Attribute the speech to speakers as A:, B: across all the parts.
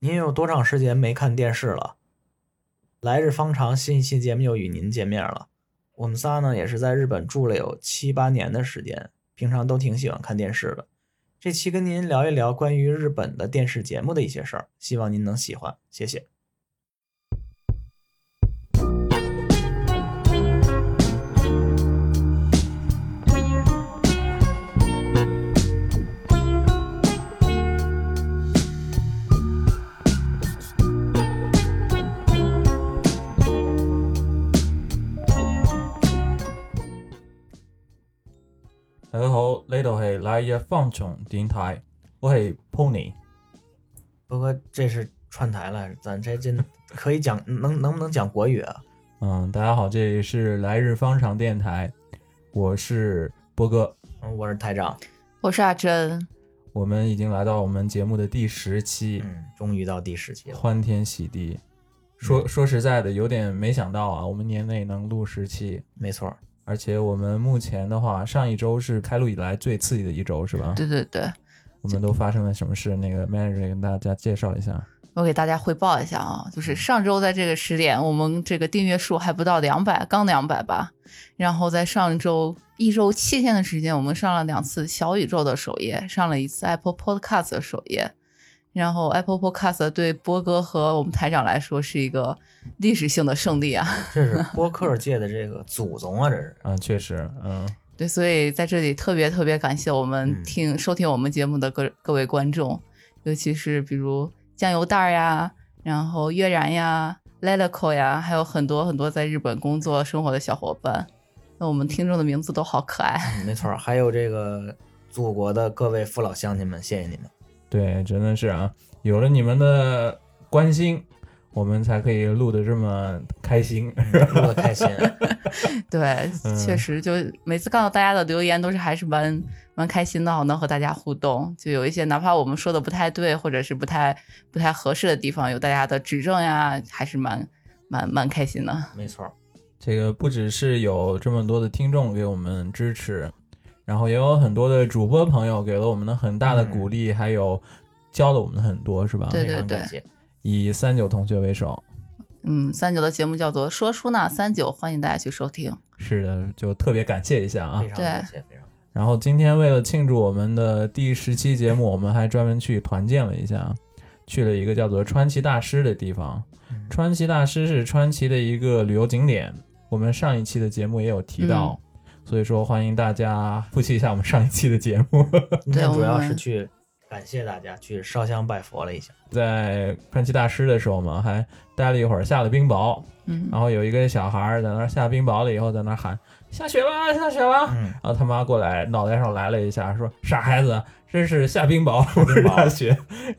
A: 您有多长时间没看电视了？来日方长，新一期节目又与您见面了。我们仨呢也是在日本住了有七八年的时间，平常都挺喜欢看电视的。这期跟您聊一聊关于日本的电视节目的一些事儿，希望您能喜欢，谢谢。
B: 大家好，呢度係乃日方長電台，我係 Pony。
A: 不过这是串台了，咱这这可以讲能能不能讲国语啊？
B: 嗯，大家好，这里是来日方长电台，我是波哥。
A: 嗯，我是台长，
C: 我是阿珍，
B: 我们已经来到我们节目的第十期，
A: 嗯，终于到第十期了，
B: 欢天喜地。说说实在的，有点没想到啊，我们年内能录十期，
A: 没错儿，
B: 而且我们目前的话，上一周是开录以来最刺激的一周，是吧？
C: 对对对，
B: 我们都发生了什么事？那个 manager 跟大家介绍一下。
C: 我给大家汇报一下啊，就是上周在这个时点，我们这个订阅数还不到两百，刚两百吧。然后在上周一周七天的时间，我们上了两次小宇宙的首页，上了一次 Apple Podcast 的首页。然后 Apple Podcast 对波哥和我们台长来说是一个历史性的胜利啊！
A: 这是播客界的这个祖宗啊，这是。
B: 嗯，确实，嗯，
C: 对，所以在这里特别特别感谢我们
A: 嗯
C: 听、收听我们节目的各各位观众，尤其是比如酱油蛋儿呀，然后月然呀、Lelico 呀，还有很多很多在日本工作生活的小伙伴。那我们听众的名字都好可爱，
A: 嗯没错儿，还有这个祖国的各位父老乡亲们，谢谢你们。
B: 对，真的是啊，有了你们的关心，我们才可以录得这么开心。
A: 嗯录的 开心，
C: 对，确
B: 嗯
C: 实就每次看到大家的留言，都是还是蛮蛮开心的，能和大家互动。就有一些哪怕我们说的不太对，或者是不太不太合适的地方，有大家的指正呀，还是蛮蛮蛮开心的。
A: 没错儿，
B: 这个不只是有这么多的听众给我们支持，然后也有很多的主播朋友给了我们的很大的鼓励，还有教了我们很多，是吧？
C: 对
A: 非常感谢。
B: 以三九同学为首，
C: 嗯，三九的节目叫做《说书呢三九》，欢迎大家去收听。
B: 是的，就特别感谢一下啊
A: 非。常感谢，非常感
B: 然后今天为了庆祝我们的第十期节目，我们还专门去团建了一下，去了一个叫做川崎大师的地方。
A: 谢。
B: 川崎大师是川崎的一个旅游景点，我们上一期的节目也有提到，
A: 嗯
B: 所以说欢迎大家复习一下我们上一期的节目，
A: 今天
C: 对
A: 主
C: 我
A: 要
C: 们
A: 是去感谢大家，去烧香拜佛了一下。
B: 在川崎大师的时候嘛，还待了一会儿，下了冰雹，
C: 嗯，
B: 然后有一个小孩儿在那儿下冰雹了以后，在那儿喊下雪了，下雪了。
A: 嗯，
B: 然后他妈过来，脑袋上来了一下，说：“傻孩子，真是下冰雹，不是 下雪。”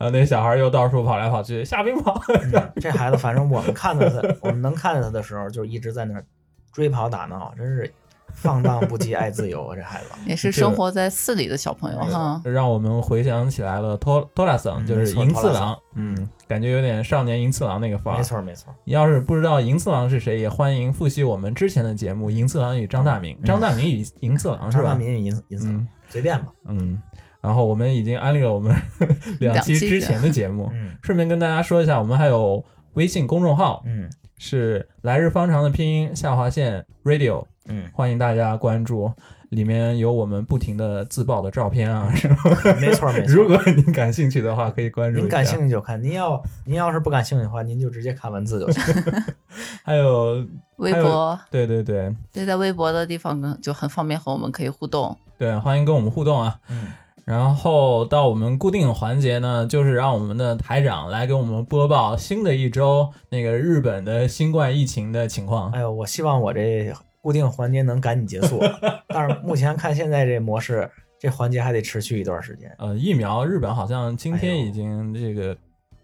B: 然后那小孩又到处跑来跑去，下冰雹。
A: 嗯这孩子，反正我们看到他，我们能看到他的时候，就一直在那儿追跑打闹，真是放荡不羁，爱自由啊！这孩子，
C: 也是生活在寺里的小朋友哈。
B: 让我们回想起来了，托托拉桑
A: 嗯
B: 就是
A: 没
B: 银次郎，
A: 错托拉
B: 嗯，感觉有点少年银次郎那个范儿。
A: 没错没错，
B: 要是不知道银次郎是谁，也欢迎复习我们之前的节目《银次郎与张大民》，张大民与银次郎
A: 嗯
B: 是
A: 张大
B: 吧？
A: 民也银银色
B: 嗯，
A: 随便吧。
B: 嗯，然后我们已经安利了我们 两期之前的节目，
A: 嗯
B: 顺便跟大家说一下，我们还有微信公众号
A: 嗯
B: 是“来日方长”的拼音下划线 radio，
A: 嗯，
B: 欢迎大家关注，里面有我们不停的自曝的照片啊。是吧
A: 嗯没错没错。
B: 如果您感兴趣的话，可以关注一下。
A: 您感兴趣就看，您要您要是不感兴趣的话，您就直接看文字就 行。
B: 还有，
C: 微博，
B: 对对对
C: 对，在微博的地方呢就很方便和我们可以互动。
B: 对，欢迎跟我们互动啊。
A: 嗯，
B: 然后到我们固定环节呢，就是让我们的台长来给我们播报新的一周那个日本的新冠疫情的情况。
A: 哎呦，我希望我这固定环节能赶紧结 束，但是目前看现在这模式，这环节还得持续一段时间
B: 呃，疫苗日本好像今
A: 哎
B: 天
A: 呦
B: 已经这个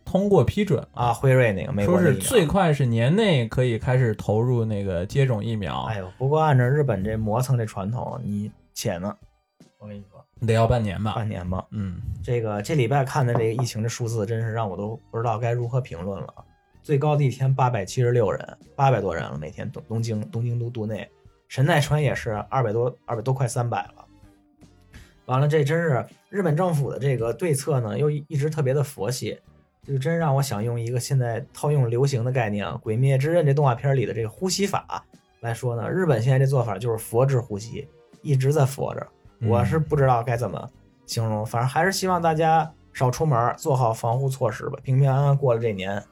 B: 通过批准
A: 啊。辉瑞那个美国
B: 说
A: 的
B: 是
A: 疫苗
B: 最快是年内可以开始投入那个接种疫苗，
A: 哎呦，不过按照日本这磨蹭这传统，你且呢，我跟你说，
B: 得要半年吧。
A: 半年吧。
B: 嗯，
A: 这个这礼拜看的这个疫情的数字，真是让我都不知道该如何评论了。最高的一天八百七十六人，八百多人了，每天东东京东京都都内，神奈川也是二百多，二百多快三百了。完了，这真是日本政府的这个对策呢，又一一直特别的佛系。就真让我想用一个现在套用流行的概念啊，《鬼灭之刃》这动画片里的这个呼吸法来说呢，日本现在这做法就是佛之呼吸，一直在佛着。
B: 嗯
A: 我是不知道该怎么形容，反正还是希望大家少出门，做好防护措施吧，平平安安过了这年，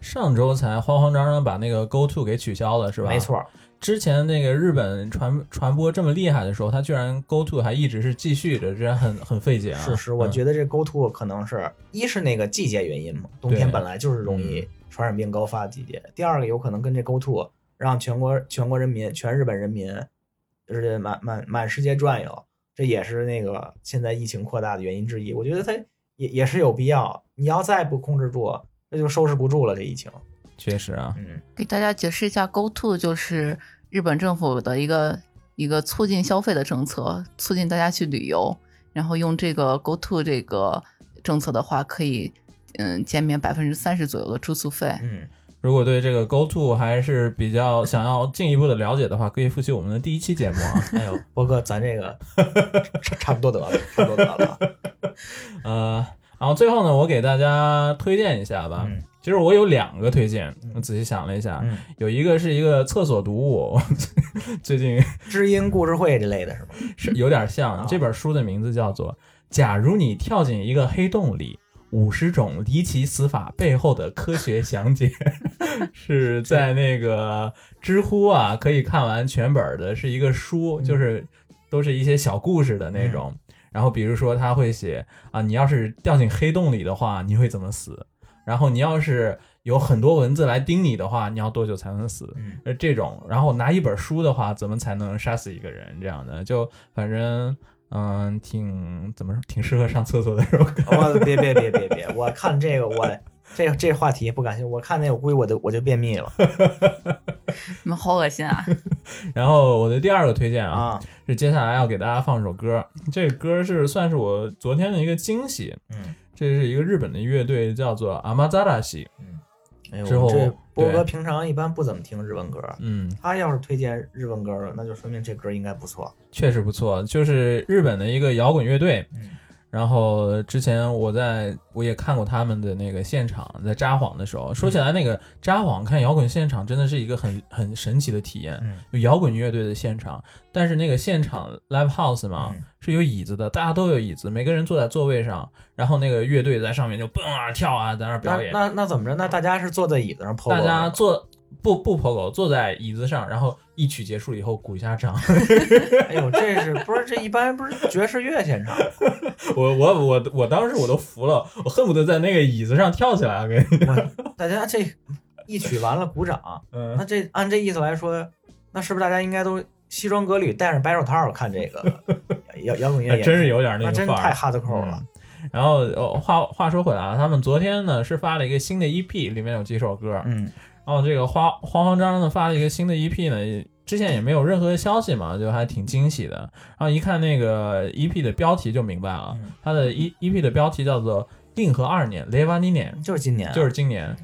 B: 上周才慌慌张张把那个 Go To 给取消了，是吧？
A: 没。错。
B: 之前那个日本传传播这么厉害的时候，它居然 Go To 还一直是继续着，这很很费解啊。
A: 事实，我
B: 嗯
A: 觉得这 Go To 可能是一是那个季节原因嘛，冬天
B: 对嗯
A: 本来就是容易传染病高发的季节。第二个有可能跟这 Go To 让全国全国人民、全日本人民就是满满满世界转悠，这也是那个现在疫情扩大的原因之一。我觉得它也也是有必要，你要再不控制住，那就收拾不住了这疫情。
B: 确实啊，
A: 嗯，
C: 给大家解释一下，Go To 就是日本政府的一个一个促进消费的政策，促进大家去旅游，然后用这个 Go To 这个政策的话，可以嗯减免百分之三十左右的住宿费。
A: 嗯，
B: 如果对这个 Go To 还是比较想要进一步的了解的话，可以复习我们的第一期节目 啊。
A: 哎呦，波哥，咱这个 差差不多得了，差不多得了。啊
B: 呃，然后最后呢，我给大家推荐一下吧。
A: 嗯
B: 其实我有两个推荐，我仔细想了一下，
A: 嗯，
B: 有一个是一个厕所读物， 最近
A: 知音故事会这类的是吗？
B: 是有点像
A: 啊
B: 这本书的名字叫做《假如你跳进一个黑洞里》。五十种离奇死法背后的科学详解， 是在那个知乎啊，可以看完全本的，是一个书，就是都是一些小故事的那种。然后比如说他会写啊，你要是掉进黑洞里的话，你会怎么死？然后你要是有很多蚊子来叮你的话，你要多久才能死？
A: 嗯
B: 呃，这种，然后拿一本书的话，怎么才能杀死一个人？这样的，就反正，嗯，挺怎么说，挺适合上厕所的时候看。
A: 我别别别别别，我看这个我这这话题不感兴趣，我看那个我估计我就我就便秘了
C: 你们好恶心啊！
B: 然后我的第二个推荐啊，
A: 啊！
B: 是接下来要给大家放首歌，这个歌是算是我昨天的一个惊喜。
A: 嗯，
B: 这是一个日本的乐队，叫做阿玛扎拉西。
A: 哎呦，
B: 之后
A: 这波
B: 对
A: 哥平常一般不怎么听日文歌，
B: 嗯，
A: 他要是推荐日文歌了，那就说明这歌应该不错。
B: 确实不错，就是日本的一个摇滚乐队。
A: 嗯
B: 然后之前我在我也看过他们的那个现场，在札幌的时候，说起来
A: 嗯
B: 那个札幌看摇滚现场真的是一个很很神奇的体验，
A: 嗯
B: 有摇滚乐队的现场，但是那个现场 live house 嘛、
A: 嗯
B: 是有椅子的，大家都有椅子，每个人坐在座位上，然后那个乐队在上面就蹦啊跳啊，在那儿
A: 那
B: 表演。
A: 那那怎么着？那大家是坐在椅子上 PO
B: 大家坐不不 p 狗，坐在椅子上，然后一曲结束以后鼓一 下掌。
A: 哎呦，这是不是这一般不是爵士乐现场？
B: 我我我我当时我都服了，我恨不得在那个椅子上跳起来。我跟你，
A: 我大家这一曲完了鼓掌，
B: 嗯
A: 那，这按这意思来说，那是不是大家应该都西装革履，戴上白手套看这个摇摇滚乐
B: 还
A: 演出？
B: 真是有点那
A: 那
B: 个
A: 真
B: 范
A: 太
B: 儿。
A: 哈 a 扣了。
B: 然后呃话话说回来啊，他们昨天呢是发了一个新的 E EP，里面有几首歌。
A: 嗯，
B: 然后这个花慌慌张张的发了一个新的 EP 呢，也之前也没有任何消息嘛，就还挺惊喜的。然后一看那个 EP 的标题就明白了
A: 嗯，
B: 它的 E EP 的标题叫做《令和二年 l e v a n i 年
A: 就是今年》，啊，
B: 就是今年。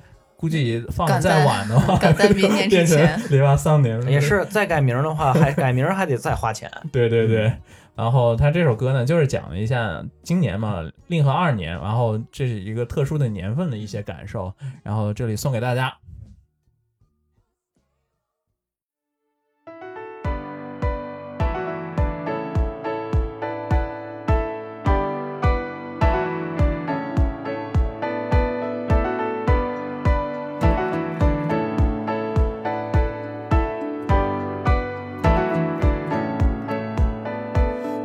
B: 估计放得
C: 赶
B: 再
C: 在
B: 晚的话，
C: 赶在明 年之
B: 变成
C: 前
B: l e v a 三年了
A: 也是再改名的话，还改名还得再花钱。
B: 对对对。然后他这首歌呢，就是讲了一下今年嘛，令和二年，然后这是一个特殊的年份的一些感受，然后这里送给大家。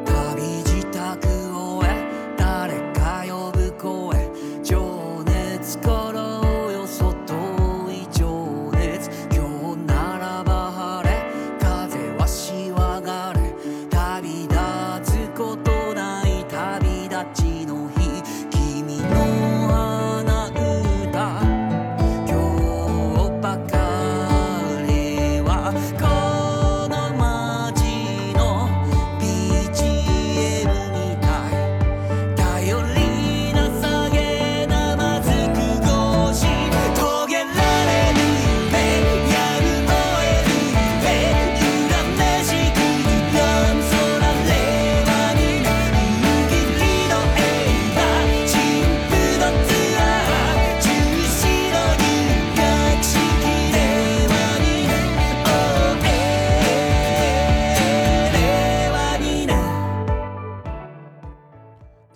D: 旅自宅を終え誰か呼ぶ声情熱からおよそ遠い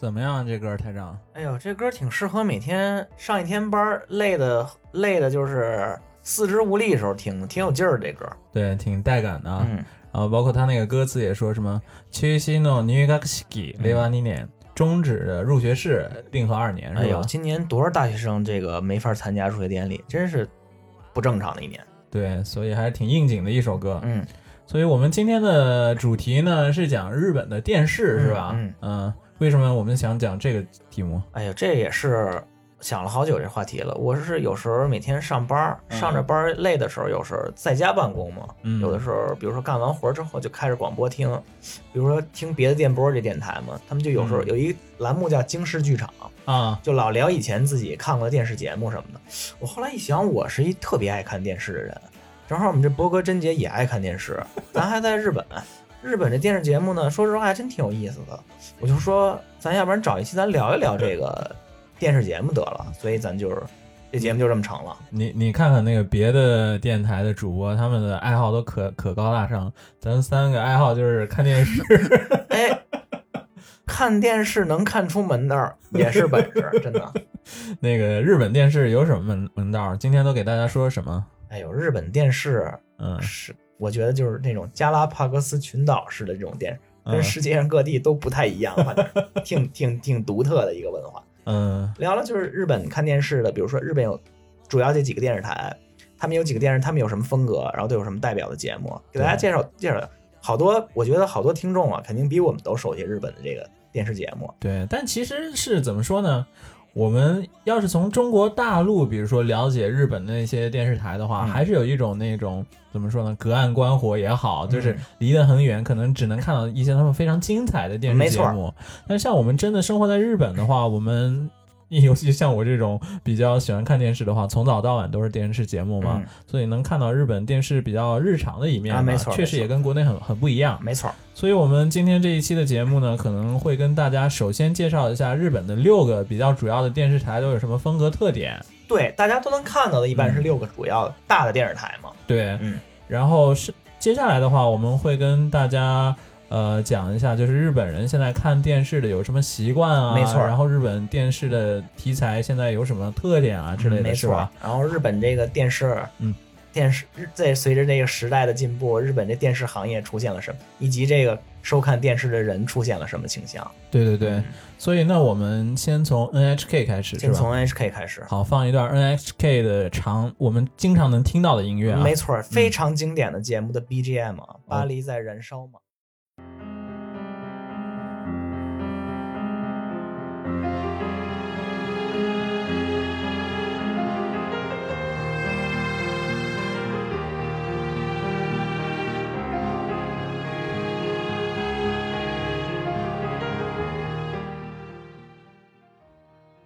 A: 啊
B: 样？这歌台长
A: 哎呦，这歌挺适合每天上一天班儿累的累的，就是四肢无力的时候听，挺有劲儿。这歌，
B: 对，挺带感的啊。
A: 嗯，
B: 啊，包括他那个歌词也说什么“去西诺尼格西基
A: 嗯
B: 雷瓦尼年”，终止的入学式令和二年
A: 哎
B: 是吧
A: 呦，？今年多少大学生这个没法参加入学典礼，真是不正常的一年。
B: 对，所以还是挺应景的一首歌。
A: 嗯，
B: 所以我们今天的主题呢是讲日本的电视，是吧？
A: 嗯
B: 嗯，为什么我们想讲这个题目？
A: 哎呀，这也是想了好久这话题了。我是有时候每天上班儿，
B: 嗯
A: 上着班儿累的时候，有时候在家办公嘛，
B: 嗯
A: 有的时候，比如说干完活儿之后就开着广播听，比如说听别的电波儿这电台嘛，他们就有时候
B: 嗯
A: 有一栏目叫《京师剧场》，
B: 啊，
A: 就老聊以前自己看过的电视节目什么的。我后来一想，我是一特别爱看电视的人，正好我们这博哥贞姐也爱看电视，咱还在日本，日本这电视节目呢，说实话还真挺有意思的。我就说，咱要不然找一期咱聊一聊这个电视节目得了，所以咱就是这节目就这么成了。
B: 你你看看那个别的电台的主播，他们的爱好都可可高大上，咱们三个爱好就是看电视。
A: 哎，看电视能看出门道儿也是本事，真的。
B: 那个日本电视有什么门门道？今天都给大家说什么？
A: 哎呦，日本电视
B: 嗯，
A: 是，我觉得就是那种加拉帕戈斯群岛式的这种电视，
B: 嗯
A: 跟世界上各地都不太一样，反正挺挺挺独特的一个文化。
B: 嗯
A: 聊聊就是日本看电视的，比如说日本有主要这几个电视台，他们有几个电视，他们有什么风格，然后都有什么代表的节目，给大家介绍介绍。好多，我觉得好多听众啊，肯定比我们都熟悉日本的这个电视节目。
B: 对，但其实是怎么说呢？我们要是从中国大陆，比如说了解日本的那些电视台的话，
A: 嗯
B: 还是有一种那种怎么说呢？隔岸观火也好，就是
A: 嗯
B: 离得很远，可能只能看到一些他们非常精彩的电视
A: 没
B: 节
A: 错
B: 目。但像我们真的生活在日本的话，我们。尤其像我这种比较喜欢看电视的话，从早到晚都是电视节目嘛，
A: 嗯
B: 所以能看到日本电视比较日常的一面吧、
A: 啊没错
B: 确实
A: 没错
B: 也跟国内很很不一样。
A: 没错，
B: 所以，我们今天这一期的节目呢，可能会跟大家首先介绍一下日本的六个比较主要的电视台都有什么风格特点。
A: 对，大家都能看到的，一般
B: 嗯
A: 是六个主要大的电视台嘛。
B: 对，
A: 嗯
B: 然后是接下来的话，我们会跟大家呃讲一下，就是日本人现在看电视的有什么习惯啊，
A: 没错
B: 然后日本电视的题材现在有什么特点啊之类的，
A: 嗯没
B: 是
A: 错
B: 吧？。
A: 然后日本这个电视，
B: 嗯，
A: 电视在随着这个时代的进步，日本这电视行业出现了什么，以及这个收看电视的人出现了什么倾向。
B: 对对对。
A: 嗯
B: 所以呢，我们先从 NHK 开始，是
A: 先
B: 吧？
A: 从 NHK 开始，
B: 好，放一段 NHK 的长，我们经常能听到的音乐啊。
A: 没错，非常经典的节目的 BGM 啊，巴黎在燃烧嘛。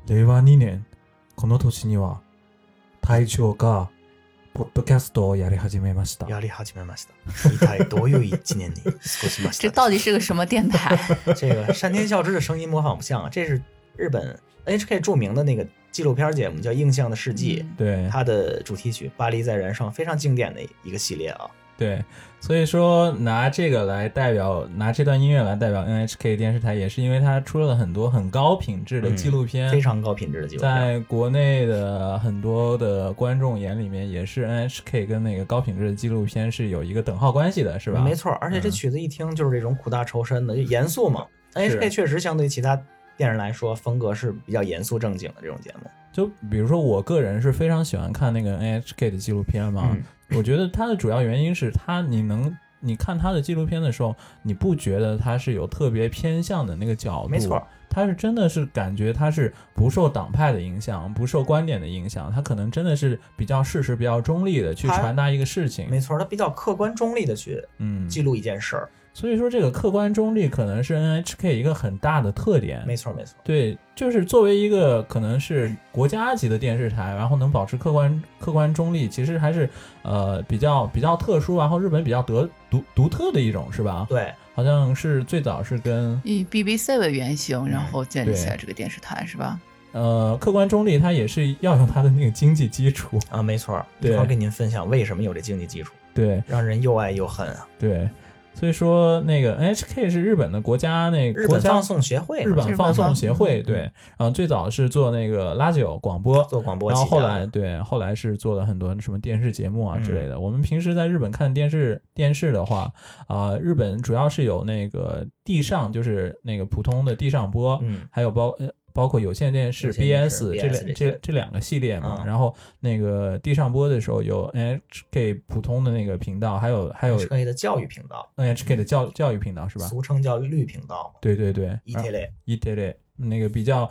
B: 令和2年この年には隊長がポッドキャストをやり始めました
A: 压力哈基梅马西达，一体多有一纪念你，少しました
C: 这到底是个什么电台？
A: 这个山田孝之的声音模仿不像啊，这是日本 NHK 著名的那个纪录片节目叫《印象的世纪》，
B: 对
A: 它的主题曲《巴黎在燃烧》非常经典的一个系列啊。
B: 对，所以说拿这个来代表，拿这段音乐来代表 NHK 电视台，也是因为它出了很多很高品质的纪录片，
A: 嗯非常高品质的纪录片。
B: 嗯在国内的很多的观众眼里面，也是 NHK 跟那个高品质的纪录片是有一个等号关系的，是吧？
A: 没错，而且
B: 嗯
A: 这曲子一听就是这种苦大仇深的，就严肃嘛。NHK 确实相对其他电视来说，风格是比较严肃正经的这种节目。
B: 就比如说，我个人是非常喜欢看那个 NHK 的纪录片
A: 嗯
B: 嘛，我觉得它的主要原因是它，你能你看它的纪录片的时候，你不觉得它是有特别偏向的那个角度，
A: 没错，
B: 它是真的是感觉它是不受党派的影响，不受观点的影响，它可能真的是比较事实、比较中立的去
A: 它
B: 传达一个事情，
A: 没错，它比较客观中立的去
B: 嗯，
A: 记录一件事儿。
B: 所以说这个客观中立可能是 NHK 一个很大的特点，
A: 没错，没错。
B: 对，就是作为一个可能是国家级的电视台，然后能保持客观客观中立，其实还是呃比较比较特殊，然后日本比较得独独特的一种是吧？
A: 对，
B: 好像是最早是跟
C: 以 BBC 为原
A: 嗯
C: 型，然后建立起来这个电视台是吧？
B: 呃客观中立，它也是要用它的那个经济基础。
A: 啊，没错。
B: 对
A: 一会儿给您分享为什么有这经济基础，
B: 对
A: 让人又爱又恨啊。
B: 对，所以说那个 NHK 是日本的国家那个
A: 日
B: 国
A: 本
B: 家
A: 放送协会
B: 日
A: 嘛
B: 本放送协
C: 日
B: 会
C: 本放
B: 对，然后最早是做那个拉九广播，
A: 嗯做广播
B: 然
A: 起家
B: 后
A: 的，嗯
B: 后来对，后来是做了很多什么电视节目啊之类的。我们平时在日本看电视电视的话，啊、日本主要是有那个地上，就是那个普通的地上播，
A: 嗯，
B: 还有包呃包括有线电视
A: 有线电视
B: BS 这
A: BS
B: 两
A: 这
B: 这
A: 些
B: 这两个系列嘛。
A: 嗯
B: 然后那个地上播的时候有 NHK 普通的那个频道，还有还有
A: 可以的教育频道，
B: NHK 的教教育频道是吧？嗯
A: 俗称叫绿频道嘛
B: 对对啊对，
A: e t 类，
B: 一对类那个比较。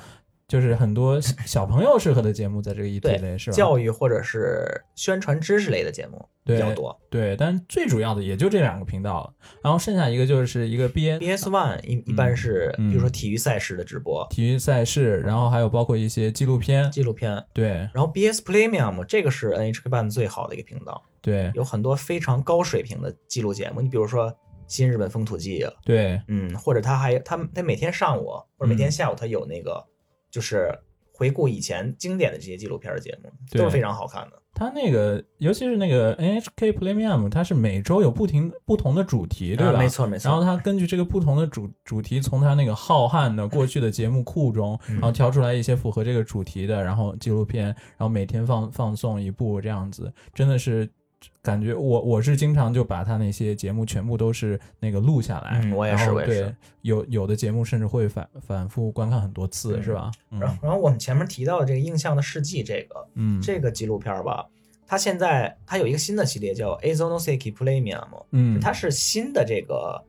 B: 就是很多小小朋友适合的节目，在这个一对类
A: 对，
B: 是吧？
A: 教育或者是宣传知识类的节目比较多。
B: 对，但最主要的也就这两个频道了，然后剩下一个就是一个 BN
A: BS One 一一般是，
B: 嗯
A: 比如说体育赛事的直播、
B: 体育赛事，然后还有包括一些纪录片，
A: 纪录片，
B: 对
A: 然后 BS Premium 这个是 NHK One 最好的一个频道，
B: 对
A: 有很多非常高水平的纪录节目。你比如说《新日本风土记》，
B: 对，
A: 嗯，或者他还他他每天上午或者每天
B: 嗯
A: 下午他有那个、就是回顾以前经典的这些纪录片的节目，
B: 对
A: 都是非常好看的。
B: 它那个尤其是那个 NHK Premium，它是每周有不停不同的主题，对吧？
A: 啊没。错没错。
B: 然后它根据这个不同的主主题，从它那个浩瀚的过去的节目库中，
A: 嗯
B: 然后挑出来一些符合这个主题的，然后纪录片，然后每天放放送一部这样子，真的是感觉我我是经常就把他那些节目全部都是那个录下来，
A: 嗯我也
B: 然
A: 是
B: 后
A: 我也是
B: 对有有的节目甚至会反反复观看很多次，
A: 嗯
B: 是吧？
A: 然后
B: 嗯，
A: 然后我们前面提到的这个《印象的世纪》这个
B: 嗯
A: 这个纪录片儿吧，它现在它有一个新的系列叫 a z o n o s e k i Premium，
B: 嗯，
A: 它是新的这个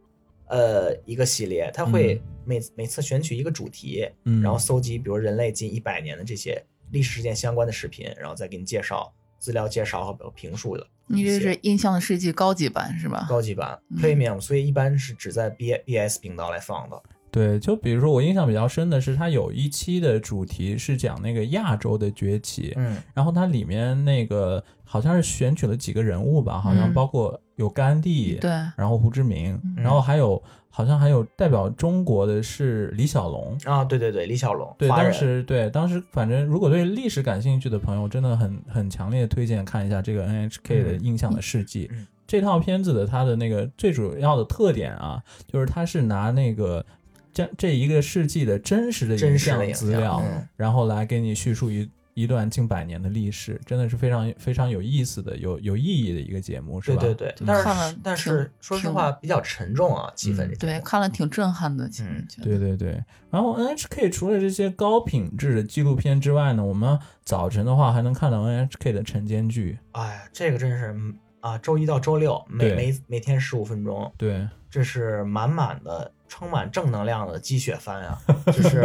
A: 呃一个系列，它会每、每次选取一个主题，
B: 嗯
A: 然后搜集比如人类近一百年的这些历史事件相关的视频，然后再给你介绍资料介绍和评述的
C: 你这是《印象的世纪》高级版是吧？
A: 嗯高级版
C: 嗯
A: Premium，、所以一般是只在 B B S 频道来放的。
B: 对，就比如说我印象比较深的是，它有一期的主题是讲那个亚洲的崛起，
A: 嗯，
B: 然后它里面那个好像是选取了几个人物吧，好像
C: 嗯
B: 包括有甘地，
C: 对，
B: 然后胡志明，
C: 嗯
B: 然后还有好像还有代表中国的是李小龙。
A: 啊，对对对，李小龙，
B: 对，
A: 华
B: 当
A: 人
B: 时对当时，反正如果对历史感兴趣的朋友，真的很很强烈推荐看一下这个 NHK 的《
A: 嗯
B: 印象的世纪》
A: 嗯
B: 这套片子的它的那个最主要的特点啊，就是它是拿那个这这一个世纪的真实的
A: 真
B: 影
A: 实的
B: 像
A: 影
B: 资
A: 像
B: 料，
A: 嗯
B: 然后来给你叙述一一段近百年的历史，真的是非常非常有意思的、有有意义的一个节目，是
A: 对
B: 吧？嗯
A: 对对，
C: 就嗯看
A: 但
C: 了
A: 是但
C: 挺
A: 是说实
C: 挺
A: 话比较沉重啊，气氛
B: 嗯
A: 这
C: 对，
A: 种
C: 看了挺震撼的，其实
A: 嗯
C: 觉得
B: 对对对，然后 NHK 除了这些高品质的纪录片之外呢，我们早晨的话还能看到 NHK 的晨间剧。
A: 哎呀，这个真是嗯啊，周一到周六每
B: 对
A: 每每天十五分钟，
B: 对，
A: 这是满满的充满正能量的鸡血番啊，就是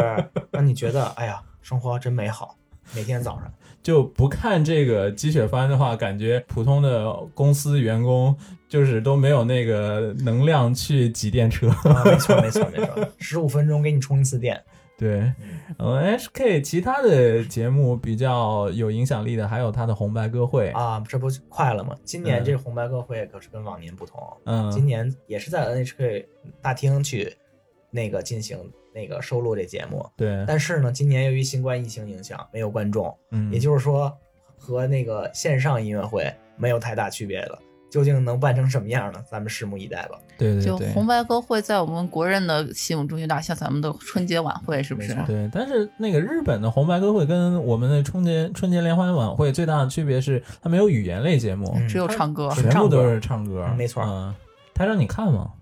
A: 让你觉得哎呀，生活真美好。每天早上，
B: 就不看这个鸡血番的话，感觉普通的公司员工就是都没有那个能量去挤电车。
A: 啊、没错没错没错，十五分钟给你充一次电，
B: 对，嗯，NHK 其他的节目比较有影响力的，还有他的红白歌会。
A: 啊，这不快了吗？今年
B: 嗯
A: 这个红白歌会可是跟往年不同，
B: 嗯，
A: 今年也是在 NHK 大厅去那个进行那个收录这节目，
B: 对，
A: 但是呢，今年由于新冠疫情影响，没有观众，
B: 嗯，
A: 也就是说和那个线上音乐会没有太大区别了。究竟能办成什么样呢？咱们拭目以待吧。
B: 对对对，
C: 就红白歌会在我们国人的心目中有点像咱们的春节晚会，是不
A: 没
C: 是？
A: 错
B: 对，但是那个日本的红白歌会跟我们的春节春节联欢晚会最大的区别是，它没有语言类节目，
A: 嗯
C: 只有唱歌。
A: 是
B: 全部都是唱歌，
A: 嗯没错
B: 嗯，他让你看吗？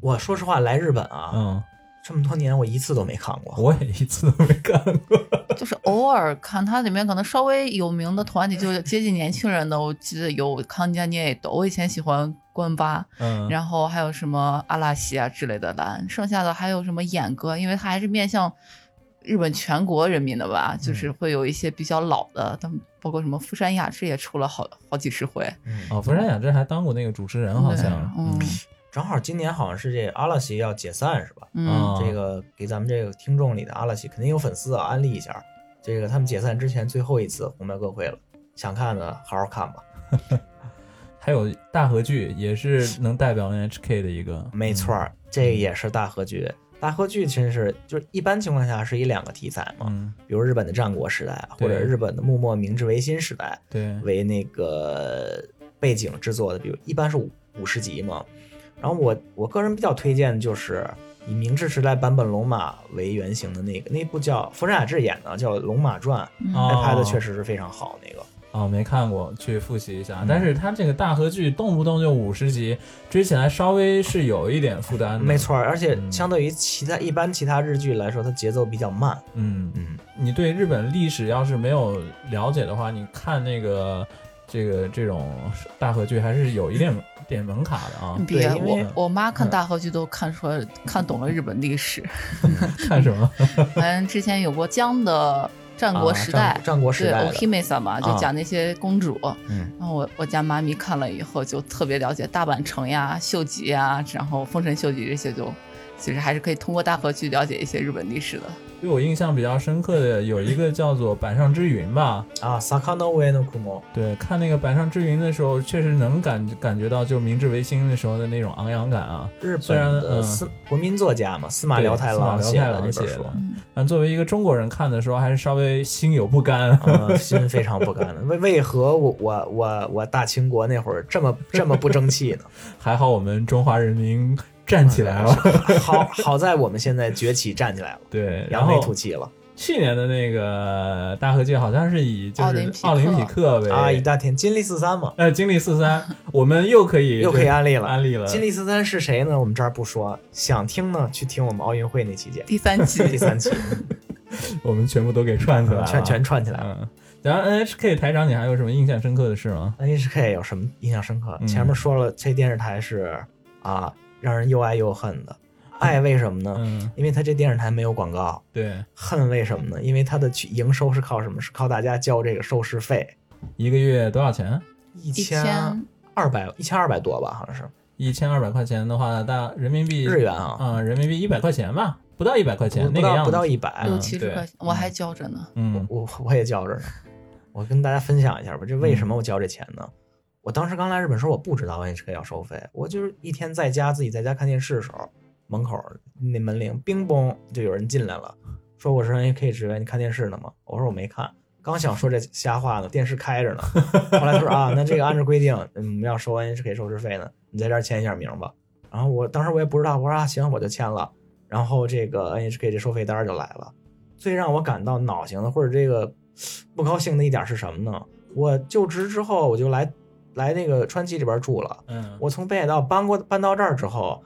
A: 我说实话，来日本啊，
B: 嗯，
A: 这么多年我一次都没看过。
B: 我也一次都没看 过。
C: 就是偶尔看它里面可能稍微有名的团体，就是接近年轻人的，我记得有康佳涅斗，我以前喜欢关八，
B: 嗯，
C: 然后还有什么阿拉西啊之类的蓝，剩下的还有什么演歌，因为它还是面向日本全国人民的吧，就是
A: 嗯
C: 会有一些比较老的，他们包括什么富山雅治也出了好好几十回，
A: 嗯，
B: 哦，福山雅治还当过那个主持人，好像，
C: 嗯
A: 正好今年好像是这阿拉西要解散是吧？
C: 嗯
B: 啊
A: 这个给咱们这个听众里的阿拉西肯定有粉丝啊，安利一下。这个他们解散之前最后一次红白歌会了，想看的好好看吧。
B: 还有大河剧也是能代表 NHK 的一个，嗯
A: 没错儿，这也是大合剧。大合剧真是就是一般情况下是以两个题材嘛，
B: 嗯，
A: 比如日本的战国时代啊，
B: 对
A: 或者日本的幕末明治维新时代
B: 嗯，对，
A: 为那个背景制作的，比如一般是五五十集嘛。然后我我个人比较推荐的就是以明治时代坂本龙马为原型的那个那部叫福山雅治演的叫《龙马传》，
C: 嗯
A: 那
B: 哦
A: 拍的确实是非常好那个。
B: 哦，没看过，去复习一下
A: 嗯。
B: 但是它这个大合剧动不动就五十集，追起来稍微是有一点负担的。
A: 没，错，而且
B: 嗯
A: 相对于其他一般其他日剧来说，它节奏比较慢。
B: 嗯，
A: 嗯，
B: 你对日本历史要是没有了解的话，你看那个这个这种大合剧还是有一点点门槛的啊。
C: 别
A: 对因为嗯
C: 我我妈看大河剧都看出来看懂了日本历史，
B: 看什么？
C: 反正之前有过江的战国时代
A: 啊、，战战国时
C: 对
A: 代
C: o k i
A: 的，
C: m e s a 嘛，就
A: 啊
C: 讲那些公主。
A: 嗯，
C: 然后我我家妈咪看了以后就特别了解大阪城呀、秀吉呀，然后丰臣秀吉这些就，其实还是可以通过大河剧了解一些日本历史的。
B: 对我印象比较深刻的有一个叫做《板上之云》吧。
A: 啊，Sakano w e no Kumo，
B: 对，看那个《板上之云》的时候，确实能感感觉到就明治维新的时候的那种昂扬感啊。
A: 日
B: 虽然
A: 本的
B: 嗯
A: 司、国民作家嘛，司马
B: 对
A: 辽太
B: 司马
A: 郎
B: 辽
A: 写
B: 太
A: 的
B: 郎
A: 这
B: 写
A: 本书
B: 的。但作为一个中国人看的时候，还是稍微心有不甘。
A: 嗯，心非常不甘的。为为何我我我我大清国那会儿这么这么不争气呢？
B: 还好我们中华人民 站起来
A: 嗯
B: 了。
A: 哎好好在我们现在崛起站起来了，
B: 对，然
A: 扬眉
B: 后
A: 吐气了
B: 去年的那个大合剧好像是以就
C: 奥林
B: 是
C: 匹克
B: 奥林匹克为
A: 啊！一大天金立四三嘛，
B: 呃经历四三， 我们又可以
A: 又可以安利了。
B: 安利了。
A: 金立四三是谁呢？我们这儿不说，想听呢去听我们奥运会那期 节目
C: 第三 集
A: 第三期，
B: 我们全部都给串起来了，
A: 全全串起来了。
B: 嗯。然后 NHK 台长，你还有什么印象深刻的事吗？
A: NHK 哎有什么印象深刻？
B: 嗯
A: 前面说了，这电视台是啊，让人又爱又恨的。爱为什么呢？
B: 嗯，
A: 因为它这电视台没有广告。
B: 对，
A: 恨为什么呢？因为它的去营收是靠什么？是靠大家交这个收视费，
B: 一个月多少钱？
A: 一
C: 一
A: 千二百一千二百多吧，好像是
B: 一千二百块钱的话，大人民币
A: 日元啊，
B: 啊、人民币一百块钱吧，不到一百块钱，
A: 不
B: 啊那个
A: 到
B: 样
A: 不
B: 子
A: 到一百
C: 六
B: 嗯。
C: 七十
B: 对
C: 块钱，我还交着呢。
B: 嗯
A: 我我也交着呢。我跟大家分享一下吧，这为什么我交这钱呢？我当时刚来日本时候，我不知道 NHK 要收费，我就是一天在家自己在家看电视的时候，门口那门铃冰嘣就有人进来了，说我是 NHK 职员，你看电视呢吗？我说我没看，刚想说这瞎话呢，电视开着呢。后来他说啊，那这个按照规定，嗯我们要收 NHK 收视费呢，你在这儿签一下名吧。然后我当时我也不知道，我说啊行，我就签了。然后这个 NHK 这收费单儿就来了。最让我感到恼型的或者这个不高兴的一点是什么呢？我就职之后我就来来那个川崎这边住了。
B: 嗯，
A: 我从北海道搬过搬到这儿之后，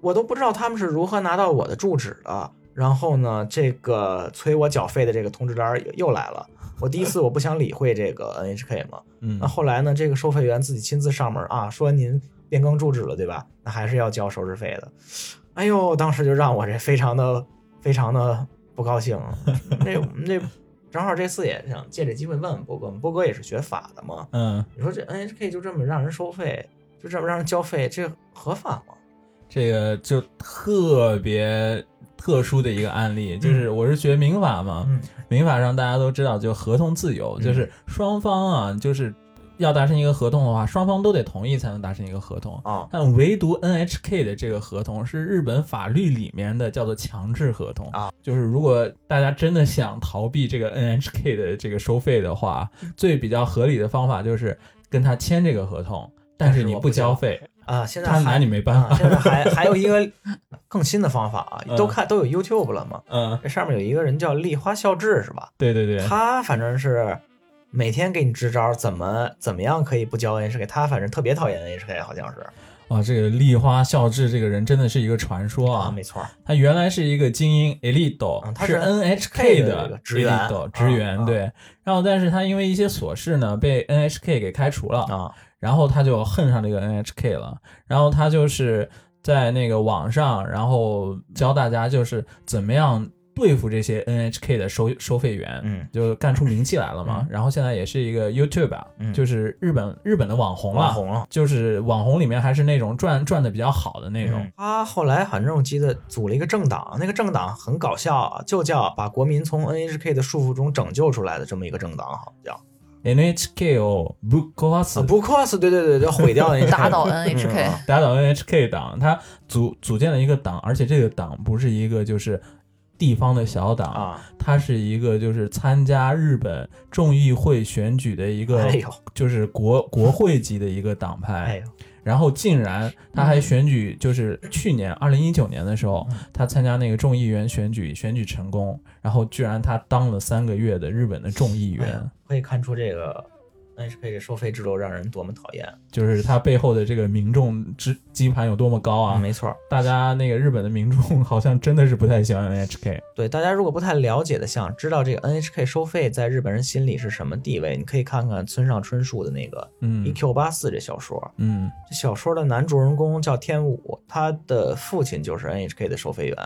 A: 我都不知道他们是如何拿到我的住址的。然后呢，这个催我缴费的这个通知单儿又又来了。我第一次我不想理会这个 NHK 嘛，
B: 嗯
A: 那后来呢，这个收费员自己亲自上门啊，说您变更住址了，对吧？那还是要交手续费的。哎呦，当时就让我这非常的非常的不高兴。 这我们这正好这次也想借这机会问问波哥，我们波哥也是学法的嘛。
B: 嗯，
A: 你说这 NHK 就这么让人收费，就这么让人交费，这合法吗？
B: 这个就特别特殊的一个案例，就是我是学民法嘛，
A: 嗯
B: 民法上大家都知道，就合同自由，
A: 嗯
B: 就是双方啊，就是要达成一个合同的话，双方都得同意才能达成一个合同。
A: 啊
B: 但唯独 NHK 的这个合同是日本法律里面的叫做强制合同
A: 啊，
B: 就是如果大家真的想逃避这个 NHK 的这个收费的话，最比较合理的方法就是跟他签这个合同，但
A: 但
B: 是
A: 是
B: 你
A: 我
B: 不
A: 不交
B: 交费，
A: 啊！现在
B: 他拿
A: 还
B: 你没办
A: 啊
B: 法。
A: 现在还还有一个更新的方法啊，
B: 嗯
A: 都看都有 YouTube 了嘛。
B: 嗯，
A: 这上面有一个人叫立花孝志是吧？
B: 对对对，
A: 他反正是每天给你支招，怎么怎么样可以不交 NHK。他反正特别讨厌 NHK，好像是
B: 啊，这个立花孝志这个人真的是一个传说啊！
A: 没错儿，
B: 他原来是一个精英 elite，、
A: 嗯他是
B: 是 NHK
A: 的
B: 的
A: 职员
B: elite
A: 啊
B: 职员、
A: 啊
B: 对。然后，但是他因为一些琐事呢，被 NHK 给开除了，
A: 啊，
B: 然后他就恨上这个 NHK 了。然后他就是在那个网上，然后教大家就是怎么样对付这些 NHK 的收收费员。
A: 嗯，
B: 就干出名气来了嘛，
A: 嗯
B: 然后现在也是一个 YouTube，、啊
A: 嗯
B: 就是日本日本的网红了、
A: 网红了。
B: 就是网红里面还是那种赚赚的比较好的那种。
A: 嗯他后来反正我记得组了一个政党，那个政党很搞笑啊，就叫把国民从 NHK 的束缚中拯救出来的这么一个政党，好像叫
B: NHK 哦，不 c o s
A: 啊，不 c o s 对对对，要毁掉 NHK，
C: 打倒
A: 嗯
C: NHK，
A: 啊
B: 打倒 NHK 党，他组组建了一个党，而且这个党不是一个就是地方的小党，
A: 啊，
B: 它是一个就是参加日本众议会选举的一个
A: 哎，呦，
B: 就是国国会级的一个党
A: 哎
B: 派。
A: 呦，
B: 然后竟然他还选举，就是去年二零一九年的
A: 嗯
B: 时候，他参加那个众议员选举，选举成功，然后居然他当了三个月的日本的众议
A: 哎
B: 员
A: 呀。可以看出这个 NHK 这收费制度让人多么讨厌
B: 就是他背后的这个民众支基盘有多么高啊！
A: 没错儿，
B: 大家那个日本的民众好像真的是不太喜欢 NHK，
A: 对大家如果不太了解的，想知道这个 NHK 收费在日本人心里是什么地位，你可以看看村上春树的那个《一
B: 嗯
A: Q 八四》这小说。
B: 嗯
A: 这小说的男主人公叫天武，他的父亲就是 NHK 的收费员。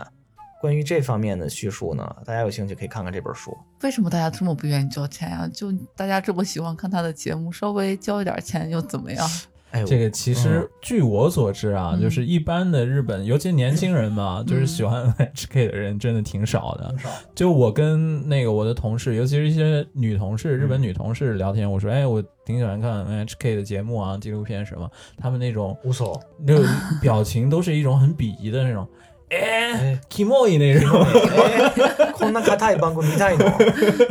A: 关于这方面的叙述呢，大家有兴趣可以看看这本书。
C: 为什么大家这么不愿意交钱呀、就大家这么喜欢看他的节目，稍微交一点钱又怎么样？
A: 哎，
B: 这个其实据我所知啊，
C: 嗯
B: 就是一般的日本，尤其年轻人嘛，
A: 嗯
B: 就是喜欢 NHK 的人真的挺少的。就我跟那个我的同事，尤其是一些女同事，日本女同事聊天，我
A: 嗯
B: 说，哎，我挺喜欢看 NHK 的节目啊，纪录片什么，他们那种
A: 无所，
B: 那种表情都是一种很鄙夷的那种，哎
A: 哎
B: k i m o i 那种。
A: 哎 こんな硬い番組見たいの？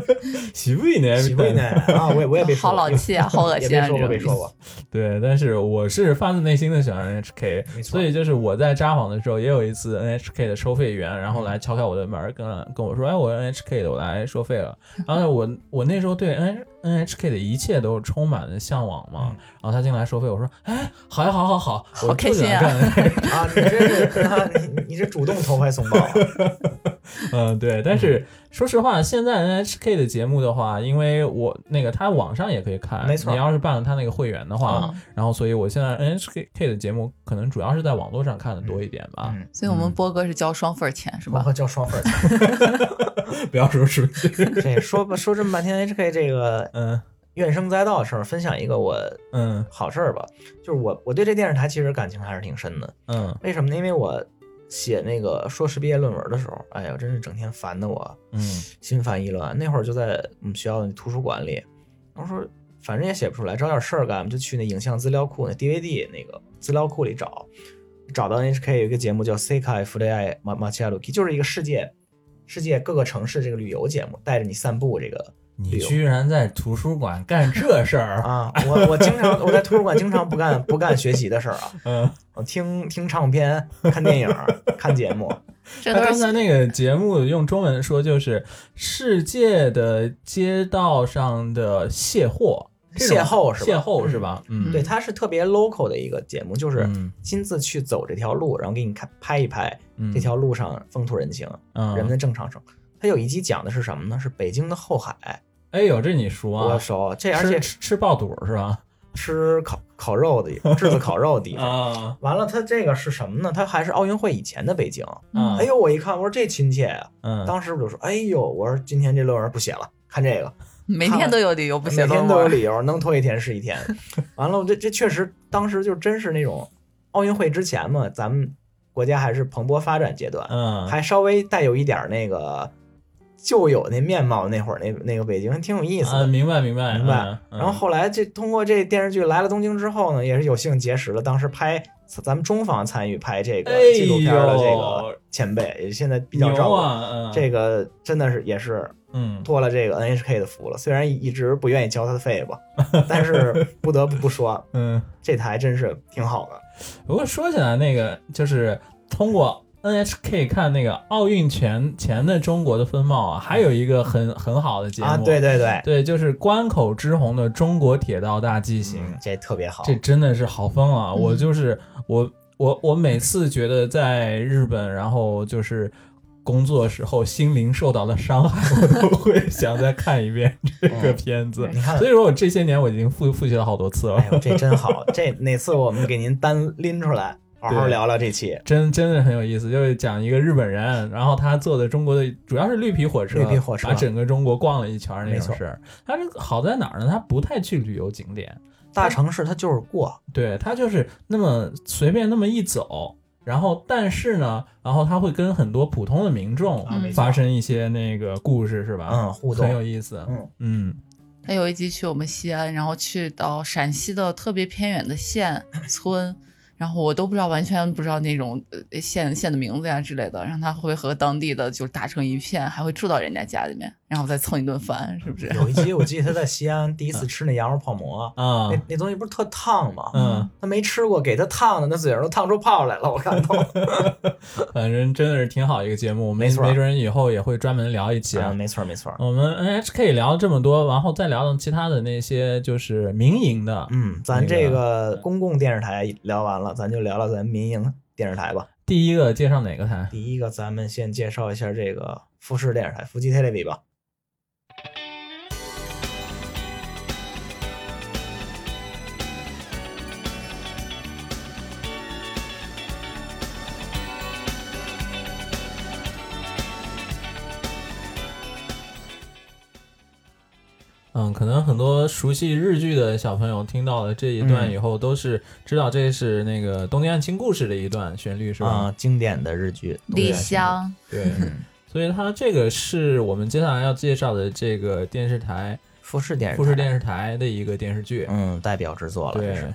B: 喜不呢？
A: 喜欢呢？啊，我也我也被说
C: 好
A: 过
C: 老气啊，好恶
A: 也
C: 心
A: 别
C: 啊！
A: 说
C: 这
A: 过，
C: 种
A: 别说过。
B: 对，但是我是发自内心的喜欢 NHK，
A: 没错
B: 所以就是我在札幌的时候，也有一次 NHK 的收费员，
A: 嗯
B: 然后来敲开我的门儿，跟跟我说，哎，我 NHK 的，我来收费了。然 后我我那时候对 N NHK 的一切都充满了向往嘛
A: 嗯，
B: 然后他进来收费，我说，哎，好呀，好好好，我
C: 好开
B: 就喜欢
C: 心
B: 干 NHK
A: 啊，你这是啊，你你是主动投怀送 抱啊，
B: 嗯，对，但是说实话，现在 NHK 的节目的话，因为我那个他网上也可以看，
A: 没错
B: 你要是办了他那个会员的话，
C: 嗯
B: 然后所以我现在 NHK 的节目可能主要是在网络上看的多一点吧，
A: 嗯，哦
C: 所以我们波哥是交双份儿钱啊是
A: 包
C: 吧？
A: 括叫双份儿。嗯
B: 不要说是，
A: 这说吧，说这么半天，HK 这个
B: 嗯
A: 怨声载道的事儿，分享一个我
B: 嗯
A: 好事儿吧。就是我我对这电视台其实感情还是挺深的，
B: 嗯
A: 为什么呢？因为我写那个硕士毕业论文的时候，哎呀，真是整天烦的我
B: 嗯
A: 心烦意乱。那会儿就在我们学校的图书馆里，我说反正也写不出来，找点事儿干，我们就去那影像资料库那 DVD 那个资料库里找，找到 NHK 有一个节目叫《e 世界フレアママチャルキ》，就是一个世界世界各个城市这个旅游节目，带着你散步这个。
B: 你居然在图书馆干这事儿，
A: 哎啊，我我经常我在图书馆经常不干不干学习的事儿啊，
B: 嗯，
A: 我听听唱片、看电影、看节目，
C: 这
A: 哎
B: 他
C: 都
B: 刚
C: 是
B: 才那个节目用中文说就是世界的街道上的卸货，这种
A: 邂逅是吧？
B: 邂逅是吧？嗯，
A: 对，它是特别 local 的一个节目，就是
B: 嗯
A: 亲自去走这条路，然后给你看拍一拍
B: 嗯
A: 这条路上风土人情、
B: 嗯
A: 人们的正常生活。它有一集讲的是什么呢？是北京的后海，
B: 哎呦，这你熟啊？
A: 我熟。这而
B: 吃
A: 且
B: 吃吃爆肚是吧？
A: 吃烤烤肉的地方，炙子烤肉的地方。
B: 啊
A: 完了，它这个是什么呢？它还是奥运会以前的北京。
C: 嗯
B: 啊！
A: 哎呦，我一看，我说这亲切呀、啊
B: 嗯，
A: 当时我就说：“哎呦，我说今天这论文不写了，看这个，
C: 每天都有理由不写
A: 每天
C: 论
A: 都有
C: 文。
A: 理由，能拖一天是一 天。”完了，我这这确实当时就真是那种奥运会之前嘛，咱们国家还是蓬勃发展阶段，
B: 嗯，
A: 还稍微带有一点那个旧有那面貌，那会儿那那个北京还挺有意思
B: 啊，
A: 的。
B: 明白明白
A: 明白
B: 嗯，嗯
A: 然后后来这通过这电视剧来了东京之后呢，也是有幸结识了当时拍咱们中方参与拍这个纪录片的这
B: 哎呦
A: 个前辈，也现在比较照
B: 牛
A: 顾。
B: 啊，嗯，
A: 这个真的是也是
B: 嗯
A: 托了这个 NHK 的福了，虽然一直不愿意交他的费吧， 但是不得不不说，
B: 嗯。
A: 这台真是挺好的。
B: 不过说起来，那个就是通过 NHK 看那个奥运前前的中国的风貌啊，还有一个很很好的节目嗯
A: 啊，对对对，
B: 对，就是关口之红的《中国铁道大纪行》
A: 嗯，这特别好。
B: 这真的是好疯啊！
C: 嗯
B: 我就是我我我每次觉得在日本，然后就是工作时候心灵受到了伤害， 我都会想再看一 遍
A: 嗯
B: 这个片子。
A: 你看
B: 所，以说我这些年我已经复复习了好多次了
A: 哎，呦，这真好，这哪次我们给您单拎出来，好好
B: 对
A: 聊聊这期
B: 真真的很有意思，就是讲一个日本人，然后他坐的中国的主要是绿皮火车，
A: 绿皮火车
B: 把整个中国逛了一圈儿那
A: 没
B: 种
A: 错
B: 事儿。他这个好在哪儿呢？他不太去旅游景点，
A: 大城市，它就是过，
B: 对他就是那么随便那么一走，然后但是呢，然后他会跟很多普通的民众
C: 啊没错
B: 发生一些那个故事，是吧？
A: 嗯，互动
B: 很，有意思。
A: 嗯
B: 嗯
C: 他 有一集去我们西安，然后去到陕西的特别偏远的县村，然后我都不知道，完全不知道那种呃县县的名字呀之类的，让他会和当地的就是打成一片，还会住到人家家里面，然后再蹭一顿饭，是不是？
A: 有一集我记得他在西安第一次吃那羊肉泡馍，
B: 啊
A: 那那东西不是特烫吗？
B: 嗯，
A: 他没吃过，给他烫的那嘴上都烫出泡来了，我看 都。
B: 反正真的是挺好一个节目，没
A: 没错
B: 没准以后也会专门聊一期啊
A: 啊，。没错没错，
B: 我们 NHK 聊了这么多，然后再聊聊其他的那些就是民营的。
A: 嗯，咱这个公共电视台聊完了，咱就聊聊咱民营电视台吧。
B: 第一个介绍哪个台？
A: 第一个，咱们先介绍一下这个富士电视台，富基 TV 吧。
B: 嗯，可能很多熟悉日剧的小朋友听到了这一
A: 嗯
B: 段以后，都是知道这是那个《东京爱情故事》的一段旋律，是
A: 啊、
B: 吧？
A: 经典的日剧。
C: 李湘，
B: 对，
A: 嗯
B: 所以它这个是我们接下来要介绍的这个电视台
A: 富士电视台，
B: 富士电视台的一个电视剧。
A: 嗯，代表之作了，这
B: 对
A: 是。，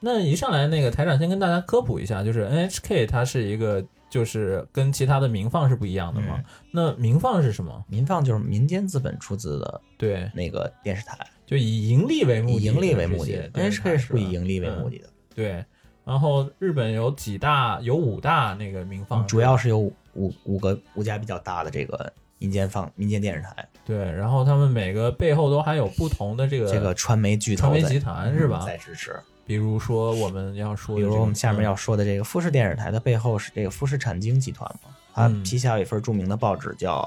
B: 那一上来那个台长先跟大家科普一下，就是 NHK 它是一个就是跟其他的民放是不一样的嘛。
A: 嗯
B: 那民放是什么？
A: 民放就是民间资本出资的
B: 对，
A: 那个电视台，
B: 就以盈利为目
A: 以
B: 的，
A: 盈利为目的的。NHK 是不以盈利为目
B: 的
A: 的的，
B: 电视台吧。嗯对，然后日本有几大，有五大那个民放，
A: 嗯主要是有五五五个五家比较大的这个民间放民间电视台，
B: 对，然后他们每个背后都还有不同的这个
A: 这个传媒巨头
B: 传媒
A: 在嗯
B: 集团是吧？
A: 在支持。
B: 比如说我们要说
A: 比
B: 的这个，嗯
A: 如我们下面要说的这个富士电视台，它背后是这个富士产经集团嘛，它
B: 嗯
A: 旗下有一份著名的报纸叫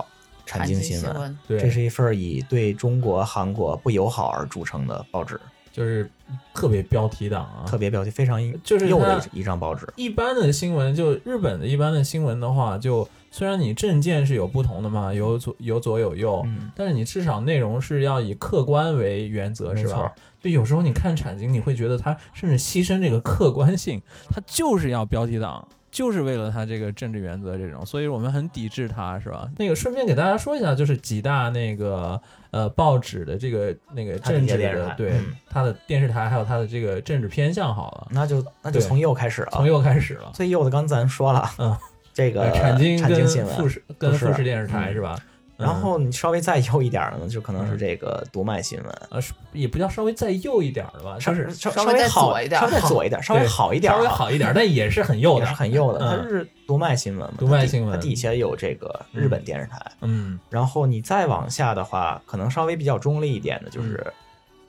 A: 《产经新闻》，
C: 闻，
B: 对，
A: 这是一份以对中国、韩国不友好而著称的报纸，
B: 就是特别标题党啊，
A: 特别标题非常硬
B: 就是
A: 右
B: 它
A: 的一一张报纸。
B: 一般的新闻，就日本的一般的新闻的话，就虽然你证件是有不同的嘛，有左有左有右，
A: 嗯
B: 但是你至少内容是要以客观为原则，
A: 哦没
B: 是
A: 错
B: 吧？就有时候你看产经，你会觉得它甚至牺牲这个客观性，它就是要标题党。就是为了它这个政治原则这种，所以我们很抵制它，是吧？那个顺便给大家说一下，就是几大那个呃报纸的这个那个
A: 它底
B: 政
A: 下
B: 治
A: 电视
B: 的
A: 台
B: 对
A: 嗯
B: 它的电视台还有它的这个政治偏向好了，
A: 那就那就
B: 对
A: 从右开始啊
B: 从，右开始了。
A: 最右的刚才咱说了，
B: 嗯，
A: 这个
B: 呃产经
A: 产
B: 跟
A: 经新
B: 富
A: 闻，
B: 士跟
A: 富士
B: 富士电视台
A: 嗯
B: 是吧？
A: 然
B: 嗯
A: 后你稍微再右一点的呢，就可能是这个读卖新闻，
B: 呃，是也不叫稍微再右一点儿了吧，就
A: 稍
B: 是
A: 稍
C: 稍微
A: 微
C: 再
A: 好
C: 左一点
A: 稍微再左一点，稍微
B: 对
A: 好一点啊，
B: 稍微好一点儿，但也是很右
A: 也
B: 的
A: 是。很右的，
B: 嗯
A: 哦它是读卖新闻嘛，
B: 读卖
A: 它底
B: 新闻
A: 它底下有这个日本电视台，
B: 嗯，
A: 然后你再往下的话，可能稍微比较中立一点的就是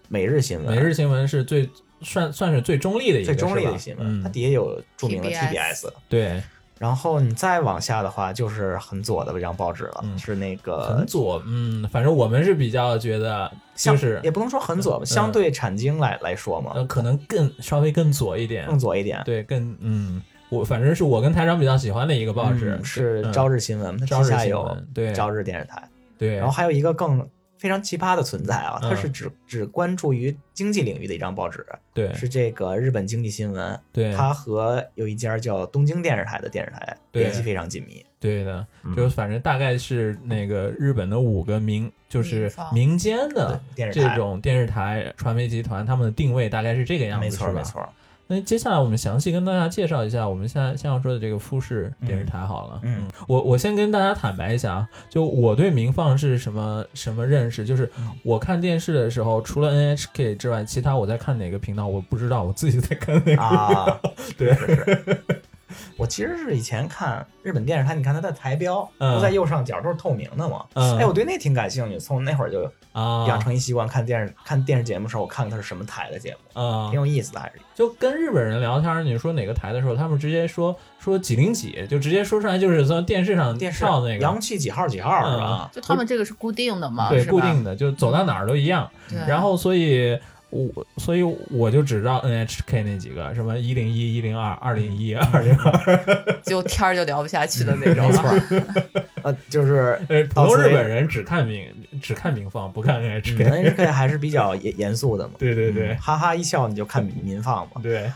A: 每日新闻，
B: 嗯每日新闻是最算算是最中立的一个，
A: 最中立
B: 是吧
A: 的新闻，它
B: 嗯，
A: 底下有著名的
C: TBS
A: TBS，
B: 对，
A: 然后你再往下的话就是很左的一张报纸了，
B: 嗯
A: 是那个
B: 很左，嗯，反正我们是比较觉得就
A: 相
B: 是嗯
A: 也不能说很左吧，相对产经来来说嘛，
B: 呃，可能更稍微更左一点，
A: 更左一点。
B: 对，更嗯，我反正是我跟台长比较喜欢的一个报纸
A: 嗯是
B: 嗯
A: 朝日新闻，它
B: 朝
A: 旗
B: 日
A: 下
B: 新
A: 有
B: 闻，对
A: 朝日电视台，
B: 对，
A: 然后还有一个更非常奇葩的存在啊，它
B: 嗯
A: 是只只关注于经济领域的一张报纸，
B: 对
A: 是这个日本经济新闻，
B: 对
A: 它和有一家叫东京电视台的电视台
B: 对
A: 联系非常紧密。
B: 对的，
A: 嗯
B: 就是反正大概是那个日本的五个民，就是
C: 民放
B: 民间的
A: 对电视
B: 这
A: 台
B: 种电视台、传媒集团，他们的定位大概是这个样子，
A: 没错
B: 是吧
A: 没。错，
B: 那接下来我们详细跟大家介绍一下我们现在现要说的这个富士电视台好了。
A: 嗯嗯
B: 我我先跟大家坦白一下啊，就我对民放是什么什么认识，就是
A: 嗯
B: 我看电视的时候，除了 NHK 之外，其他我在看哪个频道我不知道，我自己在看哪个。
A: 啊，
B: 对
A: 是是。 我其实是以前看日本电视台，你看它的台标
B: 嗯
A: 都在右上角，都是透明的嘛。
B: 嗯
A: 哎，我对那挺感兴趣，从那会儿就
B: 啊
A: 养成一习惯，看电视看电视节目的时候，我看看它是什么台的节目，
B: 啊
A: 挺，有意思的，还是
B: 就跟日本人聊天儿，你说哪个台的时候，他们直接说说几零几，就直接说出来，就是从电视上
A: 电视
B: 跳那
A: 阳啊
B: 个，嗯
A: 气几号几号是吧？
C: 就他们这个是固定的嘛，
B: 对，
C: 是吧
B: 固定的，就走到哪儿都一样。
C: 对
B: 然后所以我所以我就只知道 NHK 那几个，什么一零一、一零二、二零一、二零二，
C: 就天儿就聊不下去
B: 嗯
C: 的那种
A: 没
C: 了，
A: 错儿， 呃，就是
B: 呃，普
A: 到
B: 通
A: 此为
B: 日
A: 止
B: 本人只看民只看民放，不看 NHK。
A: NHK 还是比较严严肃的嘛。
B: 对对对
A: 嗯哈哈一笑你就看民放嘛。
B: 对，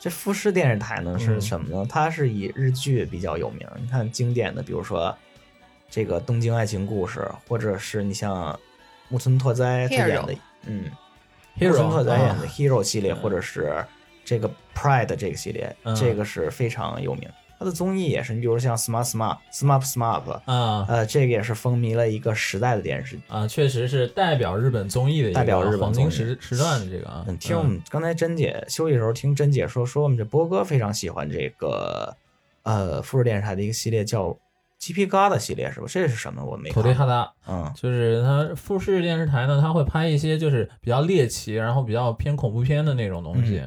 A: 这富士电视台呢
B: 嗯
A: 是什么呢？它是以日剧比较有名，你看经典的，比如说这个《东京爱情故事》，或者是你像木村拓哉他演的，嗯，木村
B: Hero
A: 拓哉演的
B: 啊
A: 《Hero》系列，或者是这个 Pride 这个系列，
B: 嗯
A: 这个是非常有名。它的综艺也是，你比如像 Smart Smart Smart Smart，
B: 啊
A: 呃，这个也是风靡了一个时代的电视剧。
B: 啊，确实是代表日本综艺的一个
A: 代表日本
B: 黄金
A: 综艺
B: 时时段的这个啊
A: 嗯，，听我们刚才甄姐休息的时候，听甄姐说，说我们这波哥非常喜欢这个呃富士电视台的一个系列叫《鸡皮疙瘩》系列，是吧？这是什么？我没
B: 土
A: 看
B: 地哈
A: 过。
B: 达，
A: 嗯
B: 就是它富士电视台呢，它会拍一些就是比较猎奇，然后比较偏恐怖片的那种东西。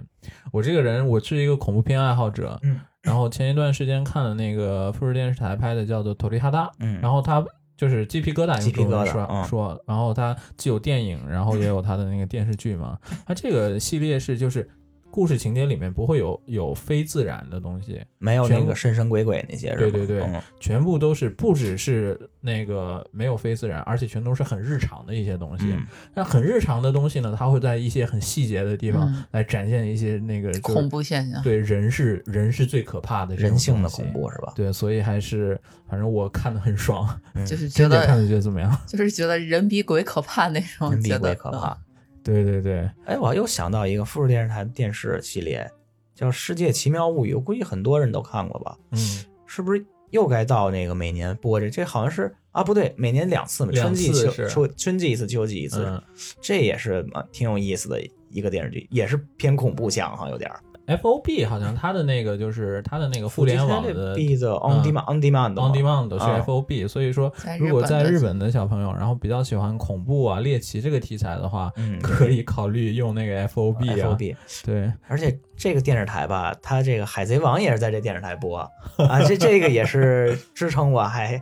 B: 我这个人，我是一个恐怖片爱好者。
A: 嗯
B: 然后前一段时间看了那个富士电视台拍的叫做《土地哈达》，
A: 嗯，
B: 然后它就是鸡皮疙瘩，
A: 鸡皮疙瘩
B: 说、
A: 嗯
B: 说，然后它既有电影，然后也有它的那个电视剧嘛。它这个系列是就是故事情节里面不会有有非自然的东西，
A: 没有那
B: 全部
A: 个神神鬼鬼那些，是吧
B: 对对对
A: 嗯
B: 全部都是不只是那个没有非自然，而且全都是很日常的一些东西。
A: 嗯
B: 那很日常的东西呢，它会在一些很细节的地方
C: 嗯
B: 来展现一些那个、就是、
C: 恐怖现象。
B: 对人是人是最可怕的这种
A: 人性的
B: 东西
A: 恐。怖是吧？
B: 对，所以还是反正我看的很爽，
C: 就是觉
B: 真的看
C: 得，
B: 的觉得怎么样？
C: 就是觉得人比鬼可怕那种，
A: 人比
C: 嗯觉得
A: 鬼可怕。。
B: 对对对，
A: 哎，我又想到一个富士电视台的电视系列，叫《世界奇妙物语》，我估计很多人都看过吧？
B: 嗯，
A: 是不是又该到那个每年播这？这好像是啊，不对，每年两次嘛，
B: 两
A: 春
B: 次
A: 季秋
B: 是
A: 春春季一次，秋季一次，
B: 嗯
A: 这也是啊挺有意思的一个电视剧，也是偏恐怖向哈，有点儿。
B: FOB 好像它的那个就是它的那个互联网的
A: B 的 on
B: 嗯
A: demand on demand 嘛
B: on demand 是
A: 啊
B: FOB，、所以说
C: 在日
B: 如果在
C: 本的
B: 日本的小朋友，然后比较喜欢恐怖啊、猎奇这个题材的话，
A: 嗯
B: 可以考虑用那个 FOB 啊。
A: FOB，
B: 对，
A: 而且这个电视台吧，它这个《海贼王》也是在这电视台播啊，这这个也是支撑我还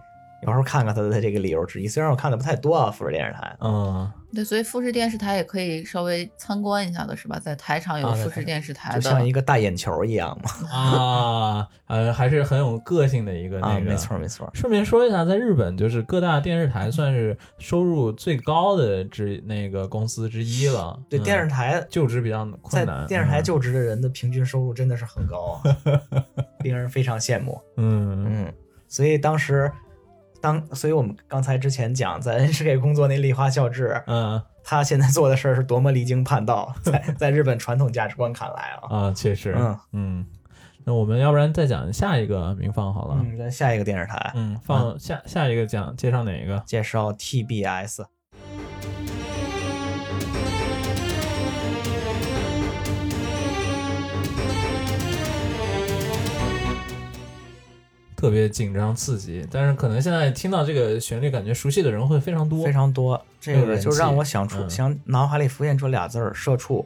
A: 有时候看看它的这个理由之一。虽然我看的不太多啊，富士电视台，
B: 嗯，
C: 对，所以富士电视台也可以稍微参观一下的是吧？在台场有
B: 啊在
C: 富
B: 台
C: 士
B: 上
C: 电视台
A: 就
C: 的
A: 像一个大眼球一样嘛。
B: 啊，呃，还是很有个性的一个
A: 啊，
B: 那个。
A: 没错没错，
B: 顺便说一下，在日本就是各大电视台算是收入最高的之那个公司之一了。
A: 对
B: 嗯
A: 电视台
B: 就职比较
A: 在
B: 困难，嗯
A: 电视台就职的人的平均收入真的是很 高啊，令人非常羡慕。
B: 嗯
A: 嗯，所以当时，当所以我们刚才之前讲在 NHK 工作那立花孝志，
B: 嗯
A: 他现在做的事儿是多么离经叛 道，在在日本传统价值观看来啊，
B: 啊，确实，
A: 嗯
B: 嗯，那我们要不然再讲下一个名放好了，
A: 嗯，咱下一个电视台
B: 嗯，放下下一个讲介绍哪一个？
A: 介绍 TBS，
B: 特别紧张刺激，但是可能现在听到这个旋律，感觉熟悉的人会非常多，
A: 非常多，这个就让我想出
B: 嗯
A: 想脑海里浮现出俩字儿社 畜，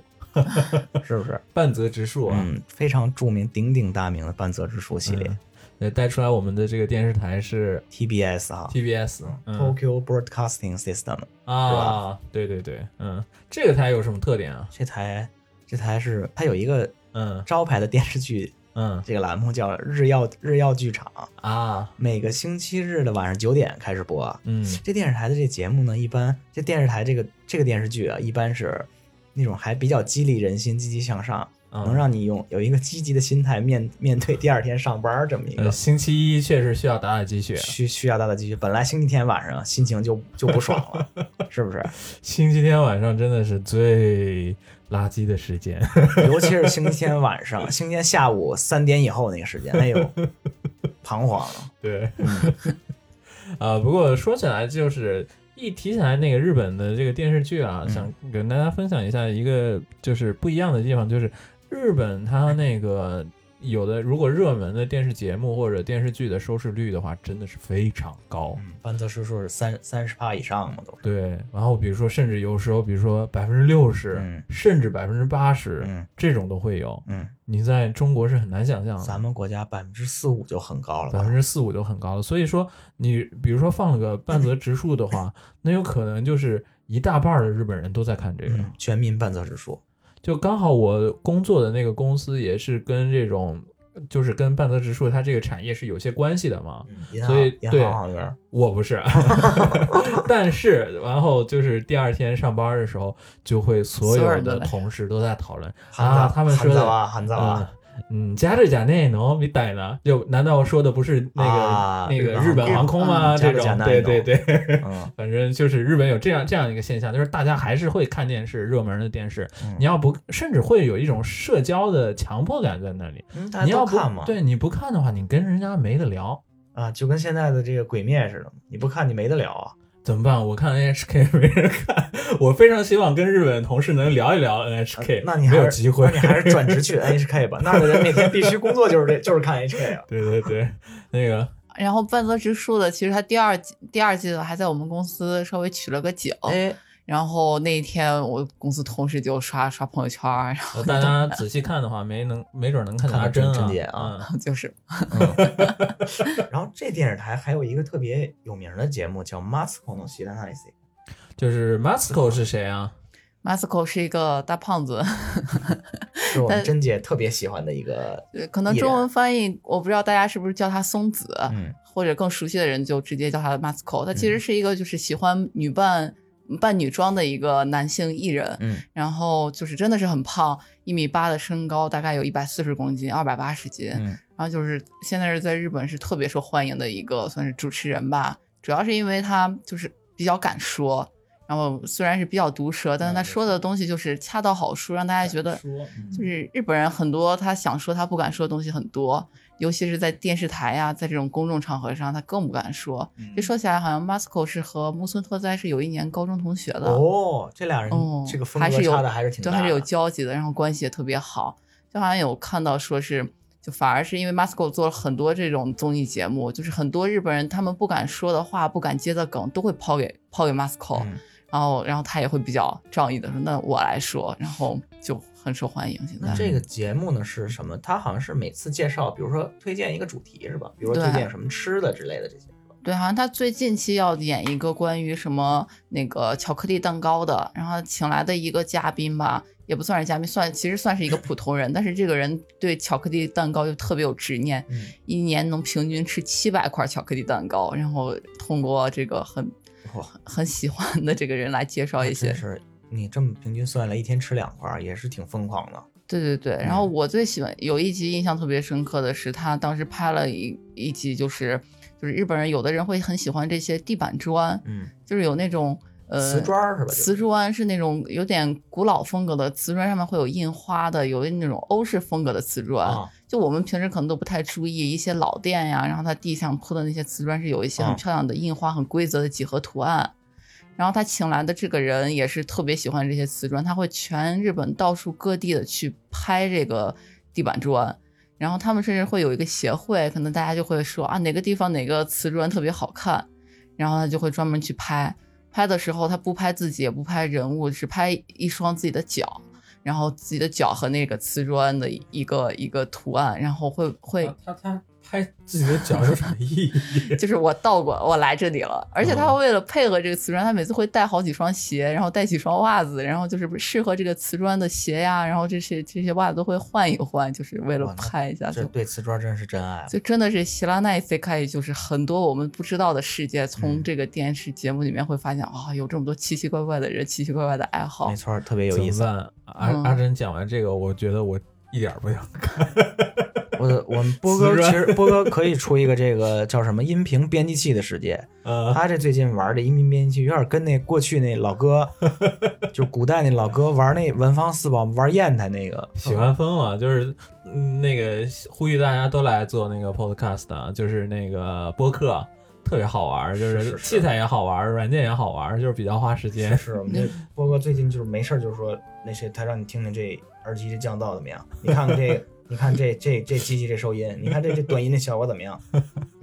A: 是不是？
B: 半泽直树啊，
A: 嗯，非常著名、鼎鼎大名的半泽直树系列
B: 嗯也带出来我们的这个电视台是
A: TBS 啊
B: TBS，嗯
A: ，Tokyo Broadcasting System，
B: 啊，对对对，嗯，这个台有什么特点啊？
A: 这台这台是它有一个
B: 嗯
A: 招牌的电视剧
B: 嗯
A: 这个栏目叫日曜日曜剧场，
B: 啊，
A: 每个星期日的晚上九点开始播。
B: 嗯
A: 这电视台的这节目呢，一般这电视台这个这个电视剧啊，一般是那种还比较激励人心、积极向上，
B: 嗯
A: 能让你用有一个积极的心态面面对第二天上班儿这么一
B: 呃，
A: 个。
B: 星期一确实需要打打鸡血，啊
A: 需需要大的积极，本来星期天晚上心情就就不爽 了，是不是？
B: 星期天晚上真的是最垃圾的时间。
A: 尤其是星期天晚上， 星期天下午三点以后那个时间，哎呦， 彷徨了。
B: 对， 啊，不过说起来就是。一提起来那个日本的这个电视剧啊，
A: 嗯
B: 想跟大家分享一下一个就是不一样的地方，就是日本它那个有的如果热门的电视节目或者电视剧的收视率的话，真的是非常高。
A: 嗯，班泽叔叔是三三十趴以上嘛，都是。
B: 对，然后比如说甚至有时候，比如说百分之六十
A: 嗯，
B: 甚至百分之八十
A: 嗯，
B: 这种都会有。
A: 嗯，
B: 你在中国是很难想象的。
A: 咱们国家百分之四五就很高了
B: 百
A: 吧
B: 分？之四五就很高了。所以说，你比如说放了个半泽直树 的话，那有可能就是一大半儿的日本人都在看这个。
A: 嗯，全民半泽指数。
B: 就刚好我工作的那个公司也是跟这种，就是跟半泽直树它这个产业是有些关系的嘛。
A: 嗯，银行
B: 所以
A: 银
B: 对
A: 行好像有点儿
B: 我 不是，但是然后就是第二天上班的时候，就会所
C: 所有
B: 有
C: 人都
B: 的
C: 在
B: 同事都在讨论
A: 韩
B: 啊
A: 子，
B: 他们
A: 韩
B: 说
A: 子
B: 的
A: 吧，韩子
B: 啊
A: 吧，，
B: 嗯，加这假内能比逮呢？就难道说的不是那个、
A: 啊
B: 那个
A: 日
B: 日
A: 本
B: 本
A: 航
B: 航
A: 空
B: 空吗？
A: 嗯
B: 这
A: 加
B: 种
A: 着假
B: 对
A: 内
B: 对
A: 能
B: 对，
A: 嗯，
B: 反正就是日本有这样这样一个现象，就是大家还是会看电视，热门的电视，
A: 嗯
B: 你要不甚至会有一种社交的强迫感在那里。
A: 嗯大
B: 你
A: 家
B: 要
A: 都
B: 不
A: 看嘛，
B: 对你不看的话，你跟人家没得聊，
A: 啊，就跟现在的这个《鬼灭》似的，你不看你没得聊啊。
B: 怎么办？我看 NHK 没人看，我非常希望跟日本同事能聊一聊 NHK，、
A: 呃那你
B: 没
A: 还
B: 有
A: 是
B: 机会
A: 那，你还是转职 去 NHK 吧。那儿的人每天必须工作就是这，就是看 HK 啊。
B: 对对对，那个
C: 然后半泽直树的，其实他第二季第二季的还在我们公司稍微取了个景，
A: 哎，
C: 然后那一天我公司同事就刷刷朋友圈儿，然后
B: 呃大 家仔细看的话，没能没准能看到
A: 看
B: 阿
A: 到真
B: 珍
A: 真
B: 啊，
A: 谛啊
B: 嗯
C: 就是
A: 然后这电视台还有一个特别有名的节目叫《Masco no s i r a n a i
B: 就是 Masco 是谁啊？
C: Masco 是一个大胖子，
A: 是我
C: 呃
A: 们珍姐特别喜欢的一个，
C: 对可能
A: 艺人
C: 中文翻译我不知道大家是不是叫他松子，
A: 嗯
C: 或者更熟悉的人就直接叫他 Masco。他其实是一个就是喜欢女扮扮女装的一个男性艺人，
A: 嗯
C: 然后就是真的是很胖，一米八的身高，大概有一百四十公斤，二百八十斤，
A: 嗯
C: 然后就是现在是在日本是特别受欢迎的一个算是主持人吧，主要是因为他就是比较敢说，然后虽然是比较毒舌，但是他说的东西就是恰到好处，让大家哎觉得
B: 说嗯
C: 就是日本人很多他想说他不敢说的东西很多，尤其是在电视台呀、在这种公众场合上，他更不敢说。
A: 嗯
C: 这说起来，好像 Masco 是和木村拓哉是有一年高中同学的
A: 哦，这俩人
C: 哦，
A: 这个风
C: 还
A: 格
C: 是有
A: 差的还是挺
C: 对，
A: 大
C: 还
A: 的，
C: 是有交集的，然后关系也特别好。就好像有看到说是，就反而是因为 Masco 做了很多这种综艺节目，就是很多日本人他们不敢说的话、不敢接的梗，都会抛给抛给 Masco，、
A: 嗯
C: 然后然后他也会比较仗义的说，那我来说，然后就很受欢迎。现在
A: 那这个节目呢是什么？它好像是每次介绍，比如说推荐一个主题是吧？比如说推
C: 对
A: 荐什么吃的之类的这些是吧？
C: 对，好像他最近期要演一个关于什么那个巧克力蛋糕的，然后请来的一个嘉宾吧，也不算是嘉宾，算其实算是一个普通人，但是这个人对巧克力蛋糕就特别有执念，
A: 嗯
C: 一年能平均吃七百块巧克力蛋糕，然后通过这个很
A: 哇，
C: 很喜欢的这个人来介绍一
A: 那
C: 些
A: 真是你这么平均算来，一天吃两块儿也是挺疯狂的。
C: 对对对，然
A: 嗯
C: 后我最喜欢有一集印象特别深刻的是，他当时拍了一一集，就是就是日本人有的人会很喜欢这些地板砖，
A: 嗯，
C: 就是有那种呃
A: 瓷砖儿是吧？就是
C: 瓷砖是那种有点古老风格的瓷砖，上面会有印花的，有那种欧式风格的瓷砖。
A: 啊，
C: 就我们平时可能都不太注意一些老店呀，然后它地上铺的那些瓷砖是有一些
A: 啊
C: 很漂亮的印花、很规则的几何图案。然后他请来的这个人也是特别喜欢这些瓷砖，他会全日本到处各地的去拍这个地板砖。然后他们甚至会有一个协会，可能大家就会说啊哪个地方哪个瓷砖特别好看，然后他就会专门去拍。拍的时候他不拍自己，也不拍人物，只拍一双自己的脚，然后自己的脚和那个瓷砖的一个一个图案，然后会会
A: 嗯
B: 他他拍自己的脚有什么意 义？
C: 就是我到过，我来这里了。而且
A: 嗯
C: 他为了配合这个瓷砖，他每次会带好几双鞋，然后带几双袜子，然后就是适合这个瓷砖的鞋呀，然后这些这些袜子都会换一换，就是为了
A: 哇那
C: 拍一下。
A: 这
C: 啊就
A: 对瓷砖真是真爱了。
C: 就真的是希拉奈 C K，就是很多我们不知道的世界，
A: 嗯
C: 从这个电视节目里面会发现，啊、有这么多奇奇怪怪的人，奇奇怪怪的爱好
A: 没。错儿，特别有意思
B: 怎。么办阿
C: 嗯
B: 阿珍讲完这个，我觉得我一点儿不想看。
A: 我我们波哥
B: 瓷
A: 其
B: 砖
A: 实波哥可以出一个这个叫什么音频编辑器的世界。
B: 呃，
A: 他这最近玩的音频编辑器有点跟那过去那老哥，就古代那老哥玩那文房四宝玩砚台那个。啊
B: 喜欢疯了，就是嗯那个呼吁大家都来做那个 podcast 啊，就是那个播客，特别好玩儿，就是
A: 是是
B: 器材也好玩儿，软件也好玩儿，就是比较花时间。
A: 是我们这波哥最近就是没事儿就说那谁，他让你听听这耳机这降噪怎么样？你看看这，你看这这这机器这收音，你看这这短音的效果怎么样？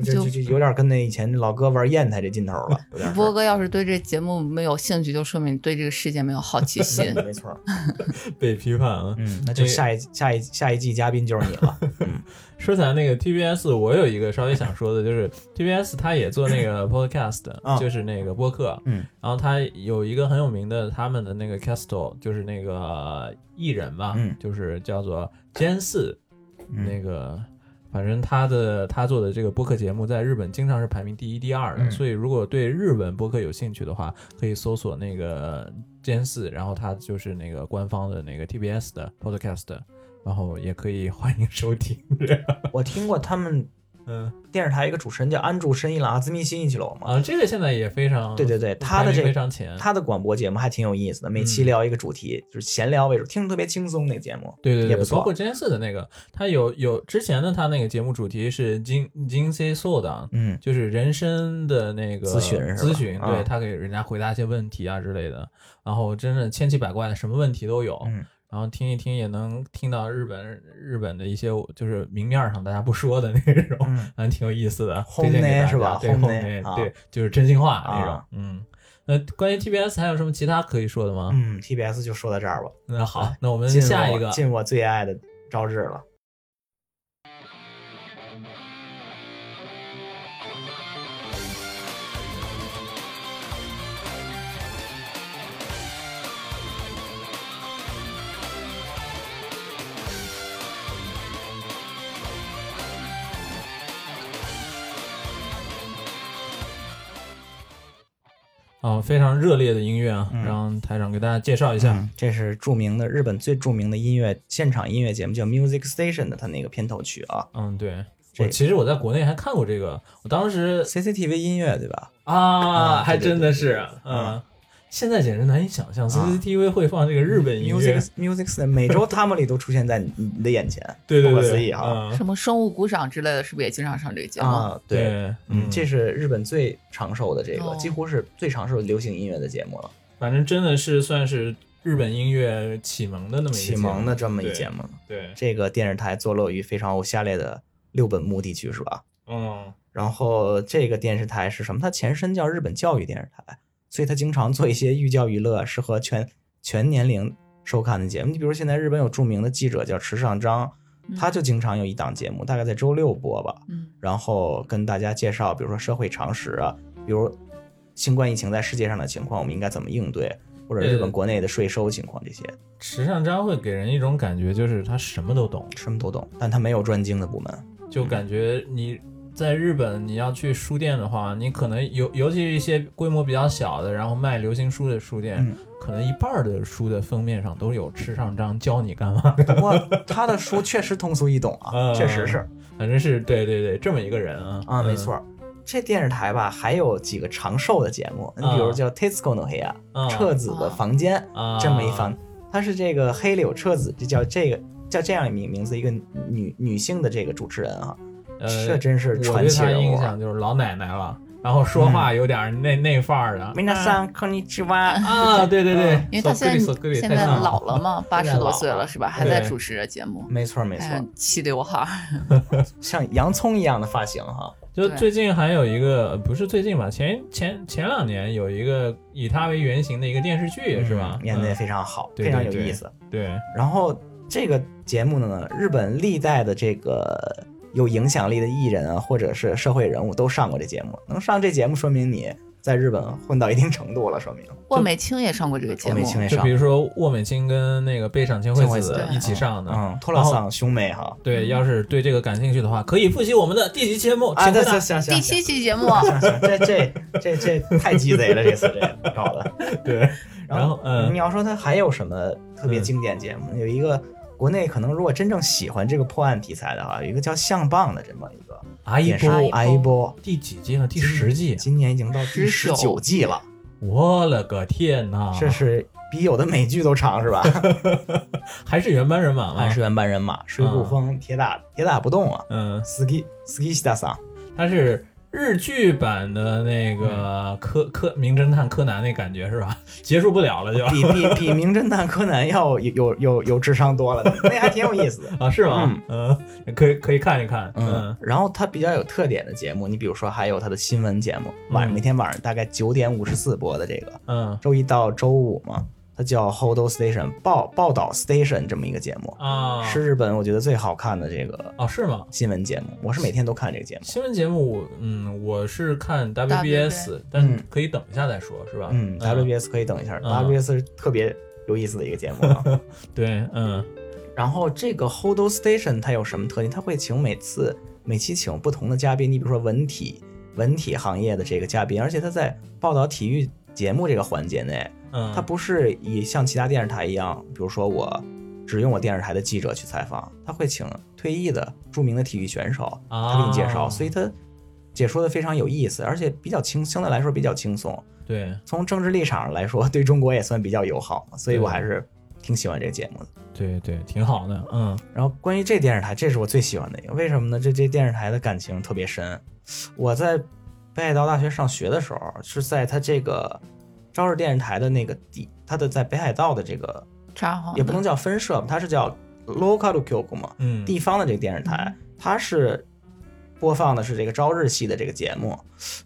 A: 就就就有点跟那以前老哥玩砚台这劲头了，有点儿。
C: 波哥要是对这节目没有兴趣，就说明对这个世界没有好奇 心。
A: 没错儿，
B: 被批判啊了。
A: 嗯，那就下一下一下一季嘉宾就是你了。嗯，
B: 说起来那个 TBS，我有一个稍微想说的，就是 TBS 它也做那 个 podcast，、
A: 啊
B: 就是那个播客，
A: 嗯，
B: 然后它有一个很有名的他们的那个 Castle，就是那个艺人吧，
A: 嗯
B: 就是叫做监四，
A: 嗯
B: 那个反正他的他做的这个播客节目在日本经常是排名第一、第二的，
A: 嗯
B: 所以如果对日本播客有兴趣的话，可以搜索那个监四，然后它就是那个官方的那个 TBS 的 Podcast，然后也可以 欢迎收听。
A: 我听过他们
B: 嗯
A: 电视台一个主持人叫安住深一郎阿兹密新一起楼嘛，
B: 啊，这个现在也非常
A: 对对对，他
B: 排
A: 的
B: 名
A: 这
B: 非
A: 个
B: 常前，
A: 他的广播节目还挺有意思的，每期
B: 嗯
A: 聊一个主题，就是闲聊为主，听着特别轻松。那个节目
B: 对对对，
A: 也不
B: 包
A: 错
B: 括。监四的那个，他有有之前的他那个节目主题是金金 C 素的，啊
A: 嗯，
B: 就是人生的那个
A: 咨询是吧
B: 咨询，对
A: 啊
B: 他给人家回答一些问题啊之类的，然后真的千奇百怪的，什么问题都有。
A: 嗯
B: 然后听一听也能听到日本日本的一些就是明面上大家不说的那种，
A: 嗯
B: 嗯，挺有意思的，
A: 轰
B: 推荐给
A: 内
B: 大
A: 是
B: 家
A: 吧
B: 对，
A: 轰
B: 轰
A: 内
B: 内
A: 啊
B: 对，就是真心话
A: 啊
B: 那种。嗯，那关于 TBS 还有什么其他可以说的吗？
A: 嗯，TBS 就说到这儿吧。
B: 那好，那我们
A: 进入
B: 哦嗯下
A: 我
B: 一个
A: 进入我最爱的招致了。
B: 啊、非常热烈的音乐啊，
A: 嗯
B: 让台长给大家介绍一下。
A: 嗯这是著名的日本最著名的音乐现场音乐节目叫 Music Station 的它那个片头曲啊
B: 嗯，对，
A: 这
B: 我
A: 个
B: 其实我在国内还看过这个，我当时
A: ，CCTV 音乐对吧？
B: 啊，
A: 啊
B: 还
A: 对对
B: 真的
A: 对
B: 是，
A: 对
B: 嗯
A: 嗯，啊
B: 现在简直难以想象 CCTV 会放这个日本音乐
A: Music，Music Station 每周他们里都出现在你你的眼前，
B: 对对
A: 不可思
B: 对，
A: 议啊哈
B: 嗯
C: 什么生物鼓掌之类的，是不是也经常上这个节目？
A: 啊！对，
B: 对，
A: 嗯，这是日本最长寿的这个，
C: 哦
A: 几乎是最长寿的流行音乐的节目了，
B: 反正真的是算是日本音乐启蒙的那么一个
A: 启蒙的
B: 节
A: 这么一
B: 对
A: 节目了。
B: 目，对，
A: 这个电视台坐落于非常下列的六本木地区，是吧？
B: 嗯，
A: 然后这个电视台是什么？它前身叫日本教育电视台，所以它经常做一些寓教于乐，适合全全年龄收看的节目。你比如现在日本有著名的记者叫池上彰，
C: 嗯
A: 他就经常有一档节目，大概在周六播吧，
C: 嗯，
A: 然后跟大家介绍，比如说社会常识啊，比如新冠疫情在世界上的情况，我们应该怎么应对，或者
B: 对
A: 日本国内的税收情况这些，
B: 池上彰会给人一种感觉，就是他什么都懂，
A: 什么都懂，但他没有专精的部门。
B: 就感觉你在日本你要去书店的话，你可能尤尤其是一些规模比较小的，然后卖流行书的书店，
A: 嗯
B: 可能一半儿的书的封面上都有池上彰教你干嘛
A: 不过他的书确实通俗易懂啊，
B: 嗯
A: 确实是。
B: 反正是对对对，这么一个人啊
A: 啊，没错，儿。这电视台吧，还有几个长寿的节目，你比如
B: 啊
A: 叫《Tesco no Heya
B: 啊》
A: 彻子的房间
B: 啊
A: 这么一方，它是这个黑柳彻子，就叫这个叫这样一名名字一个女女性的这个主持人啊，这
B: 呃，
A: 真是
B: 我
A: 传
B: 对
A: 奇
B: 他
A: 人
B: 印
A: 物啊。
B: 象就是老奶奶了，然后说话有点儿那、那范儿的。
A: 皆さんこんにちは。
B: 啊，对对对，
C: 嗯因为他现在
B: 索克里索克里
C: 现
B: 太
C: 在
B: 像
C: 老了嘛，八十多岁
A: 老
C: 了
A: 了
C: 是吧？还在
B: 对
C: 主持着节目，
A: 没错儿没错
C: 哎
A: 儿，，
C: 气刘海儿，
A: 像洋葱一样的发型哈，
B: 就
C: 对
B: 最近还有一个，不是最近吧，前前前两年有一个以他为原型的一个电视剧，是吧？
A: 嗯演的也
B: 嗯
A: 非常好，
B: 对
A: 非常有
B: 对对
A: 意思。
B: 对，
A: 然后这个节目呢，日本历代的这个有影响力的艺人啊，或者是社会人物都上过这节目。能上这节目，说明你在日本混到一定程度了，说明。
C: 沃美清也上过这个节
A: 我
C: 目
A: 没，轻也
B: 就
A: 上
B: 比，如说沃美清跟那个贝上千惠
A: 千惠
B: 子
A: 子
B: 一起上的，
A: 嗯，托老桑兄妹哈，
B: 对，要是对这个感兴趣的话，可以复习我们的第几期节目，请回
A: 啊这
B: 答
A: 这行行
C: 第
A: 行
C: 七期 节目，
A: 行，这这这这太鸡贼了，这次这搞的。
B: 对，然
A: 然
B: 后
A: 后
B: 嗯
A: 你要说它还有什么特别经典节目，有一个。国内可能如果真正喜欢这个破案题材的话，有一个叫《相棒》的这么一个
B: 阿一
A: 电视
B: 波
C: 波
A: 阿一波，
B: 第几季了？啊第十季，
A: 今年已经到第十
C: 19
A: 九季了，
B: 我了个天呐！
A: 这是比有的美剧都长 是吧？
B: 还是原班人马
A: 还
B: 吗
A: 是？原班人
B: 啊
A: 马，水谷丰、铁打铁打不动啊
B: 嗯，
A: ，ski ski 西大桑，
B: 他是日剧版的那个
A: 嗯
B: 柯柯名侦探柯南那感觉是吧？结束不 了了就
A: 比比比名侦探柯南要有有有有智商多了，那还挺有意思的。
B: 啊，是吗？嗯，可以可以看一看，
A: 嗯
B: 嗯，，
A: 然后它比较有特点的节目，你比如说还有它的新闻节目，晚
B: 嗯
A: 每天晚上大概九点五十四播的这个，
B: 嗯
A: 周一到周五嘛，它叫 Hodo Station 报报道 Station 这么一个节目，
B: 啊，
A: 是日本我觉得最好看的这个
B: 哦，是吗？
A: 新闻节目，我是每天都看这个节目。
B: 新闻节目，嗯，我是看 WBS，但
A: 嗯
B: 可以等一下再说，是吧？
A: 嗯，WBS 可以等一下、
B: 嗯
A: w b s 是特别有意思的一个节目、啊。
B: 对，嗯
A: 然后这个 Hodo Station 它有什么特点？它会请每次每期请不同的嘉宾，你比如说文体文体行业的这个嘉宾，而且他在报道体育节目这个环节内，
B: 嗯，
A: 它不是以像其他电视台一样，比如说我只用我电视台的记者去采访，他会请退役的著名的体育选手，
B: 啊
A: 他给你介绍，所以他解说的非常有意思，而且比较轻，相对来说比较轻松。
B: 对
A: 从政治立场上来说，对中国也算比较友好嘛，所以我还是挺喜欢这个节目的。
B: 对对，挺好的，嗯
A: 然后关于这电视台，这是我最喜欢的一个，为什么呢？这这电视台的感情特别深。我在北海道大学上学的时候，是在他这个朝日电视台的那个地，他的在北海道的这个
C: 扎好
A: 也不能叫分社吧，它是叫 local kyoku 嘛，
B: 嗯，
A: 地方的这个电视台，它是播放的是这个朝日系的这个节目，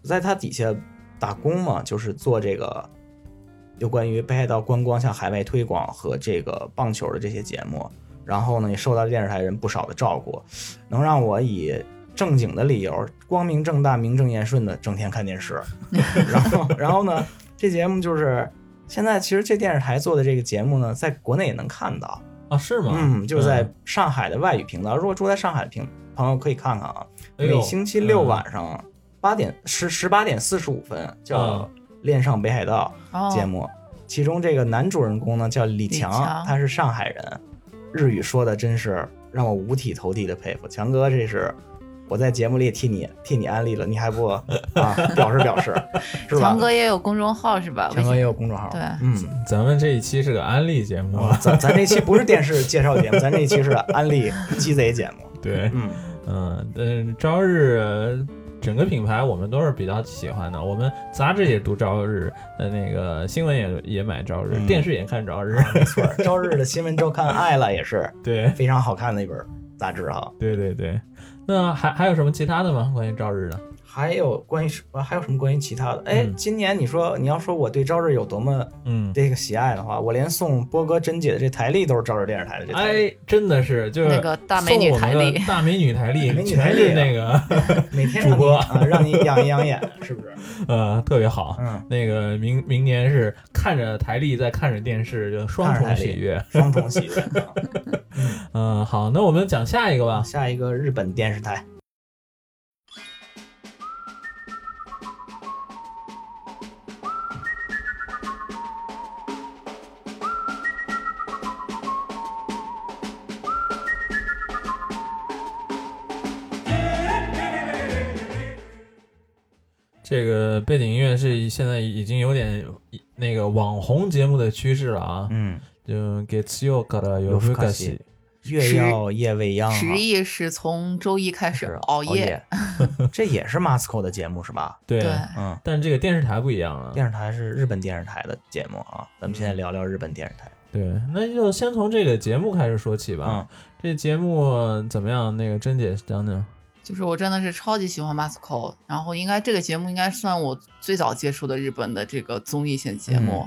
A: 在它底下打工嘛，就是做这个有关于北海道观光向海外推广和这个棒球的这些节目，然后呢也受到电视台人不少的照顾，能让我以。正经的理由，光明正大、名正言顺的整天看电视，然后，然后呢，这节目就是现在其实这电视台做的这个节目呢，在国内也能看到，
B: 啊是吗？
A: 嗯，就是在上海的外语频道。如果住在上海的朋朋友可以看看啊，
B: 哎呦
A: 每星期六晚上八点十十八点四十五分叫《
B: 嗯
A: 恋上北海道》
C: 哦
A: 节目，其中这个男主人公呢叫李强，
C: 李强
A: 他是上海人，日语说的真是让我五体投地的佩服。强哥，这是。我在节目里也替你替你安利了，你还不啊表示表示，是吧？
C: 强哥，也有公众号是吧？
A: 强哥也有公众号，
C: 对
A: 嗯，
B: 咱们这一期是个安利节目，
A: 啊咱咱这期不是电视介绍节目，咱这一期是安利鸡贼节目。
B: 对，
A: 嗯，
B: 嗯，但朝日呃整个品牌我们都是比较喜欢的，我们杂志也读朝日，呃，那个新闻也也买朝日，
A: 嗯
B: 电视也看朝日，
A: 没错儿，朝日的新闻周刊《爱了》也是
B: 对，
A: 非常好看的一本杂志哈。
B: 对对对。那还还有什么其他的吗？关于朝日的？
A: 还有关于什么？还有什么关于其他的？哎，
B: 嗯
A: 今年你说你要说我对朝日有多么
B: 嗯，
A: 这个喜爱的话，我连送波哥珍姐的这台历都是朝日电视台的这台历，
B: 哎，真的是就是
C: 那个大美女
B: 送我们
C: 台历
B: 个大美女台
A: 美
B: 历，
A: 女台
B: 全
A: 历
B: 是
A: 啊
B: 那个
A: 每天
B: 主
A: 让你
B: 播
A: 啊让你养一养眼，是不 是？
B: 呃特别好。
A: 嗯，
B: 那个明明年是看着台历，再看着电视，就双
A: 看着
B: 重
A: 台
B: 喜
A: 历
B: 悦。
A: 双重喜悦。
B: 嗯，好，那我们讲下一个吧
A: 啊。下一个日本电视台，
B: 这个背景音乐是现在已经有点那个网红节目的趋势了啊，
A: 嗯，
B: 就给次又搞的有
A: 有
B: 福
A: 福
B: 可
A: 可
B: 喜
A: 喜，月曜夜未央啊，
C: 十亿是从周一开始
A: 是
C: 熬夜，
A: 夜，这也是 Masco 的节目是吧？
B: 对，
C: 对，
A: 嗯，
B: 但这个电视台不一样啊了，
A: 电视台是日本电视台的节目啊，咱们现在聊聊日本电视台。
B: 对，那就先从这个节目开始说起吧。
A: 嗯
B: 这节目怎么样？那个甄姐讲讲。
C: 就是我真的是超级喜欢 Masco，然后应该这个节目应该算我最早接触的日本的这个综艺性节目，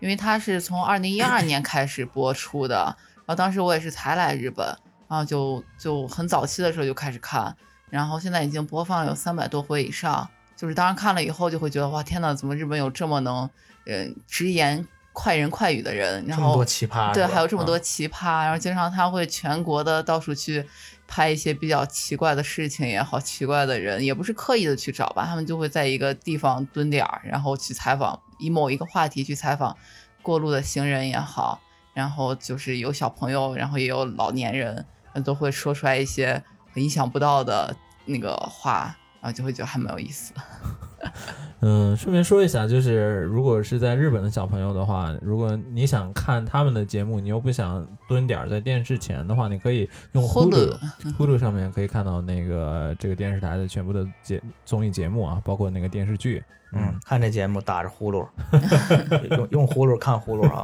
C: 因为它是从二零一二年开始播出的，然后当时我也是才来日本，然后就就很早期的时候就开始看，然后现在已经播放有三百多回以上，就是当然看了以后就会觉得哇天呐，怎么日本有这么能嗯直言快人快语的人，然
A: 这么
C: 后
A: 多奇葩，
C: 对，
A: 啊是吧嗯
C: 还有这么多奇葩，然后经常他会全国的到处去拍一些比较奇怪的事情也好，奇怪的人也不是刻意的去找吧，他们就会在一个地方蹲点儿，然后去采访，以某一个话题去采访过路的行人也好，然后就是有小朋友，然后也有老年人，呃都会说出来一些很意想不到的那个话，然后就会觉得还蛮有意思的。
B: 嗯，顺便说一下，就是如果是在日本的小朋友的话，如果你想看他们的节目，你又不想蹲点儿在电视前的话，你可以用
C: Hulu
B: Hulu 上面可以看到那个这个电视台的全部的节综艺节目啊，包括那个电视剧。
A: 嗯，看这节目打着呼噜， 用用呼噜看呼噜啊，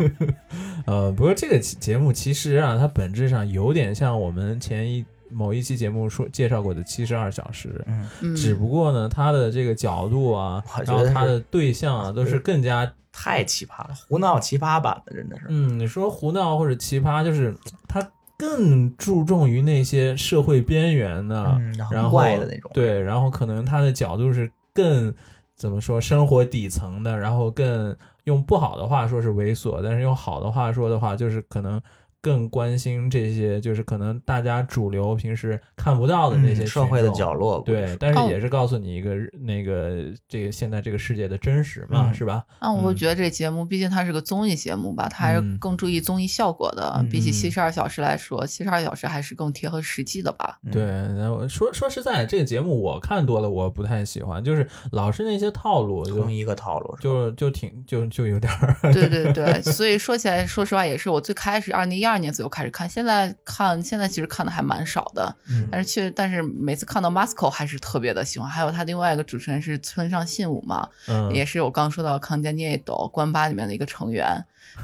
B: 呃，不过这个其节目其实啊，它本质上有点像我们前一某一期节目说介绍过的《七十二小时》
A: 嗯，
C: 嗯，
B: 只不过呢，它的这个角度啊
A: 我，
B: 然
A: 觉
B: 后
A: 得
B: 它
A: 是
B: 的对象啊，都是
A: 是
B: 更加
A: 太奇葩了，胡闹奇葩版的真的是，
B: 嗯，你说胡闹或者奇葩，就是它更注重于那些社会边缘的，
A: 嗯，
B: 然
A: 然
B: 后
A: 后怪的那种，
B: 对，然后可能它的角度是更怎么说，生活底层的，然后更用不好的话说是猥琐，但是用好的话说的话，就是可能更关心这些，就是可能大家主流平时看不到的那些、
A: 嗯社会的角。落，
B: 对，但是
C: 哦
B: 也是告诉你一个、那个这个现在这个世界的真实嘛，
A: 嗯
B: 是吧？
C: 啊，我
B: 嗯
C: 觉得这节目毕竟它是个综艺节目吧，它还
B: 嗯
C: 是更注意综艺效果的。比起
B: 嗯
C: 七十二小时来说，七十二小时还是更贴合实际的 吧。
A: 嗯
B: 对，然后说说实在，这个节目我看多了，我不太喜欢，就是老是那些套路，就
A: 同一个套路是吧，
B: 就就挺就就有点儿
C: 对对对，所以说起来，说实话也是我最开始二零一二年左右开始看，现在看现在其实看的还蛮少的，
B: 嗯
C: 但是确但是每次看到 Masco 还是特别的喜欢。还有他另外一个主持人是村上信吾嘛，
B: 嗯
C: 也是我刚说到康佳涅斗关八里面的一个成员，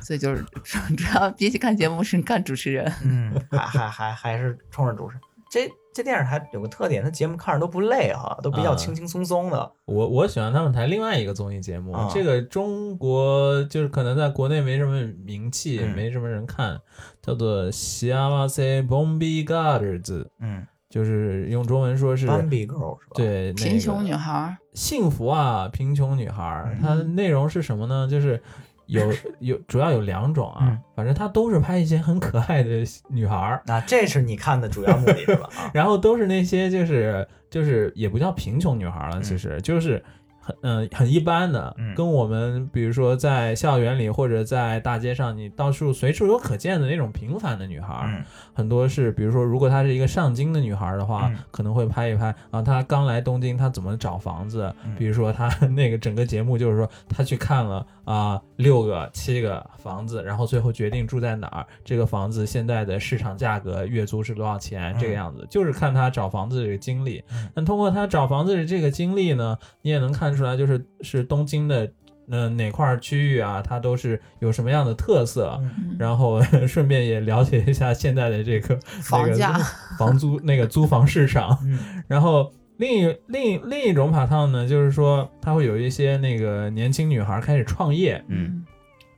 C: 所以就是 主要比起看节目是看主持人。
A: 嗯，还还还还是冲着主持人。这这电视台有个特点，它节目看着都不累哈，都比较
B: 啊
A: 轻轻松松的。
B: 我我喜欢他们台另外一个综艺节目，
A: 啊
B: 这个中国就是可能在国内没什么名气，
A: 嗯
B: 没什么人看，叫做《幸せ Bombi Girls》，
A: 嗯，
B: 就是用中文说是
A: 斑比 girl 是吧？，
B: 对那
C: 贫
B: 个
C: 穷女孩儿，
B: 幸福啊，贫穷女孩儿，
A: 嗯
B: 它的内容是什么呢？就是有有主要有两种啊，
A: 嗯
B: 反正它都是拍一些很可爱的女孩儿，
A: 那这是你看的主要目的是 吧？啊，
B: 然后都是那些就是就是也不叫贫穷女孩儿了，
A: 嗯
B: 其实、就是很嗯、很一般的，
A: 嗯
B: 跟我们比如说在校园里或者在大街上，你到处随处有可见的那种平凡的女孩儿，
A: 嗯
B: 很多是比如说如果她是一个上京的女孩儿的话，
A: 嗯
B: 可能会拍一拍啊，她刚来东京，她怎么找房子，
A: 嗯
B: 比如说她那个整个节目就是说她去看了啊、六个七个房子，然后最后决定住在哪儿，这个房子现在的市场价格月租是多少钱，这个
A: 嗯
B: 样子，就是看她找房子这个经历
A: 嗯。
B: 但通过她找房子的这个经历呢，你也能看出来，就是是东京的。嗯，哪块儿区域啊，它都是有什么样的特色？
A: 嗯
C: 嗯
B: 然后顺便也了解一下现在的这个
C: 房价、
B: 那个房租、那个租房市场。
A: 嗯
B: 然后另一另一另一种爬烫呢，就是说它会有一些那个年轻女孩开始创业，
A: 嗯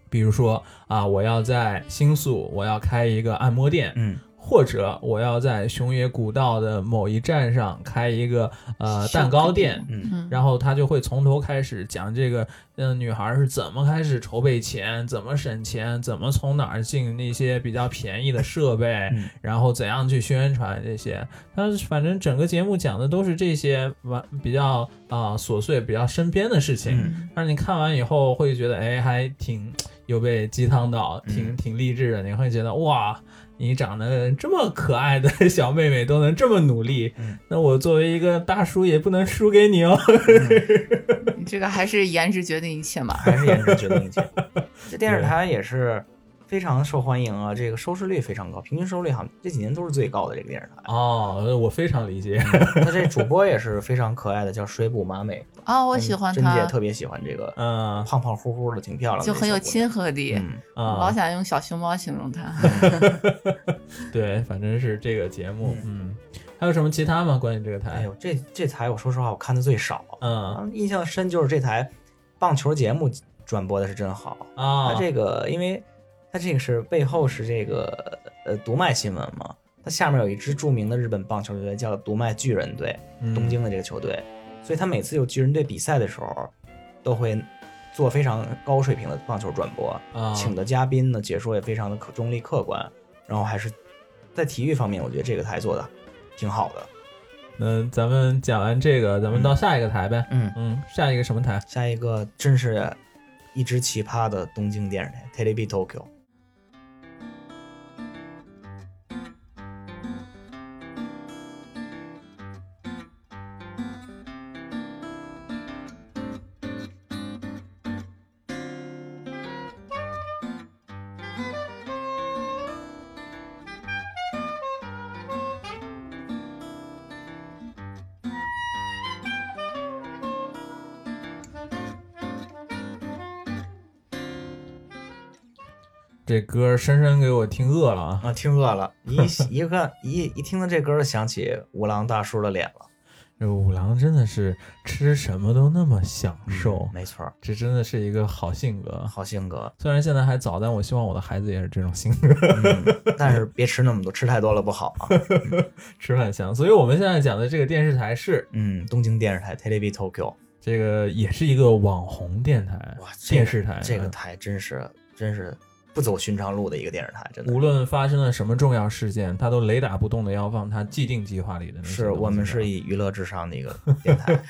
B: 比如说啊，我要在新宿我要开一个按摩店，
A: 嗯
B: 或者我要在熊野古道的某一站上开一个呃
C: 小
B: 蛋糕
C: 店
B: 店。
A: 嗯
C: 嗯，
B: 然后他就会从头开始讲这个，嗯，女孩是怎么开始筹备钱，怎么省钱，怎么从哪儿进那些比较便宜的设备，
A: 嗯
B: 然后怎样去宣传这些。他反正整个节目讲的都是这些完比较啊、琐碎、比较身边的事情。
A: 嗯
B: 但是你看完以后会觉得，哎，还挺有被鸡汤到，
A: 嗯
B: 挺挺励志的。你会觉得，哇，你长得这么可爱的 小妹妹都能这么努力
A: 嗯，
B: 那我作为一个大叔也不能输给你哦。
C: 你嗯这个还是颜值决定 一切嘛。
A: 还是颜值决定一切。 这电视台也是非常受欢迎啊，这个收视率非常高，平均收视率好像这几年都是最高的这个电视台。
B: 哦，我非常理解。
A: 那这主播也是非常可爱的，叫水卜麻美，
C: 啊，我喜欢
A: 嗯珍姐
C: 她，
A: 特别喜欢这个
B: 嗯
A: 胖胖乎乎的，挺漂亮的，
C: 就很有亲和
A: 这
C: 力，
A: 小姑娘。嗯
C: 我老
B: 啊，
C: 想用小熊猫形 容她。
B: 对，反正是这个节目，嗯，还有什么其他吗？关于这个
A: 哎
B: 台
A: 呦，？这这台我说实话我看的最少，
B: 嗯
A: 印象深就是这台棒球节目转播的是真好。
B: 啊
A: 它，这个因为它这个是背后是这个呃读卖新闻嘛，它下面有一支著名的日本棒球队叫读卖巨人队，
B: 嗯
A: 东京的这个球队，所以他每次有巨人队比赛的时候，都会做非常高水平的棒球转播，
B: 啊，
A: 请的嘉宾呢解说也非常的客中立客观，然后还是在体育方面，我觉得这个台做的挺好的。
B: 那咱们讲完这个，咱们到下一个台呗。
A: 嗯，
B: 嗯，下一个什么台？
A: 下一个真是一只奇葩的东京电视台 t e l e v i Tokyo。
B: 这歌深深给我听饿了啊！
A: 啊，听饿了，一 一看一一听到这歌，就想起五郎大叔的脸了。
B: 这五郎真的是吃什么都那么享受，
A: 嗯没错儿，
B: 这真的是一个好性格。，
A: 好性格
B: 虽然现在还早，但我希望我的孩子也是这种性格，
A: 嗯，但是别吃那么多，吃太多了不好啊。
B: 吃饭香。所以我们现在讲的这个电视台是
A: 嗯，东京电视台 Televi Tokyo，
B: 这个，也是一个网红电台
A: 哇，这个
B: 哎电视台。
A: 这个
B: 嗯
A: 台真是真是不走寻常路的一个电视台，真的
B: 无论发生了什么重要事件，他都雷打不动的要放他既定计划里的那些
A: 是
B: 东西啊
A: 我们是
B: 上
A: 以娱乐至上的一个电台。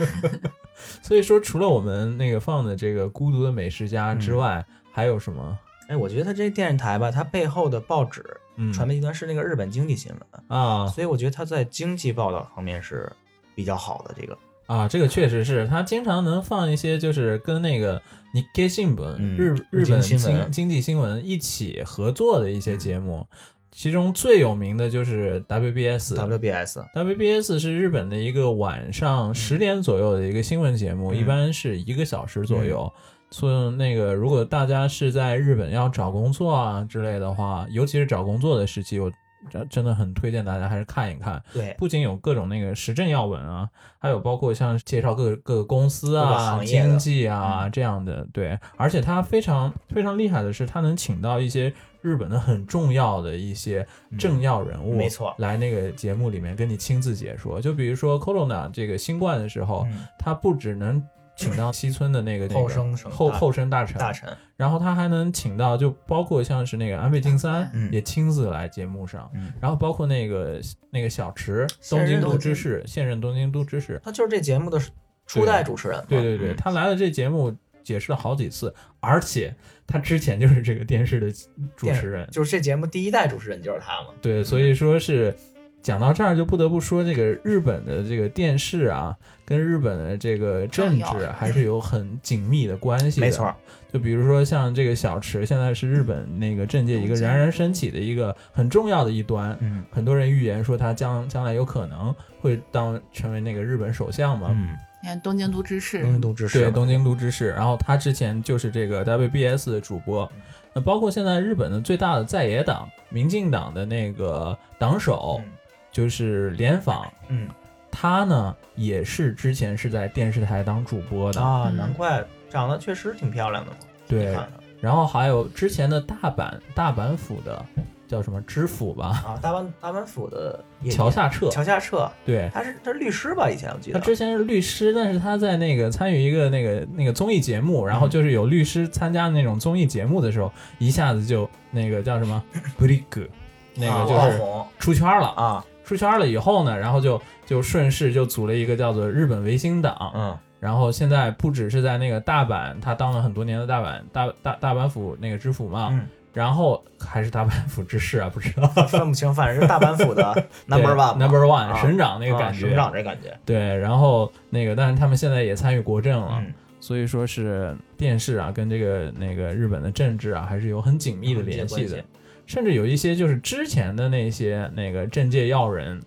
B: 所以说，除了我们那个放的这个《孤独的美食
A: 嗯
B: 家》之外，还有什么？
A: 哎，我觉得这电视台吧，它背后的报纸
B: 嗯，
A: 传媒集团是那个日本经济新闻，
B: 啊
A: 所以我觉得它在经济报道方面是比较好的。这个
B: 啊，这个确实是他经常能放一些，就是跟那个《你 i 新闻》
A: 嗯
B: 日
A: 日
B: 日
A: 经
B: 本
A: 新
B: 经
A: 闻嗯
B: 经济新闻一起合作的一些节目，其中最有名的就是 WBS。
A: WBS，
B: WBS 是日本的一个晚上十点左右的一个新闻节目，
A: 嗯
B: 一般是一个小时左右。所以那个，如果大家是在日本要找工作啊之类的话，尤其是找工作的时期，我真真的很推荐大家还是看一看。
A: 对，
B: 不仅有各种那个时政要闻啊，还有包括像介绍各个各个公司
A: 各个
B: 啊、
A: 行业的嗯
B: 经济啊这样的，对。而且它非常非常厉害的是，它能请到一些日本的很重要的一些政要人物，
A: 嗯没错
B: 来那个节目里面跟你亲自解说。就比如说 Corona 这个新冠的时候，
A: 嗯
B: 他不只能请到西村的那个那个
A: 后生什么
B: 后
A: 大
B: 后生大臣，
A: 大臣，
B: 然后他还能请到，就包括像是那个安倍晋三
A: 嗯
B: 也亲自来节目上，
A: 嗯
B: 然后包括那个那个小池，
A: 现
B: 东
A: 任
B: 京都
A: 东
B: 知事，现任东京都知事，
A: 他就是这节目的初代主持人嘛。
B: 对对对，
A: 嗯，
B: 他来了这节目解释了好几次，而且他之前就是这个电视的主持人，
A: 就是这节目第一代主持人就是他嘛。
B: 对，所
A: 嗯
B: 以说是讲到这儿就不得不说这个日本的这个电视啊，跟日本的这个政
C: 重
B: 治啊
C: 要
B: 还是有很紧密的关系的。
A: 没错，
B: 就比如说像这个小池，现在是日本那个政界一个冉冉升起的一个很重要的一端。
A: 嗯
B: 很多人预言说他将将来有可能会当成为那个日本首相嘛，
A: 嗯，
C: 你看东京都知事，
A: 东京都知事
B: 对，
A: 嘛，
B: 东京都知事。然后他之前就是这个 WBS 的主播，那包括现在日本的最大的在野党民进党的那个党首，
A: 嗯
B: 就是联访，
A: 嗯
B: 他呢也是之前是在电视台当主播的，
A: 啊，
C: 嗯
A: 难怪长得确实挺漂亮的嘛。
B: 对
A: 你看看
B: 然后还有之前的大阪大阪府的叫什么知府吧，
A: 啊，大阪大阪府的也
B: 桥下彻，
A: 桥下彻，
B: 对。
A: 他是他是律师吧？以前我记
B: 他
A: 得
B: 之前是律师，但是他在那个参与一个那个那个综艺节目，然
A: 嗯
B: 后就是有律师参加那种综艺节目的时候，一下子就那个叫 什么 b r i g 那
A: 啊
B: 个
A: 爆
B: 就是
A: 红
B: 出圈了。
A: 啊，
B: 出圈了以后呢，然后就就顺势就组了一个叫做日本维新党，
A: 嗯
B: 然后现在不只是在那个大阪，他当了很多年的大阪大大大阪府那个知府嘛，
A: 嗯，
B: 然后还是大阪府知事啊，不知道
A: 分不清，反正是大阪府 的 number one 嘛
B: number one
A: 啊
B: 省长那个感
A: 啊省
B: 觉，
A: 长这感觉，
B: 对，然后那个，但是他们现在也参与国政了，
A: 嗯，
B: 所以说是电视啊，跟这个那个日本的政治啊，还是有很紧密的联系
A: 有密切关
B: 的
A: 系，
B: 甚至有一些就是之前的那些那个政界要人，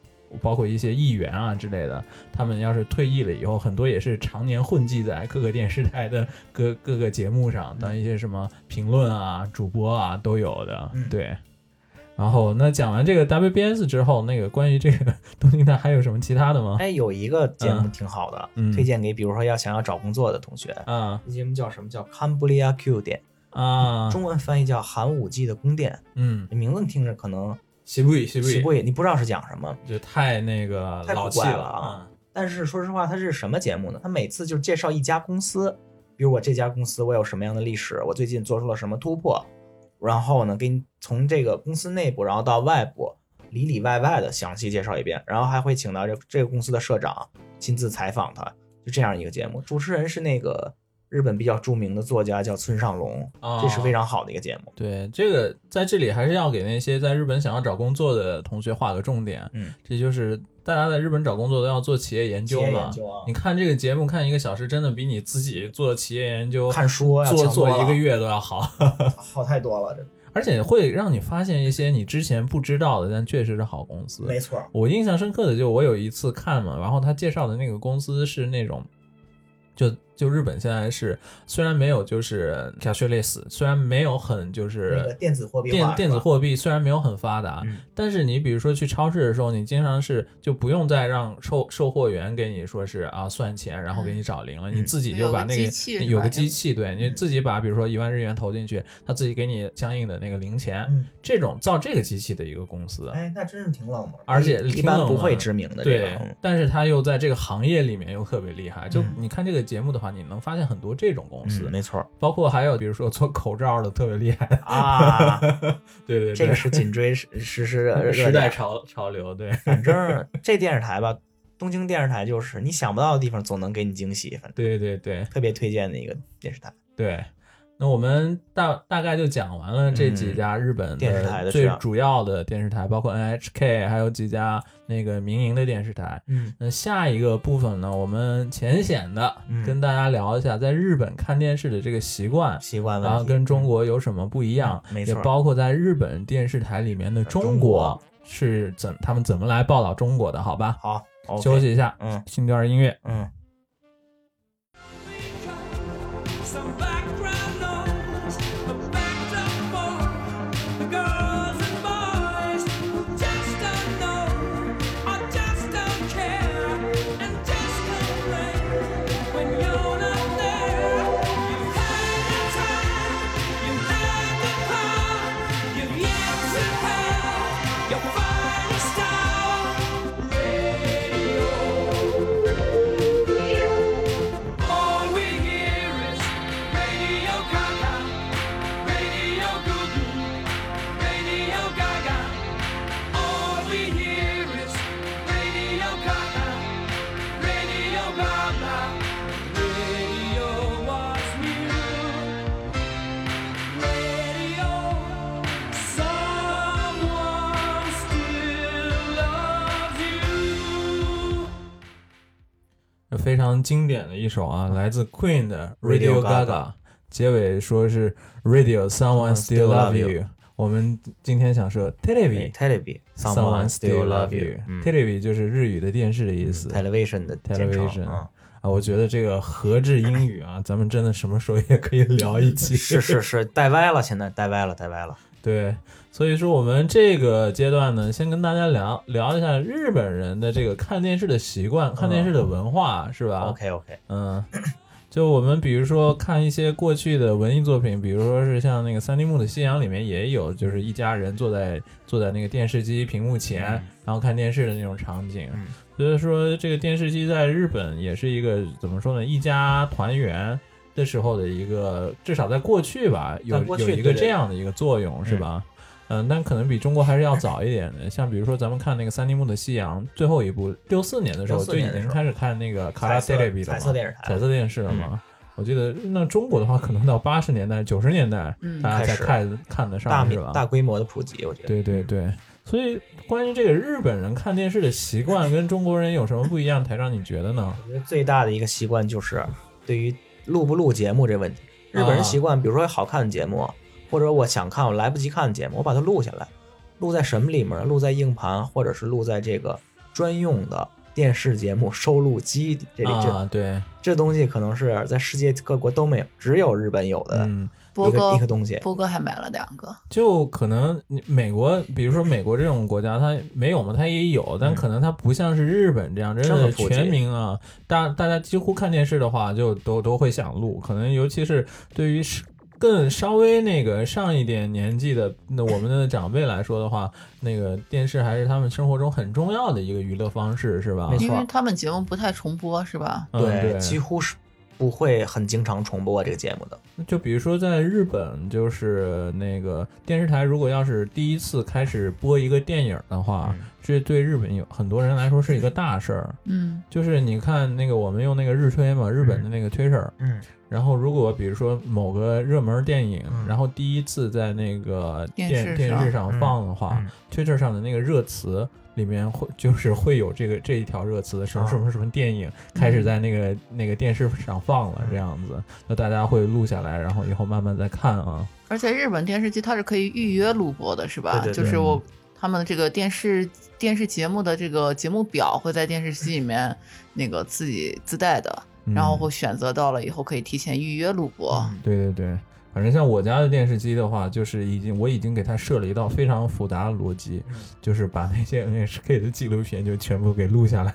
B: 包括一些议员啊之类的，他们要是退役了以后，很多也是常年混迹在各个电视台的各各个节目上，当一些什么评论啊、主播啊都有的，
A: 嗯
B: 对。然后，那讲完这个 WBS 之后，那个关于这个 东京台还有什么其他的吗？
A: 哎，有一个节目
B: 嗯
A: 挺好的，
B: 嗯
A: 推荐给比如说要想要找工作的同学。
B: 啊
A: 这节目叫什么？叫 Cambodia Q 店，
B: 啊，
A: 中文翻译叫寒武纪的宫殿。
B: 嗯，
A: 这名字听着可能
B: 西部西
A: 奇怪，你不知道是讲什么。
B: 就太那个
A: 太古
B: 老气
A: 怪了
B: 啊
A: 啊！但是说实话，它是什么节目呢？它每次就介绍一家公司，比如我这家公司我有什么样的历史，我最近做出了什么突破，然后呢，给你从这个公司内部，然后到外部里里外外的详细介绍一遍，然后还会请到这这个公司的社长亲自采访他，就这样一个节目。主持人是那个日本比较著名的作家叫村上隆，
B: 哦
A: 这是非常好的一个节目。
B: 对这个，在这里还是要给那些在日本想要找工作的同学划个重点。
A: 嗯，
B: 这就是大家在日本找工作都要做企业研究
A: 企业
B: 嘛。
A: 研究啊
B: 你看这个节目看一个小时，真的比你自己做企业研究
A: 看书啊，
B: 做
A: 强多
B: 做一个
A: 了
B: 月都要好，
A: 好太多了，这
B: 而且会让你发现一些你之前不知道的，但确实是好公司。
A: 没错儿。
B: 我印象深刻的就我有一次看嘛，然后他介绍的那个公司是那种，就就日本现在是虽然没有就是 cashless，虽然没有很就
A: 那个
B: 是
A: 电子货币化是
B: 电
A: 吧
B: 电子货币虽然没有很发达，
A: 嗯
B: 但是你比如说去超市的时候，你经常是就不用再让售售货员给你说是啊算钱，然后给你找零了，
A: 嗯
B: 你自己就把那
C: 有个机器是吧
B: 有个机器，对你
A: 嗯
B: 自己把比如说一万日元投进去，他自己给你相应的那个零钱，
A: 嗯
B: 这种造这个机器的一个公司，
A: 哎，那真是挺冷门儿，
B: 而且
A: 一
B: 挺
A: 般
B: 冷
A: 不
B: 门
A: 会知名的这
B: 对
A: 个，，
B: 但是他又在这个行业里面又特别厉害。就
A: 嗯
B: 你看这个节目的话，你能发现很多这种公司，
A: 嗯，没 错儿
B: 包括还有比如说做口罩的特别厉害的，
A: 啊，
B: 对对对，
A: 这个是紧追时时 时热
B: 时代
A: 点
B: 潮潮流，对
A: 反正这电视台吧，东京电视台就是你想不到的地方总能给你惊喜，反正
B: 对对对
A: 特别推荐的一个电视台。
B: 对。那我们大大概就讲完了这几
A: 嗯
B: 家日本
A: 电视台的
B: 最
A: 质量
B: 主要的电视台，包括 NHK，还有几家那个民营的电视台。
A: 嗯，
B: 那下一个部分呢，我们浅显的
A: 嗯
B: 跟大家聊一下，在日本看电视的这个习惯，
A: 习惯问
B: 然
A: 题、嗯
B: 后啊跟中国有什么不一样，
A: 嗯没
B: 也
A: 错呃
B: 包括在日本电视台里面的中
A: 中
B: 国
A: 国
B: 是怎他们怎么来报道中国的，好吧？
A: 好，OK
B: 休，息一下，
A: 嗯
B: 听段音乐。
A: 嗯，
D: Some background noise, a backed up for the girls and boys who just don't know or just don't care and just complain when you're not there. You've had the time, you've had the power, you've yet to have your finest hour. Radio. All we hear is Radio Gaga, Radio Goo Goo, Radio Gaga. All we hear is Radio Gaga, Radio Gaga. Radio was new. Radio, someone still loves you.
B: 非常经典的一首啊，来自 Queen 的 Radio
A: Radio
B: Gaga，结尾说是 Radio someone still
A: Still
B: love
A: love you
B: you。我们今天想说 TV
A: t e l e v i
B: someone still love you。
A: 嗯
B: TV 就是日语的电视的意思。
A: ，television 的简称
B: Television
A: 嗯
B: 啊，我觉得这个和制英语啊，咱们真的什么时候也可以聊一 期。
A: 是是是，带歪了，现在带歪了，带歪 了。
B: 对，所以说我们这个阶段呢，先跟大家聊聊一下日本人的这个看电视的习惯、看电视的文化，是吧
A: OK OK，
B: 嗯，就我们比如说看一些过去的文艺作品，比如说是像那个三丁目的夕阳里面也有，就是一家人坐在坐在那个电视机屏幕前，
A: 嗯
B: 然后看电视的那种场景。
A: 嗯
B: 所以说，这个电视机在日本也是一个怎么说呢？一家团圆的时候的一个，至少在过去吧，有
A: 在过去
B: 有一个
A: 对
B: 这样的一个作用，是吧？嗯，但可能比中国还是要早一点的。像比如说，咱们看那个三丁目的夕阳最后一部，六四年的时候
A: 64
B: 就已
A: 年的时
B: 经
A: 候
B: 开始看那个卡拉
A: 彩
B: t e
A: 色
B: l e 了
A: 彩
B: 嘛
A: 色，电视台嗯
B: 彩色电视了嘛。我记得那中国的话，可能到八十年代、九十年代，
C: 嗯
B: 大家才
A: 开始
B: 看看得
A: 大
B: 上，是
A: 面
B: 吧？
A: 大嗯规模的普及，我觉得。
B: 对对对，所以关于这个日本人看电视的习惯跟中国人有什么不一样？台长，你觉得呢？
A: 我觉得最大的一个习惯就是对于录不录节目这问题，日本
B: 啊
A: 人习惯，比如说好看的节目，或者我想看我来不及看的节目，我把它录下来，录在什么里面呢？录在硬盘，或者是录在这个专用的电视节目收录机这里。
B: 啊，对，
A: 这这东西可能是在世界各国都没有，只有日本有的
B: 嗯，
A: 一
C: 波
A: 个、
C: 哥
A: 一个东西。
C: 波哥还买了两个，
B: 就可能你美国，比如说美国这种国家，它没有嘛，它也有，但可能它不像是日本这样，
A: 嗯
B: 真
A: 这么
B: 的
A: 普及
B: 全民啊，大大家几乎看电视的话，就都都会想录，可能尤其是对于是更稍微那个上一点年纪的那我们的长辈来说的话，那个电视还是他们生活中很重要的一个娱乐方式，是吧？
A: 没错
C: 因为他们节目不太重播，是吧？
B: 嗯对，
A: 几乎是不会很经常重播这个节目的。
B: 就比如说，在日本，就是那个电视台，如果要是第一次开始播一个电影的话，
A: 嗯
B: 这对日本有很多人来说是一个大事儿。
C: 嗯，
B: 就是你看那个，我们用那个日推嘛，日本的那个推特，
A: 嗯，
B: 然后如果比如说某个热门电影，
A: 嗯
B: 然后第一次在那个
C: 电
B: 电
C: 视
B: 电
C: 上
B: 视上放的话
A: 嗯嗯
B: 推特上的那个热词里面会就是会有这个这一条热词，什么
A: 啊
B: 什么什么电影开始在那个那个电视上放了
A: 嗯
B: 这样子，那大家会录下来，然后以后慢慢再看啊。
C: 而且日本电视机它是可以预约录播的，是吧？
A: 对对对嗯
C: 就是我他们的这个电视电视节目的这个节目表会在电视机里面那个自己自带的，
B: 嗯
C: 然后会选择到了以后可以提前预约录播。
A: 嗯
B: 对对对，反正像我家的电视机的话，就是已经我已经给它设了一道非常复杂的逻辑，
A: 嗯
B: 就是把那些 NHK 的纪录片就全部给录下来。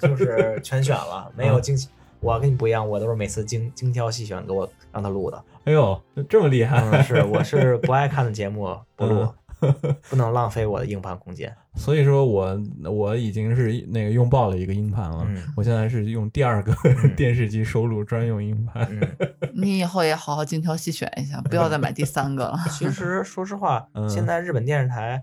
A: 就是全选了，没
B: 嗯
A: 有精。我跟你不一样，我都是每次精精挑细 选，给我让他录的。嗯
B: 哎呦，这么厉害！
A: 嗯，是，我是不爱看的节目不录
B: 嗯，
A: 不能浪费我的硬盘空间。
B: 所以说我我已经是那个用爆了一个硬盘了，
A: 嗯
B: 我现在是用第二个 电视机收录专用硬 盘。
A: 嗯，
C: 你以后也好好精挑细选一下，不要再买第三个了。
A: 其实说实话
B: 嗯，
A: 现在日本电视台，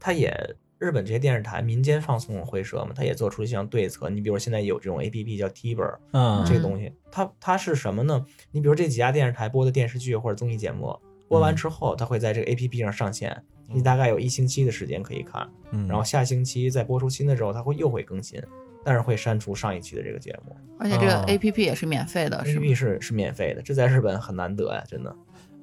A: 它也日本这些电视台民间放送回社嘛，它也做出一项对策。你比如现在有这种 A P P 叫 TVer
B: 嗯，
A: 这个
C: 嗯
A: 东西，它它是什么呢？你比如这几家电视台播的电视剧或者综艺节目，播
B: 嗯
A: 完之后，它会在这个 A P P 上上线，你大概有一星期的时间可以看。
B: 嗯
A: 然后下星期再播出新的时候，它会又会更新，但是会删除上一期的这个节目。
C: 而且这个
B: 哦
C: A P P 也是免费
B: 啊
C: 的，
A: A P
C: 是吗
A: P？是是免费的，这在日本很难得呀，真的。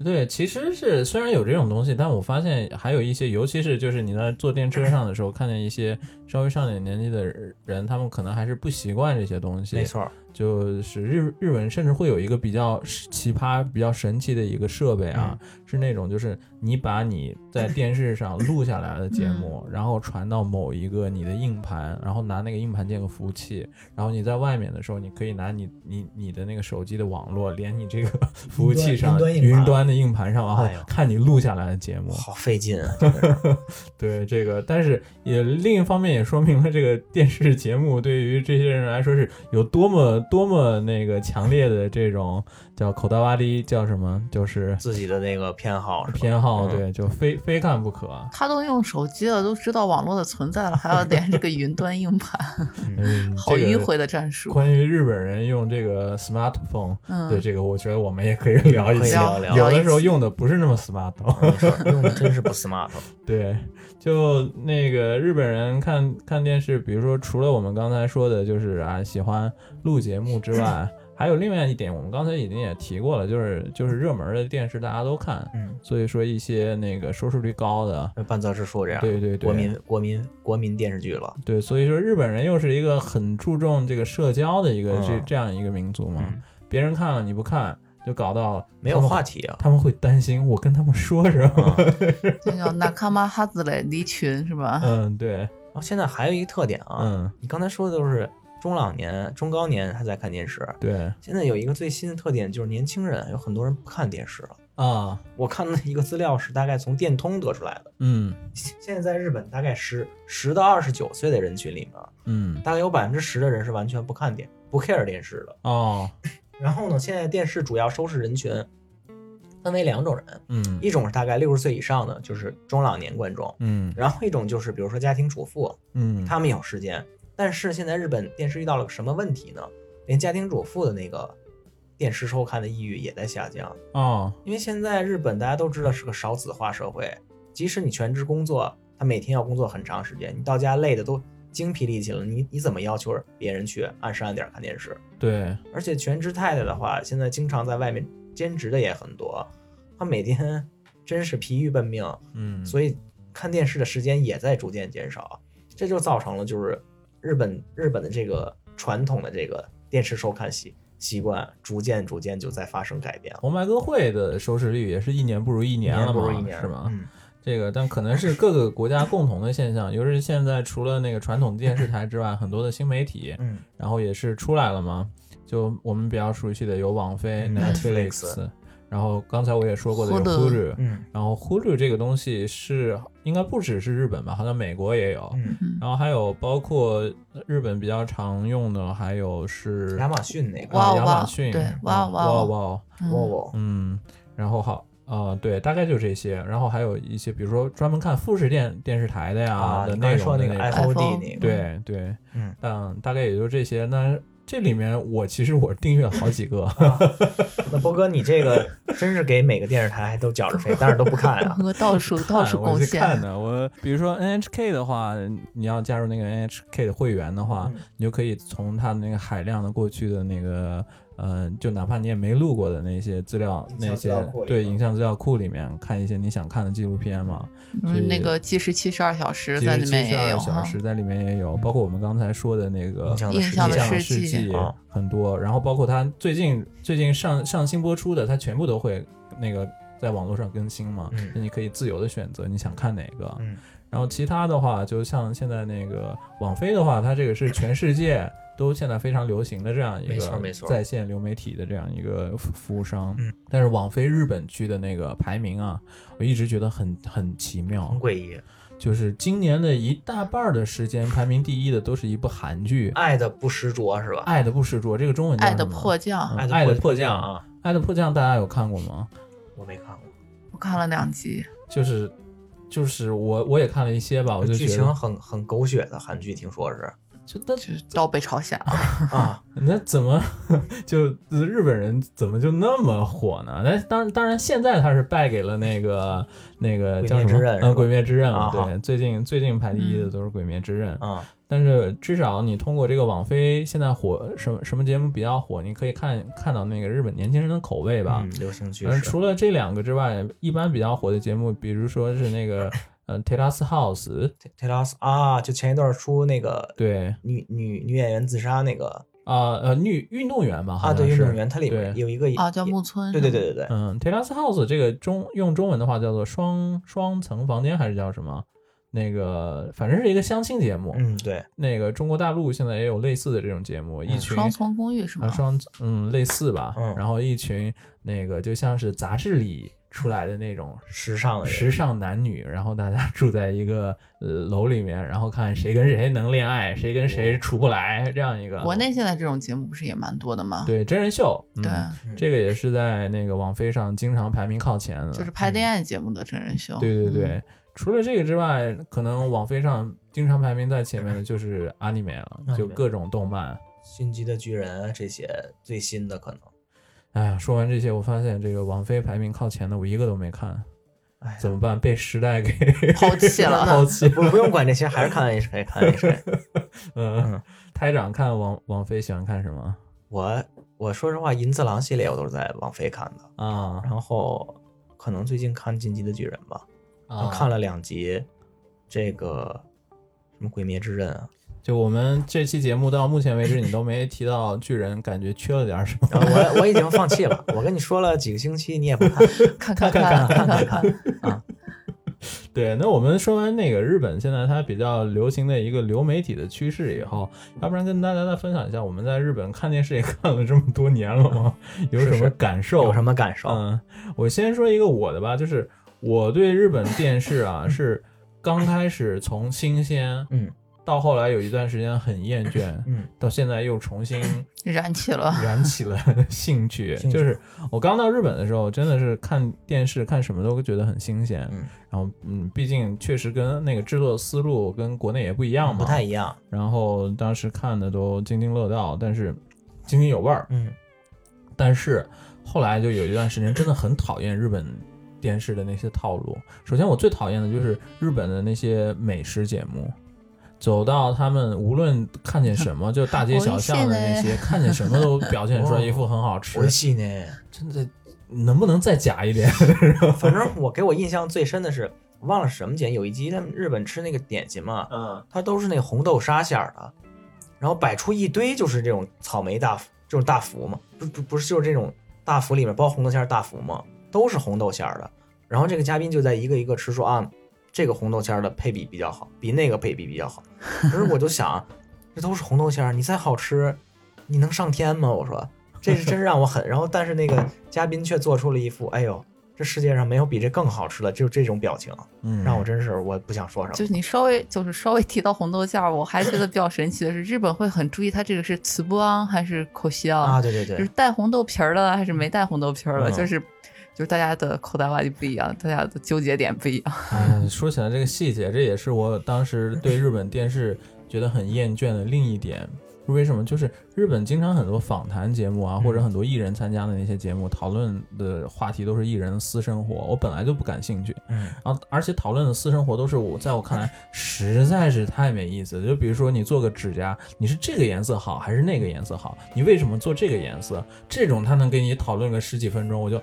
B: 对，其实是虽然有这种东西，但我发现还有一些，尤其是就是你在坐电车上的时候，看见一些稍微上点年纪的人，他们可能还是不习惯这些东西。
A: 没，错，
B: 就是日日文甚至会有一个比较奇葩、比较神奇的一个设备啊，
A: 嗯
B: 是那种就是你把你在电视上录下来的节目，
A: 嗯
B: 然后传到某一个你的硬盘，然后拿那个硬盘建个服务器，然后你在外面的时候，你可以拿你你你的那个手机的网络连你这个服务器
A: 云
B: 上
A: 端硬盘
B: 云端的硬盘上，然后
A: 哎呦
B: 看你录下来的节目。
A: 好费劲啊。
B: 对这个，但是也另一方面也说明了这个电视节目对于这些人来说是有多么多么那个强烈的这种叫口袋洼里叫什么，就是
A: 自己的那个偏好是吧
B: 偏好，
A: 嗯
B: 对，就非非看不可。啊
C: 他都用手机了，都知道网络的存在了，还要连这个云端硬盘，
B: 嗯，
C: 好
B: 这个
C: 迂回的战术。
B: 关于日本人用这个 smartphone
C: 嗯
B: 的这个，我觉得我们也可以聊一
A: 可以
B: 下。
A: 聊
C: 聊
B: 有
A: 聊，
B: 的时候用的不是那么 smart，
A: 没错， 用的真是不 smart。
B: 对，就那个日本人看看电视，比如说除了我们刚才说的，就是啊喜欢录节目之外，还有另外一点，我们刚才已经也提过了，就是就是热门的电视大家都看，
A: 嗯，
B: 所以说一些那个收视率高的，
A: 半泽直树这样，
B: 对对对
A: 啊国民国民国民电视剧了。
B: 对，所以说日本人又是一个很注重这个社交的一个这、
A: 嗯
B: 这样一个民族嘛，
A: 嗯
B: 别人看了你不看，就搞到
A: 没
B: 他
A: 有
B: 们
A: 话题啊，
B: 他们会担心我跟他们说什么，
C: 这叫 nakama h a z 嘞，离群是吧？
B: 嗯，对，
A: 然后哦现在还有一个特点啊，
B: 嗯，
A: 你刚才说的都是中老年、中高年还在看电视，
B: 对，
A: 现在有一个最新的特点就是年轻人有很多人不看电视了。
B: 啊，
A: 我看了一个资料是大概从电通得出来的，
B: 嗯
A: 现在在日本大概十十到二十九岁的人群里面，
B: 嗯，
A: 大概有百分之十的人是完全不看电不 care 电视的。
B: 哦，
A: 然后呢，现在电视主要收视人群分为两种人，
B: 嗯
A: 一种是大概六十岁以上的，就是中老年观众，
B: 嗯
A: 然后一种就是比如说家庭主妇，
B: 嗯，
A: 他们有时间。但是现在日本电视遇到了个什么问题呢？连家庭主妇的那个电视收看的意欲也在下降。
B: 哦，
A: 因为现在日本大家都知道是个少子化社会，即使你全职工作，他每天要工作很长时间，你到家累的都精疲力尽了，你你怎么要求别人去按时按点看电视？
B: 对，
A: 而且全职太太的话，现在经常在外面兼职的也很多，她每天 真是疲于奔命，
B: 嗯，
A: 所以看电视的时间也在逐渐减少，这就造成了就是日本日本的这个传统的这个电视收看习习惯逐渐逐渐就在发生改变了。
B: 红白歌会的收视率也是一年不如一年了嘛，
A: 不如一年
B: 是吗？
A: 嗯，
B: 这个，但可能是各个国家共同的现 象，尤其是现在除了那个传统电视台之外，很 多的新媒体，
A: 嗯，
B: 然后也是出来了嘛。就我们比较熟悉的有网飞、
A: 嗯
B: 哎 Netflix，然后刚才我也说过的有
C: Hulu
B: Hulu，
A: 嗯
B: 然后 Hulu 这个东西是应该不只是日本吧，好像美国也有，
A: 嗯，
C: 嗯
B: 然后还有包括日本比较常用的，还有是呃
A: 亚马逊那个
C: 哇哦
B: 亚
C: 哇
B: 马
C: 哦
B: 逊，
C: 对
B: 嗯
C: 哇哦哇
B: 哇
C: 哦
B: 哇，
C: 嗯
A: Volvo，
B: 嗯，然后好，呃，对，大概就这些，然后还有一些，比如说专门看富士电电视台的呀、
A: 啊，
B: 的
A: 你
B: 内
A: 刚才
B: 容
A: 说
B: 的
A: 那个
B: 那种
A: FOD
C: FOD
A: 那个，
B: 对对，
A: 嗯，
B: 但大概也就这些。那这里面我其实我订阅了好几个，
A: 那波哥你这个 真是给每个电视台还都缴着费，但是都不看啊。
C: 我到处到处
B: 我
C: 贡
B: 是看
C: 献，
B: 的。我比如说 NHK 的话，你要加入那个 NHK 的会员的话，
A: 嗯
B: 你就可以从它的那个海量的过去的那个，呃，就哪怕你也没录过的那些资料，
A: 影像
B: 那
A: 资
B: 些
A: 料库里
B: 对
A: 面
B: 影像资料库里面看一些你想看的纪录片嘛。
C: 嗯，那个计时七十二小时在里面也有
B: 小
C: 哈。
B: 时在里面也有，包括我们刚才说的那个
A: 印象的
C: 印
A: 世
C: 象
B: 印
C: 的
A: 界
B: 象
C: 世
B: 世
C: 纪
B: 纪
A: 啊
B: 很多，然后包括它最近最近上上新播出的，它全部都会那个在网络上更新嘛，
A: 嗯
B: 那你可以自由的选择你想看哪个。
A: 嗯
B: 然后其他的话，就像现在那个网飞的话，它这个是全世界都现在非常流行的这样一
A: 没错
B: 个
A: 没错
B: 在线流媒体的这样一个服服务商。
A: 嗯，
B: 但是网飞日本区的那个排名啊，我一直觉得很很奇妙
A: 很，诡异，《
B: 就是今年的一大半儿的时间，排名第一的都是一部韩剧，《
A: 爱的不执着》是吧？
B: 爱的不执着》，这个中文叫
C: 爱的
B: 什么
C: 迫降
B: 嗯》，
A: 爱的
B: 爱的
A: 迫
B: 迫
A: 降
B: 降
A: 啊，
B: 爱的迫降》大家有看过吗？
A: 我没看过，
C: 我看了两集，
B: 就是就是我我也看了一些吧，我就
A: 剧
B: 觉
A: 情
B: 得
A: 很很狗血的韩剧，听说是
B: 就但
C: 就是刀被朝下，
B: 哎
A: 啊，
B: 那怎么 就日本人怎么就那么火呢？那当然，当然，现在他是败给了那个那个
A: 鬼
B: 叫
A: 灭
B: 什
A: 之
B: 么？
A: 刃是
B: 嗯，
A: 吧
B: 鬼灭之刃
A: 啊
B: 嘛。
A: 好
B: 对，最近最近排第一的
C: 嗯
B: 都是鬼灭之刃。
A: 嗯，
B: 但是至少你通过这个网飞现在火什么什么节目比较火，你可以看看到那个日本年轻人的口味吧。
A: 嗯，流行趋
B: 嗯，
A: 势，
B: 除了这两个之外，一般比较火的节目，比如说是那个呃《Terrace House》，
A: t e l 啊，就前一段出那个
B: 对
A: 女女女演员自杀那个
B: 啊呃运运动员吧，
A: 啊，
B: 好像
A: 对，运
B: 是
A: 动员，它里面
B: 对
A: 有一个
C: 啊，叫木村，
A: 对对，对对对，
B: 嗯，Terrace House 这个中用中文的话叫做双双层房间还是叫什么？那个反正是一个相亲节目。
A: 嗯，对，
B: 那个中国大陆现在也有类似的这种节目，一群
C: 双重公寓是
B: 啊
C: 吗？
B: 双嗯类似吧，
A: 嗯
B: 然后一群那个就像是杂志里出来的那种。
A: 时尚的人
B: 时尚男女，然后大家住在一个呃楼里面，然后看谁跟谁能恋爱，谁跟谁处不来，这样一个
C: 国内现在这种节目不是也蛮多的吗？
B: 嗯对真人秀，嗯
C: 对，
B: 这个也是在那个网飞上经常排名靠前的，
C: 就是拍恋爱节目的真人秀，
B: 嗯对对
C: 嗯，
B: 对，除了这个之外，可能网飞上经常排名在前面的就是 anime 了，就
A: anime
B: 各种动漫。
A: 进击的巨人啊这些最新的可能，
B: 哎呀，说完这些，我发现这个网飞排名靠前的我一个都没看，
A: 哎呀
B: 怎么办？被时代给
C: 抛弃了
B: 抛 弃
A: 不不用管这些，还是看 H K 看 H K。
B: 嗯，台长看网网飞喜欢看什么
A: 我我说实话，银次郎系列我都是在网飞看的，
B: 啊？
A: 然后可能最近看《进击的巨人》吧，然后
B: 啊，
A: 看了两集，这个什么《鬼灭之刃》啊，
B: 就我们这期节目到目前为止，你都没提到巨人，感觉缺了点儿什么。
A: 然后我我已经放弃了，我跟你说了几个星期，你也不看，
C: 看看看看看看，
B: 对，那我们说完那个日本现在它比较流行的一个流媒体的趋势以后，要不然跟大家再分享一下，我们在日本看电视也看了这么多年了嘛，有
A: 是
B: 什么
A: 是
B: 感受？
A: 有什么感受？
B: 嗯，我先说一个我的吧，就是我对日本电视 啊是刚开始从新鲜，
A: 嗯，
B: 到后来有一段时间很厌倦，
A: 嗯，
B: 到现在又重新
C: 燃起了，
B: 燃起了兴趣。
A: 啊 兴趣
B: 就是我刚到日本的时候，真的是看电视看什么都觉得很新鲜。
A: 嗯
B: 然后嗯，毕竟确实跟那个制作思路跟国内也不一样嘛，
A: 不太。一样，
B: 然后当时看的都津津乐道，但是津津有味儿。
A: 嗯，
B: 但是后来就有一段时间真的很讨厌日本。电视的那些套路，首先我最讨厌的就是日本的那些美食节目，走到他们无论看见什 么，就大街小巷的那些，看见什么都表现出 来一副很好吃
A: 我，戏呢，
B: 真的能不能再假一点？
A: 反正我给我印象最深的是，我忘了什么节，有一集他们日本吃那个点心嘛，
B: 嗯，
A: 它都是那红豆沙馅儿的，然后摆出一堆就是这种草莓大福，这种大福嘛，不不不是就是这种大福里面包红豆馅儿大福嘛，都是红豆馅儿的。然后这个嘉宾就在一个一个吃说啊，这个红豆馅儿的配比比较好，比那个配比比较好。可是我就想，啊这都是红豆馅儿，你再好吃，你能上天吗？我说这是真让我很。然后但是那个嘉宾却做出了一副哎呦，这世界上没有比这更好吃的，就这种表情，
B: 嗯
A: 让我真是我不想说什
C: 就
A: 么。
C: 是你稍微就是稍微提到红豆馅儿，我还觉得比较神奇的是，日本会很注意它这个是茨布昂还是口西
A: 啊，
C: 昂，
A: 对对
C: 就
A: 对
C: 是，带红豆皮儿的还是没带红豆皮儿的，
A: 嗯
C: 就是就是大家的口袋话就不一样，大家的纠结点不一样。
B: 哎，说起来这个细节，这也是我当时对日本电视觉得很厌倦的另一点。为什么？就是日本经常很多访谈节目啊，或者很多艺人参加的那些节目，讨论的话题都是艺人的私生活，我本来就不感兴趣。
A: 嗯。
B: 然后，而且讨论的私生活都是我在我看来实在是太没意思了。就比如说你做个指甲，你是这个颜色好还是那个颜色好？你为什么做这个颜色？这种他能给你讨论个十几分钟，我就，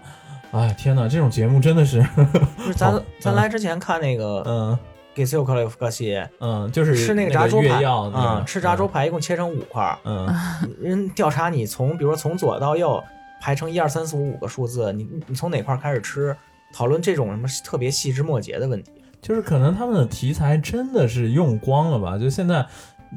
B: 哎天哪，这种节目真的是，
A: 不是咱
B: 好
A: 咱
B: 嗯
A: 来之前看那个
B: 嗯。
A: 《给所有克里夫克西》，
B: 嗯，就是
A: 吃
B: 那
A: 那个炸猪
B: 越
A: 排
B: 药那
A: 啊
B: 个，
A: 吃炸猪，排一共切成五 块儿，
B: 嗯，
A: 人调查你从比如说从左到右排成一二三四五五个数字，你你你从哪块儿开始吃？讨论这种什么特别细枝末节的问题，
B: 就是可能他们的题材真的是用光了吧？就现在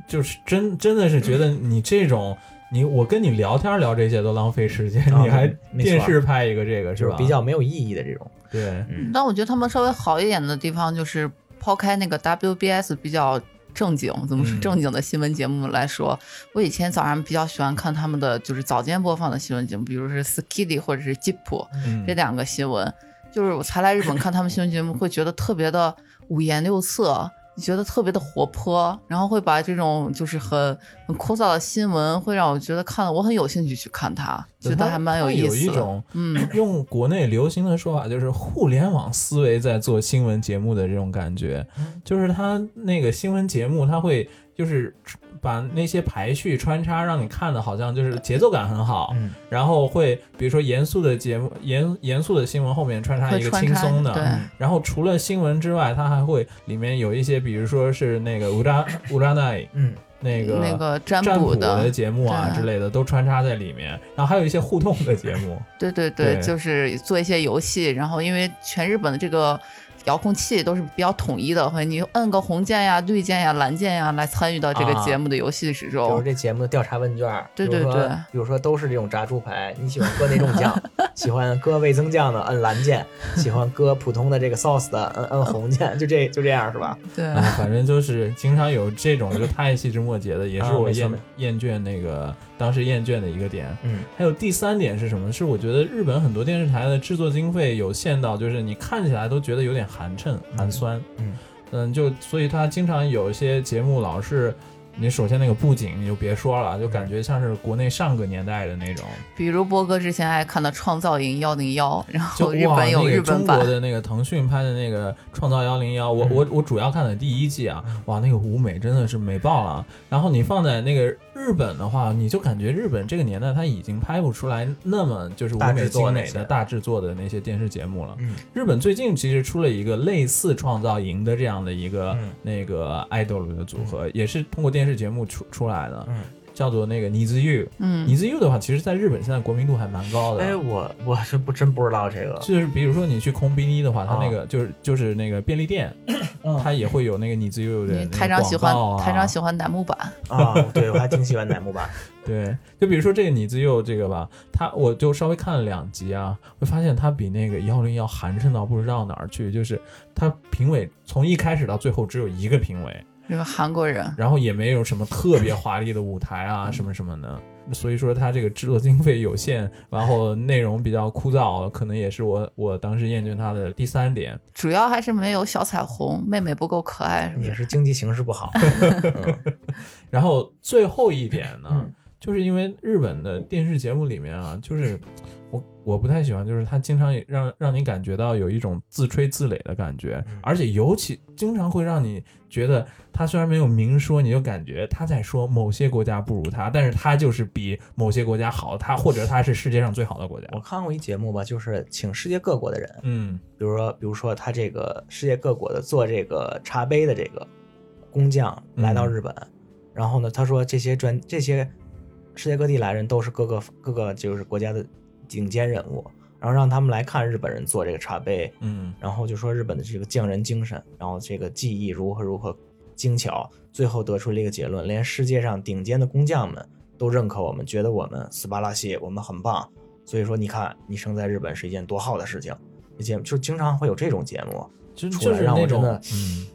B: 就是真真的是觉得你这种，你我跟你聊天聊这些都浪费时间，
A: 啊
B: 你还
A: 没错
B: 电视拍一个这个
A: 就是是
B: 吧？
A: 比较没有意义的这种。
B: 对，
A: 嗯
C: 但我觉得他们稍微好一点的地方，就是抛开那个 WBS 比较正经，怎么是
B: 嗯
C: 正经的新闻节目来说，我以前早上比较喜欢看他们的就是早间播放的新闻节目，比如是 Skilly 或者是 Zip
B: 嗯
C: 这两个新闻，就是我才来日本看他们新闻节目，会觉得特别的五颜六色。你觉得特别的活泼，然后会把这种就是很很枯燥的新闻，会让我觉得看了我很有兴趣去看它，
B: 对
C: 觉得
B: 它
C: 还蛮
B: 它
C: 意
B: 有
C: 思
B: 一
C: 的。
B: 种
C: 嗯，
B: 用国内流行的说法，就是互联网思维在做新闻节目的这种感觉，就是它那个新闻节目，它会就是把那些排序穿插，让你看的好像就是节奏感很好，
A: 嗯，
B: 然后会比如说严肃的节目、严严肃的新闻后面穿插
C: 会
B: 一个
C: 穿
B: 轻
C: 插
B: 松的，
C: 对
A: 嗯
B: 然后除了新闻之外，它还会里面有一些，比如说是那个乌 拉乌拉奈
A: 嗯，
B: 那个
C: 那个占
B: 占
C: 卜
B: 的节目啊
C: 对
B: 之类的都穿插在里面，然后还有一些互动的节目，
C: 对对对，
B: 对
C: 就是做一些游戏，然后因为全日本的这个遥控器都是比较统一的，会你摁个红键呀、绿键呀、蓝键呀来参与到这个
B: 啊
C: 节目的游戏之
A: 比如
C: 中。
A: 这节目的调查问卷，
C: 哦对
A: 比如
C: 对
A: 说
C: 对
A: 比如说都是这种炸猪排，你喜欢搁哪种 酱？喜欢搁味增酱的摁蓝键，喜欢搁普通的这个 sauce 的摁摁红键，就这就这样是吧？
C: 对，
B: 啊，反正就是经常有这种就太细枝末节的，也是
A: 啊
B: 我
A: 没错
B: 厌
A: 没错
B: 厌倦那个当时厌倦的一个点。
A: 嗯，
B: 还有第三点是什么？是我觉得日本很多电视台的制作经费有限到，就是你看起来都觉得有点寒碜、寒酸。
A: 嗯
B: 嗯就所以它经常有一些节目老是。你首先那个布景你就别说了，就
A: 嗯
B: 感觉像是国内上个年代的那种，
C: 比如波哥之前爱看的《创造营幺零幺》，然
B: 就
C: 后 日
B: 哇
C: 本有
B: 那个
C: 日本
B: 中国
C: 版，
B: 的那个腾讯拍的那个《创造幺零幺》，我
A: 嗯
B: 我我主要看的第一季啊，哇，那个舞美真的是美爆了啊。然后你放在那个日本的话，你就感觉日本这个年代它已经拍不出来那么就是舞
A: 大
B: 美
A: 制作
B: 精
A: 那
B: 美
A: 些
B: 的大制作的那些电视节目了。
A: 嗯
B: 日本最近其实出了一个类似《创造营》的这样的一个
A: 嗯
B: 那个 idol 的组合，也是通过电视节目出出来的，
A: 嗯。
B: 叫做那个 n i z You。n
C: 嗯
B: i，z You 的话，其实在日本现在国民度还蛮高的。啊
A: 哎，我我是不真不知道这
C: 啊
A: 个，
B: 就是比如说你去空宾一的话，它
A: 啊
B: 那个就是就是那个便利 店，它也会有那个你自由的
C: 因为
B: 那个
C: 嗯台长喜欢
B: 广告啊
C: 台长喜欢楠木版，
A: 啊，对我还挺喜欢乃木坂，
B: 对，就比如说这个你自由这个吧，它我就稍微看了两集啊，会发现它比那个幺零幺寒碜到不知道哪儿去，就是它评委从一开始到最后只有一个评委，
C: 这个韩国人。
B: 然后也没有什么特别华丽的舞台啊什么什么的。所以说它这个制作经费有限，然后内容比较枯燥，可能也是我我当时厌倦它的第三点。
C: 主要还是没有小彩虹妹妹不够可爱，是不
A: 也
C: 是？
A: 是经济形势不好。
B: 然后最后一点呢，
A: 嗯
B: 就是因为日本的电视节目里面啊，就是我我不太喜欢，就是它经常也让让你感觉到有一种自吹自擂的感觉
A: 嗯，
B: 而且尤其经常会让你觉得他虽然没有明说，你就感觉他在说某些国家不如他，但是他就是比某些国家好，他或者他是世界上最好的国家。
A: 我看过一节目吧，就是请世界各国的人，
B: 嗯
A: 比如说，比如说他这个世界各国的做这个茶杯的这个工匠来到日本，然后呢，他说这些专这些世界各地来人都是各个各个就是国家的顶尖人物，然后让他们来看日本人做这个茶杯，
B: 嗯，
A: 然后就说日本的这个匠人精神，然后这个技艺如何如何精巧，最后得出了一个结论：连世界上顶尖的工匠们都认可我们，觉得我们斯巴拉西，我们很棒。所以说，你看，你生在日本是一件多好的事情。这节目就经常会有这种节目，
B: 就
A: 出来
B: 就是
A: 让
B: 那
A: 我真
B: 种
A: 的
B: 嗯。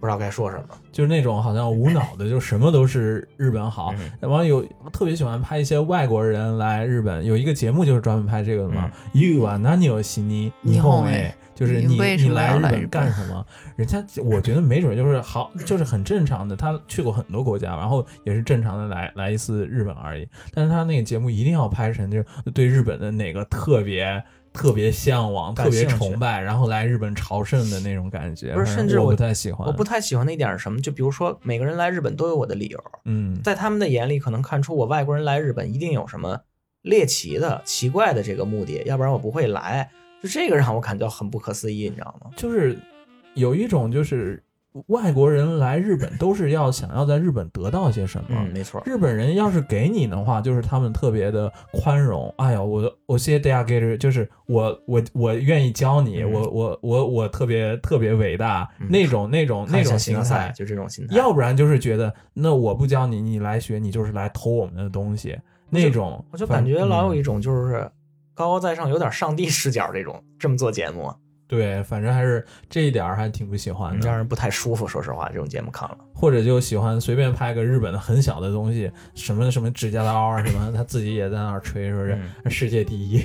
A: 不知道该说什么。
B: 就是那种好像无脑的，就什么都是日本好。
A: 嗯
B: 然后有特别喜欢拍一些外国人来日本，有一个节目就是专门拍这个的嘛。You
A: 嗯
B: are nani o s h i ni
C: 日
B: n
C: 本哎
B: 就是
C: 你
B: 你
C: 为
B: 你
C: 什么
B: 来
C: 要来日
B: 本
C: 本
B: 干什么？人家我觉得没准就是好，就是很正常的。他去过很多国家，然后也是正常的来来一次日本而已。但是他那个节目一定要拍成就是对日本的哪个特别。特别向往、特
A: 感
B: 别
A: 兴趣
B: 崇拜，然后来日本朝圣的那种感觉，
A: 不是
B: 反正
A: 甚至
B: 我
A: 我
B: 不太喜欢。
A: 我不太喜欢的一点是什么？就比如说，每个人来日本都有我的理由，
B: 嗯，
A: 在他们的眼里，可能看出我外国人来日本一定有什么猎奇的、奇怪的这个目的，要不然我不会来。就这个让我感到很不可思议，你知道吗？
B: 就是有一种就是外国人来日本都是要想要在日本得到些什么。
A: 嗯，没错，
B: 日本人要是给你的话，就是他们特别的宽容。哎呀，我我谢谢大家给这，就是我我我愿意教你，
A: 嗯
B: 我我我我特别特别伟大、
A: 嗯
B: 那种那种那
A: 看一
B: 种
A: 下
B: 心
A: 形
B: 态
A: 态，就这种心态。
B: 要不然就是觉得那我不教你，你来学，你就是来偷我们的东西那种。
A: 我就
B: 反
A: 感觉老有一
B: 嗯
A: 种就是高高在上，有点上帝视角这种这么做节目，啊
B: 对，反正还是这一点儿还挺不喜欢的。
A: 让人不太舒服。说实话，这种节目看了，
B: 或者就喜欢随便拍个日本的很小的东西，什么什么指甲刀 啊什么，他自己也在那儿吹，说是
A: 嗯
B: 世界第一。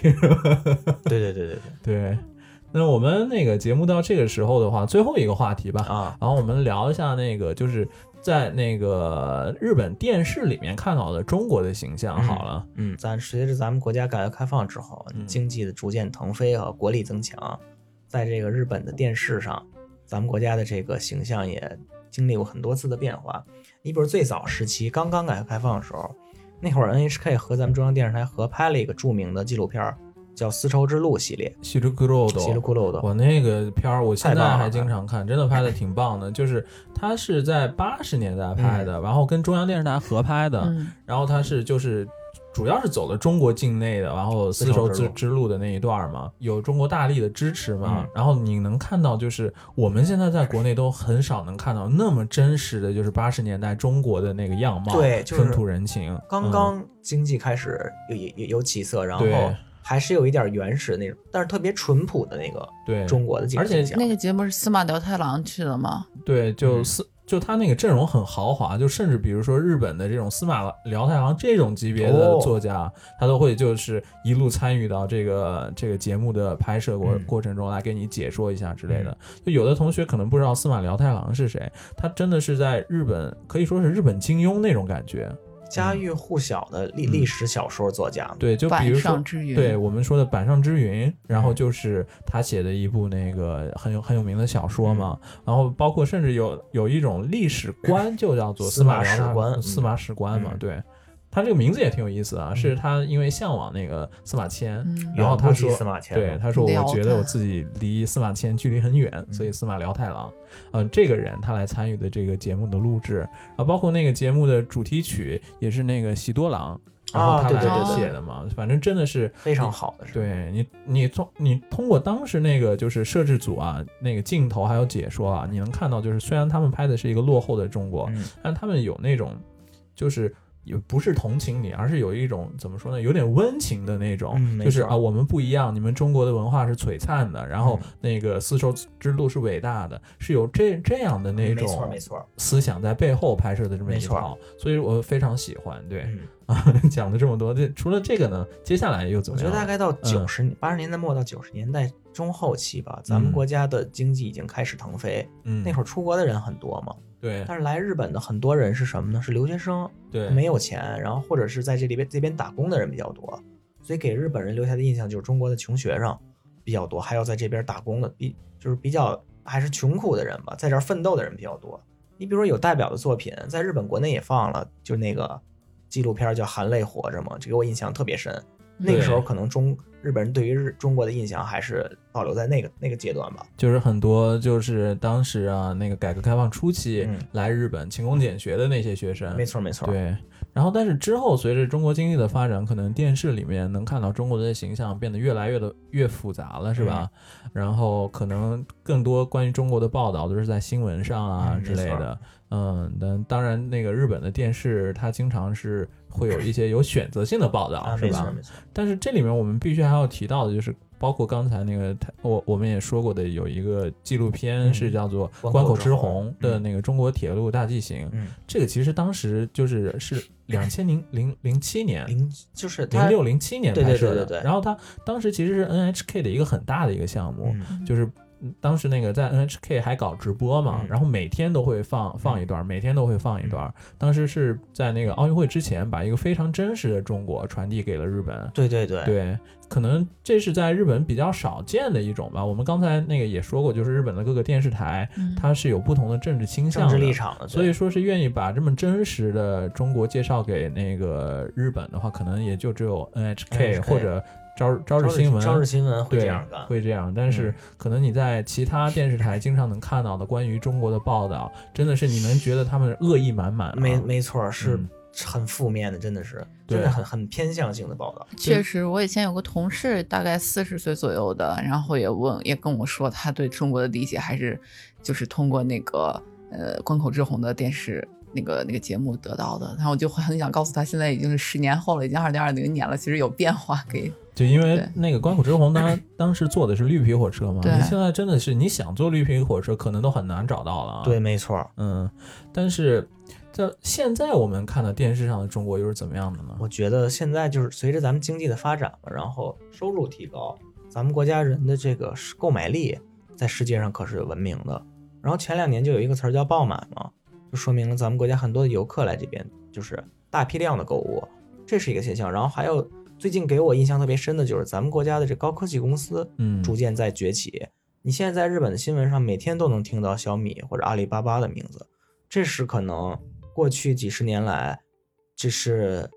A: 对对对对
B: 对，那我们那个节目到这个时候的话，最后一个话题吧
A: 对， 啊，
B: 然后我们聊一下那个就是在那个日本电视里面看到的中国的形象好了。
A: 嗯，咱随着咱们国家改革开放之后，
B: 嗯
A: 经济的逐渐腾飞和国力增强，在这个日本的电视上，咱们国家的这个形象也经历过很多次的变化。你比如最早时期，刚刚改革开放的时候，那会儿 NHK 和咱们中央电视台合拍了一个著名的纪录片儿，叫《丝绸之路》系列，
B: 西鲁库
A: 《
B: 洛
A: 西
B: 多
A: 鲁，库洛的》。
B: 我那个片儿，我现
A: 太棒
B: 在
A: 了
B: 还经常看，真的拍的挺棒的。就是它是在八十年代拍
A: 嗯
B: 的，然后跟中央电视台合拍的，
C: 嗯
B: 然后它是就是主要是走了中国境内的，然后丝绸
A: 丝绸之
B: 之
A: 路
B: 之路的那一段嘛，有中国大力的支持嘛，
A: 嗯
B: 然后你能看到就是我们现在在国内都很少能看到那么真实的，就是八十年代中国的那个样貌，
A: 对就是
B: 风土人情，
A: 刚
B: 嗯
A: 刚经济开始有有有有起色，然后
B: 对
A: 还是有一点原始那种，但是特别淳朴的那个
B: 对
A: 中国的经济
B: 而且
A: 形象
C: 那个节目是司马辽太郎去的吗？
B: 对，就
A: 嗯
B: 司、就他那个阵容很豪华，就甚至比如说日本的这种司马辽太郎这种级别的
A: 哦
B: 作家，他都会就是一路参与到这个这个节目的拍摄过、
A: 嗯
B: 过程中来给你解说一下之类的。就有的同学可能不知道司马辽太郎是谁，他真的是在日本可以说是日本金庸那种感觉。
A: 家喻户晓的历
B: 嗯
A: 历史小说作家，
B: 对，就比
C: 板
B: 如说
C: 上。之云，
B: 对我们说的板上之云，然
A: 嗯
B: 后就是他写的一部那个很有很有名的小说嘛，
A: 嗯
B: 然后包括甚至有有一种历史观，就叫做
A: 司马
B: 辽
A: 史
B: 大
A: 观嗯
B: 司马史观嘛，
A: 嗯
B: 对。他这个名字也挺有意思啊，是他因为向往那个司马迁，
C: 嗯
B: 然后
A: 远不
B: 他
A: 及
B: 说，
A: 司马迁
B: 对他说，
C: 辽
B: 我觉得
C: 太
B: 我自己离司马迁距离很远，所以司马辽太郎，嗯、这个人他来参与的这个节目的录制啊，包括那个节目的主题曲也是那个喜多郎，然后
A: 啊
B: 他
A: 对对
B: 来
C: 对对
B: 写的嘛，反正真的是
A: 非常好的是。
B: 对你，你通你通过当时那个就是摄制组啊，那个镜头还有解说啊，你能看到就是虽然他们拍的是一个落后的中国，
A: 嗯，
B: 但他们有那种就是也不是同情你，而是有一种怎么说呢，有点温情的那种，
A: 嗯没
B: 就是
A: 错
B: 啊我们不一样，你们中国的文化是璀璨的，然后
A: 嗯
B: 那个丝绸之路是伟大的，是有这这样的那
A: 嗯没
B: 种
A: 错嗯没错，
B: 思想在背后拍摄的这么
A: 没
B: 一
A: 错
B: 套，所以我非常喜欢。对、
A: 嗯，
B: 啊，讲了这么多，这除了这个呢，接下来又怎
A: 我
B: 么
A: 觉
B: 样嗯
A: 得
B: 呢？
A: 大概到九十八十年代末到九十年代中后期吧，咱们
B: 嗯
A: 国家的经济已经开始腾飞，
B: 嗯，
A: 那会
B: 儿
A: 儿出国的人很多嘛，
B: 对
A: 但是来日本的很多人是什么呢？是留学生，
B: 对
A: 没有钱，然后或者是在这里边这边打工的人比较多，所以给日本人留下的印象就是中国的穷学生比较多，还要在这边打工的比就是比较还是穷苦的人吧，在这儿奋斗的人比较多。你比如说有代表的作品，在日本国内也放了，就那个纪录片叫《含泪活着》嘛，这给我印象特别深。那个时候可能中日本人对于日中国的印象还是保留在那个那个阶段吧。
B: 就是很多就是当时啊，那个改革开放初期
A: 嗯
B: 来日本勤工俭学的那些学生，
A: 没错没错，
B: 嗯对。然后，但是之后随着中国经济的发展，可能电视里面能看到中国的形象变得越来越的越复杂了，是吧？
A: 嗯
B: 然后可能更多关于中国的报道都是在新闻上啊、
A: 嗯
B: 之类的。嗯，但当然，那个日本的电视它经常是会有一些有选择性的报道，
A: 啊，
B: 是
A: 没
B: 吧？
A: 错没错，
B: 但是这里面我们必须还要提到的就是，包括刚才那个台我我们也说过的，有一个纪录片
A: 嗯
B: 是叫做《
A: 关
B: 关
A: 口
B: 口
A: 之
B: 之
A: 红
B: 红》的
A: 嗯
B: 那个中国铁路大记行。
A: 嗯，
B: 这个其实当时就是 是两千零零零七年。
A: 零就是他
B: 嗯零六零七年
A: 对对
B: 拍摄
A: 对
B: 的，
A: 对对
B: 然后它当时其实是 NHK 的一个很大的一个项目，
A: 嗯
B: 就是嗯当时那个在 NHK 还搞直播嘛，
A: 嗯
B: 然后每天都会放放一段，每天都会放一段。当时是在那个奥运会之前，把一个非常真实的中国传递给了日本，
A: 对对对，
B: 对，可能这是在日本比较少见的一种吧。我们刚才那个也说过，就是日本的各个电视台，
C: 嗯
B: 它是有不同的政治倾向
A: 政
B: 的、
A: 治立场的，
B: 所以
A: 对
B: 说是愿意把这么真实的中国介绍给那个日本的话，可能也就只有 NHK
A: NHK
B: 或者朝朝日新闻，
A: 朝日新闻会
B: 对，
A: 这样嗯干。
B: 会这样。但是可能你在其他电视台经常能看到的关于中国的报道，真的是你能觉得他们恶意满满、啊。
A: 没没错，是
B: 嗯
A: 很负面的，真的是，
B: 对
A: 真的很很偏向性的报道。
C: 确实，我以前有个同事，大概四十岁左右的，然后也问，也跟我说，他对中国的理解还是就是通过那个呃关口之红的电视那个那个节目得到的。然后我就会很想告诉他，现在已经是十年后了，已经二零二零年了，其实有变化可以。
B: 就因为
C: 对
B: 那个关口之红，他当时坐的是绿皮火车嘛，
C: 对
B: 你现在真的是你想坐绿皮火车，可能都很难找到了啊。
A: 对，，没错，
B: 嗯，但是在现在我们看到电视上的中国又是怎么样的呢？
A: 我觉得现在就是随着咱们经济的发展嘛，然后收入提高，咱们国家人的这个是购买力在世界上可是闻名的。然后前两年就有一个词儿叫“爆满”嘛，就说明了咱们国家很多的游客来这边就是大批量的购物，这是一个现象。然后还有最近给我印象特别深的就是咱们国家的这高科技公司，
B: 嗯，
A: 逐渐在崛起。你现在在日本的新闻上，每天都能听到小米或者阿里巴巴的名字，这是可能过去几十年来，这是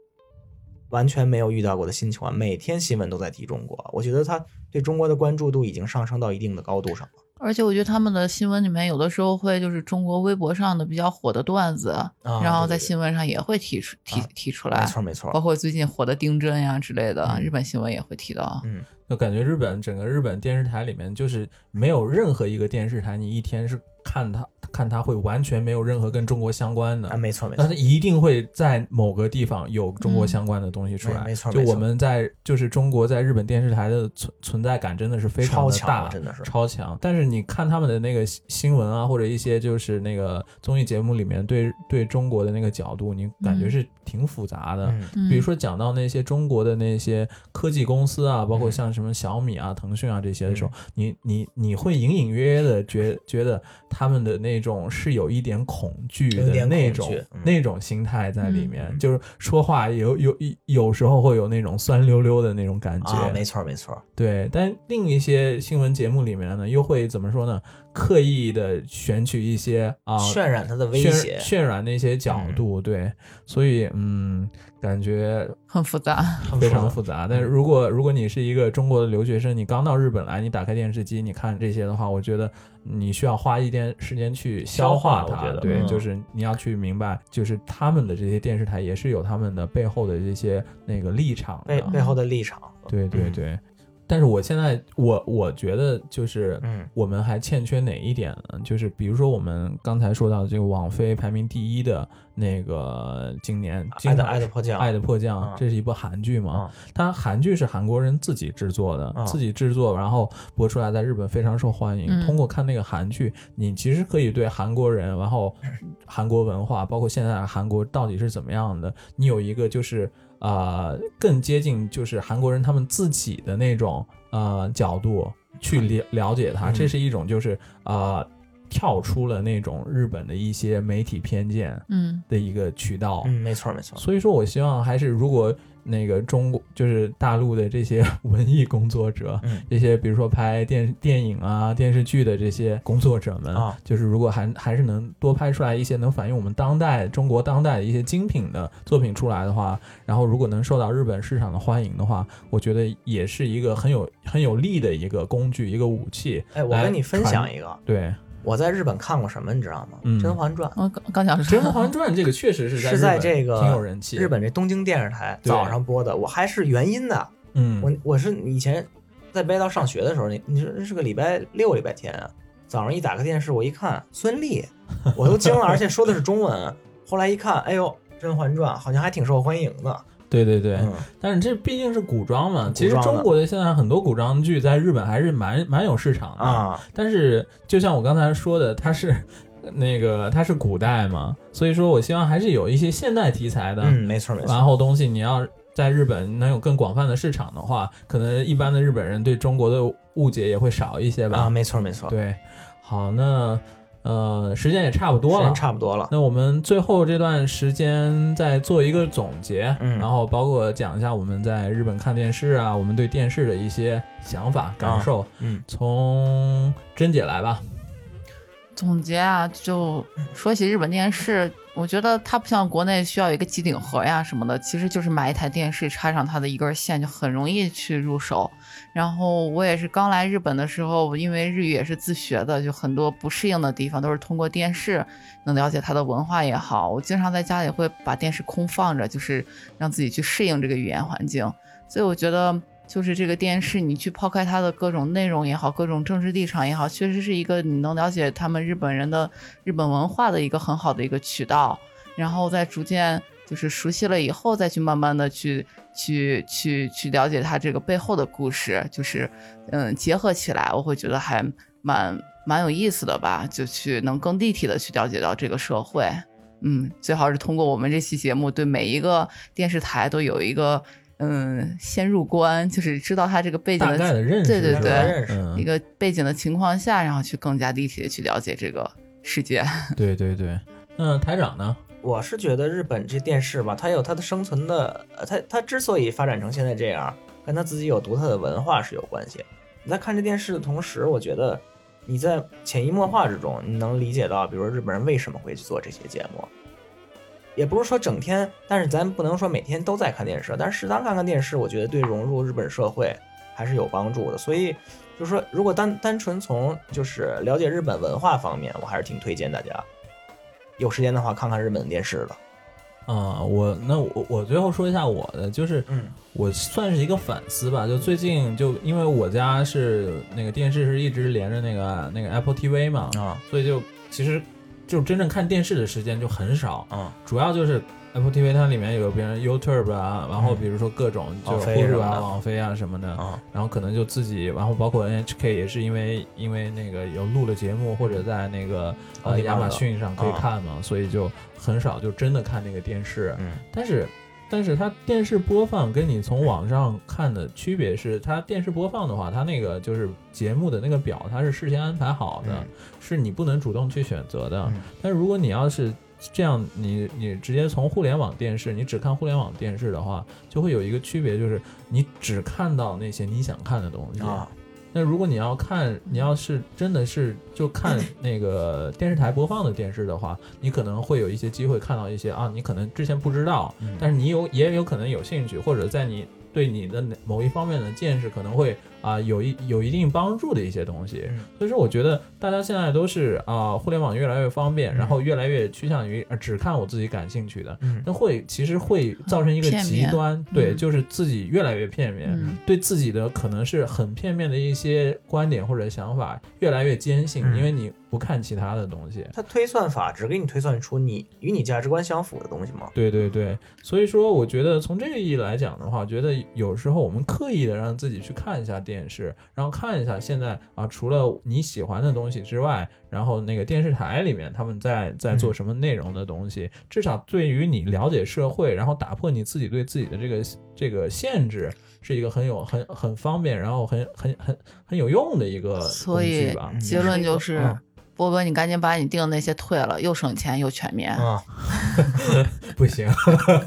A: 完全没有遇到过的新情况。每天新闻都在提中国，我觉得他对中国的关注度已经上升到一定的高度上了。
C: 而且我觉得他们的新闻里面有的时候会就是中国微博上的比较火的段子，
A: 啊
C: 然
A: 对
C: 后
A: 对
C: 在
A: 对
C: 新闻上也会提出提、
A: 啊
C: 提出
A: 没
C: 来，
A: 错没错，
C: 包括最近火的丁真呀之类的，
A: 嗯
C: 日本新闻也会提到。
A: 嗯，
B: 就感觉日本整个日本电视台里面，就是没有任何一个电视台，你一天是看它看它会完全没有任何跟中国相关的。
A: 啊，没错没错
B: 但是，一定会在某个地方有中国相关的东西出来。
A: 嗯没没错
B: 就
A: 没错
B: 我们在就是中国在日本电视台的存存在感真的是非常
A: 超
B: 的
A: 强
B: 大，
A: 了，真的是。
B: 超强。但是你看他们的那个新新闻啊，或者一些就是那个综艺节目里面对对中国的那个角度，你感觉
C: 嗯
B: 是挺复杂的。
A: 嗯，
C: 嗯
B: 比如说讲到那些中国的那些科技公司啊，包括
A: 嗯
B: 像什么小米啊、腾讯啊这些的时候，你你你会隐隐约约的觉觉得他们的那种是有一点恐惧
A: 有一
B: 的
A: 点
B: 那
A: 恐
B: 种
A: 惧嗯
B: 那种心态在里
C: 嗯
B: 面，
A: 嗯
B: 就是说话有有有时候会有那种酸溜溜的那种感觉，
A: 啊，没错没错，
B: 对，但另一些新闻节目里面呢，又会怎么说呢？刻意的选取一些啊、
A: 渲染它的威
B: 渲
A: 胁，嗯
B: 渲染那些角度，对，所以嗯，感觉
C: 嗯很复 杂，
A: 很
B: 非常
A: 复
B: 复杂。但是如果如果你是一个中国的留学生，你刚到日本来，你打开电视机，你看这些的话，我觉得你需要花一点时间去消化
A: 消化我
B: 它。
A: 觉得
B: 对，
A: 嗯
B: 就是你要去明白，就是他们的这些电视台也是有他们的背后的这些那个立场
A: 杂
B: 的啊
A: 背。背后的立场。
B: 对对
A: 嗯，
B: 对，但是我现在我我觉得就是，
A: 嗯
B: 我们还欠缺哪一点呢？就是比如说我们刚才说到这个网飞排名第一的那个今年
A: 爱
B: 经
A: 的
B: 常
A: 爱的迫降，
B: 爱的啊迫降
A: 嗯，
B: 这是一部韩剧嘛？
A: 嗯
B: 它韩剧是韩国人自己制作的，
A: 嗯
B: 自己制作，然后播出来在日本非常受欢迎。
C: 嗯
B: 通过看那个韩剧，你其实可以对韩国人，然后韩国文化，包括现在韩国到底是怎么样的，你有一个就是呃更接近就是韩国人他们自己的那种呃角度去了了解它，
A: 嗯
B: 这是一种就是呃跳出了那种日本的一些媒体偏见
C: 嗯，
B: 的一个渠道。
A: 嗯，没错没错，
B: 所以说我希望还是如果那个中国就是大陆的这些 文艺工作者，
A: 嗯
B: 这些比如说拍电电影啊、电视剧的这些工作者们，
A: 啊
B: 就是如果还还是能多拍出来一些能反映我们当代中国当代的一些精品的作品出来的话，然后如果能受到日本市场的欢迎的话，我觉得也是一个很有很有利的一个工具、一个武器。
A: 哎，我
B: 来
A: 跟你分
B: 传
A: 享一个，
B: 对，
A: 我在日本看过什么，你知道吗？
B: 嗯
A: 甄嬛传》
C: 我刚刚想
B: 《
C: 说
B: 甄嬛传》这个确实是在
A: 是
B: 日
A: 在
B: 本
A: 这个
B: 挺有人气，
A: 日本这东京电视台
B: 对
A: 早上播的，我还是原音的。
B: 嗯
A: 我我是以前在北海道上学的时候，你你说是个礼拜六、礼拜天啊，早上一打开电视，我一看孙 俪，我都惊了，而且说的是中文。后来一看，哎呦，《甄嬛传》好像还挺受欢迎的。
B: 对对对，
A: 嗯，
B: 但是这毕竟是古装嘛，其实
A: 古装
B: 中
A: 的
B: 国的现在很多古装剧在日本还是蛮蛮有市场的。
A: 啊，
B: 但是就像我刚才说的，它是 那个它是古代嘛，所以说我希望还是有一些现代题材的。
A: 嗯，没错没错，
B: 然后东西你要在日本能有更广泛的市场的话，可能一般的日本人对中国的误解也会少一些吧。
A: 啊，没错没错，
B: 对，好，那呃时间也差不
A: 时
B: 多了
A: 间，差不多了。
B: 那我们最后这段时间再做一个总结，
A: 嗯
B: 然后包括讲一下我们在日本看电视啊，我们对电视的一些想法、
C: 啊
B: 感受。
A: 嗯，
B: 从甄姐来吧，
C: 总结啊，就说起日本电视，我觉得它不像国内需要有一个机顶盒呀什么的，其实就是买一台电视插上它的一根线就很容易去入手。然后我也是刚来日本的时候，因为日语也是自学的，就很多不适应的地方都是通过电视能了解它的文化也好。我经常在家里会把电视空放着，就是让自己去适应这个语言环境。所以我觉得，就是这个电视，你去抛开它的各种内容也好，各种政治立场也好，确实是一个你能了解他们日本人的日本文化的一个很好的一个渠道。然后再逐渐就是熟悉了以后，再去慢慢的去去去去了解它这个背后的故事，就是嗯结合起来，我会觉得还蛮蛮有意思的吧，就去能更立体的去了解到这个社会。嗯，最好是通过我们这期节目，对每一个电视台都有一个嗯先入观，就是知道它这个背景
B: 大概的认识
C: 对对
B: 是吧，
C: 对
A: 认识
B: 嗯
C: 一，个背景的情况下，然后去更加立体的去了解这个世界。
B: 对对对。那台长呢？
A: 我是觉得日本这电视吧，它有它的生存的，呃它它之所以发展成现在这样，跟它自己有独特的文化是有关系。你在看这电视的同时，我觉得你在潜移默化之中，你能理解到，比如说日本人为什么会去做这些节目。也不是说整天，但是咱不能说每天都在看电视，但是适当看看电视，我觉得对融入日本社会还是有帮助的。所以，就是说，如果单单纯从就是了解日本文化方面，我还是挺推荐大家有时间的话看看日本电视的。
B: 啊、我那我我最后说一下我的，就是
A: 嗯
B: 我算是一个反思吧，就最近就因为我家是那个电视是一直连着那个那个 Apple TV 嘛，
A: 啊
B: 所以就其实就真正看电视的时间就很少，
A: 嗯
B: 主要就是 Apple TV 它里面有别人 YouTube 啊，然后比如说各种
A: 嗯
B: 就
A: 网
B: 是
A: 飞
B: Hulu
A: 什么
B: 啊、
A: 的
B: 网飞啊什么的，
A: 啊
B: 然后可能就自己，然后包括 NHK 也是因为因为那个有录了节目或者在那个
A: 奥
B: 呃
A: 利奥
B: 亚
A: 的
B: 马逊上可以
A: 啊
B: 看嘛，所以就很少就真的看那个电视，
A: 嗯
B: 但是，但是它电视播放跟你从网上看的区别是，它电视播放的话，它那个就是节目的那个表，它是事先安排好的，
A: 嗯
B: 是你不能主动去选择的。
A: 嗯
B: 但如果你要是这样，你你直接从互联网电视，你只看互联网电视的话，就会有一个区别，就是你只看到那些你想看的东西。
A: 啊
B: 那如果你要看，
A: 嗯
B: 你要是真的是就看那个电视台播放的电视的话，你可能会有一些机会看到一些啊，你可能之前不知道，
A: 嗯
B: 但是你有也有可能有兴趣，或者在你对你的哪某一方面的见识可能会啊、有一有一定帮助的一些东西。
A: 嗯
B: 所以说，我觉得大家现在都是啊、互联网越来越方便，
A: 嗯
B: 然后越来越趋向于、呃只看我自己感兴趣的。
A: 嗯
B: 那会其实会造成一个
C: 片
B: 极
C: 面
B: 端，对，
C: 嗯
B: 就是自己越来越片面，
C: 嗯
B: 对自己的可能是很片面的一些观点或者想法越来越坚信，
A: 嗯
B: 因为你不看其他的东西。
A: 它推算法只给你推算出你与你价值观相符的东西吗？
B: 对对对，所以说我觉得从这个意义来讲的话，觉得有时候我们刻意的让自己去看一下电视，然后看一下现在啊，除了你喜欢的东西之外，然后那个电视台里面他们在在
C: 嗯
B: 做什么内容的东西，至少对于你了解社会，然后打破你自己对自己的这个这个限制，是一个很有很很方便，然后很很很很有用的一个
C: 所
B: 工具
C: 以
B: 吧。
C: 结论就是
B: 嗯，
C: 波哥，你赶紧把你订的那些退了，又省钱又全面。
B: 嗯
A: 啊，
B: 不行，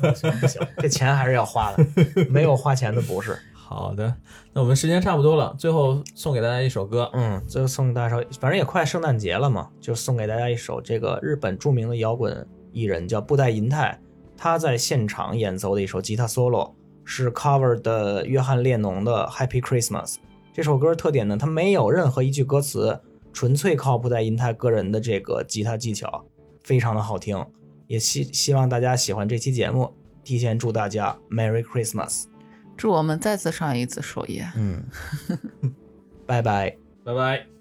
A: 不 行，这钱还是要花的，没有花钱的不是。
B: 好的，那我们时间差不多了，最后送给大家一首歌。
A: 嗯，最后送给大家一首，反正也快圣诞节了嘛，就送给大家一首这个日本著名的摇滚艺人叫布袋银太，他在现场演奏的一首吉他 solo 是 cover 的约翰列侬的《Happy Christmas》。这首歌特点呢，它没有任何一句歌词，纯粹靠布袋银太个人的这个吉他技巧，非常的好听。也希希望大家喜欢这期节目，提前祝大家 Merry Christmas。
C: 祝我们再次上一次首页。
A: 嗯，拜拜。
B: 拜拜。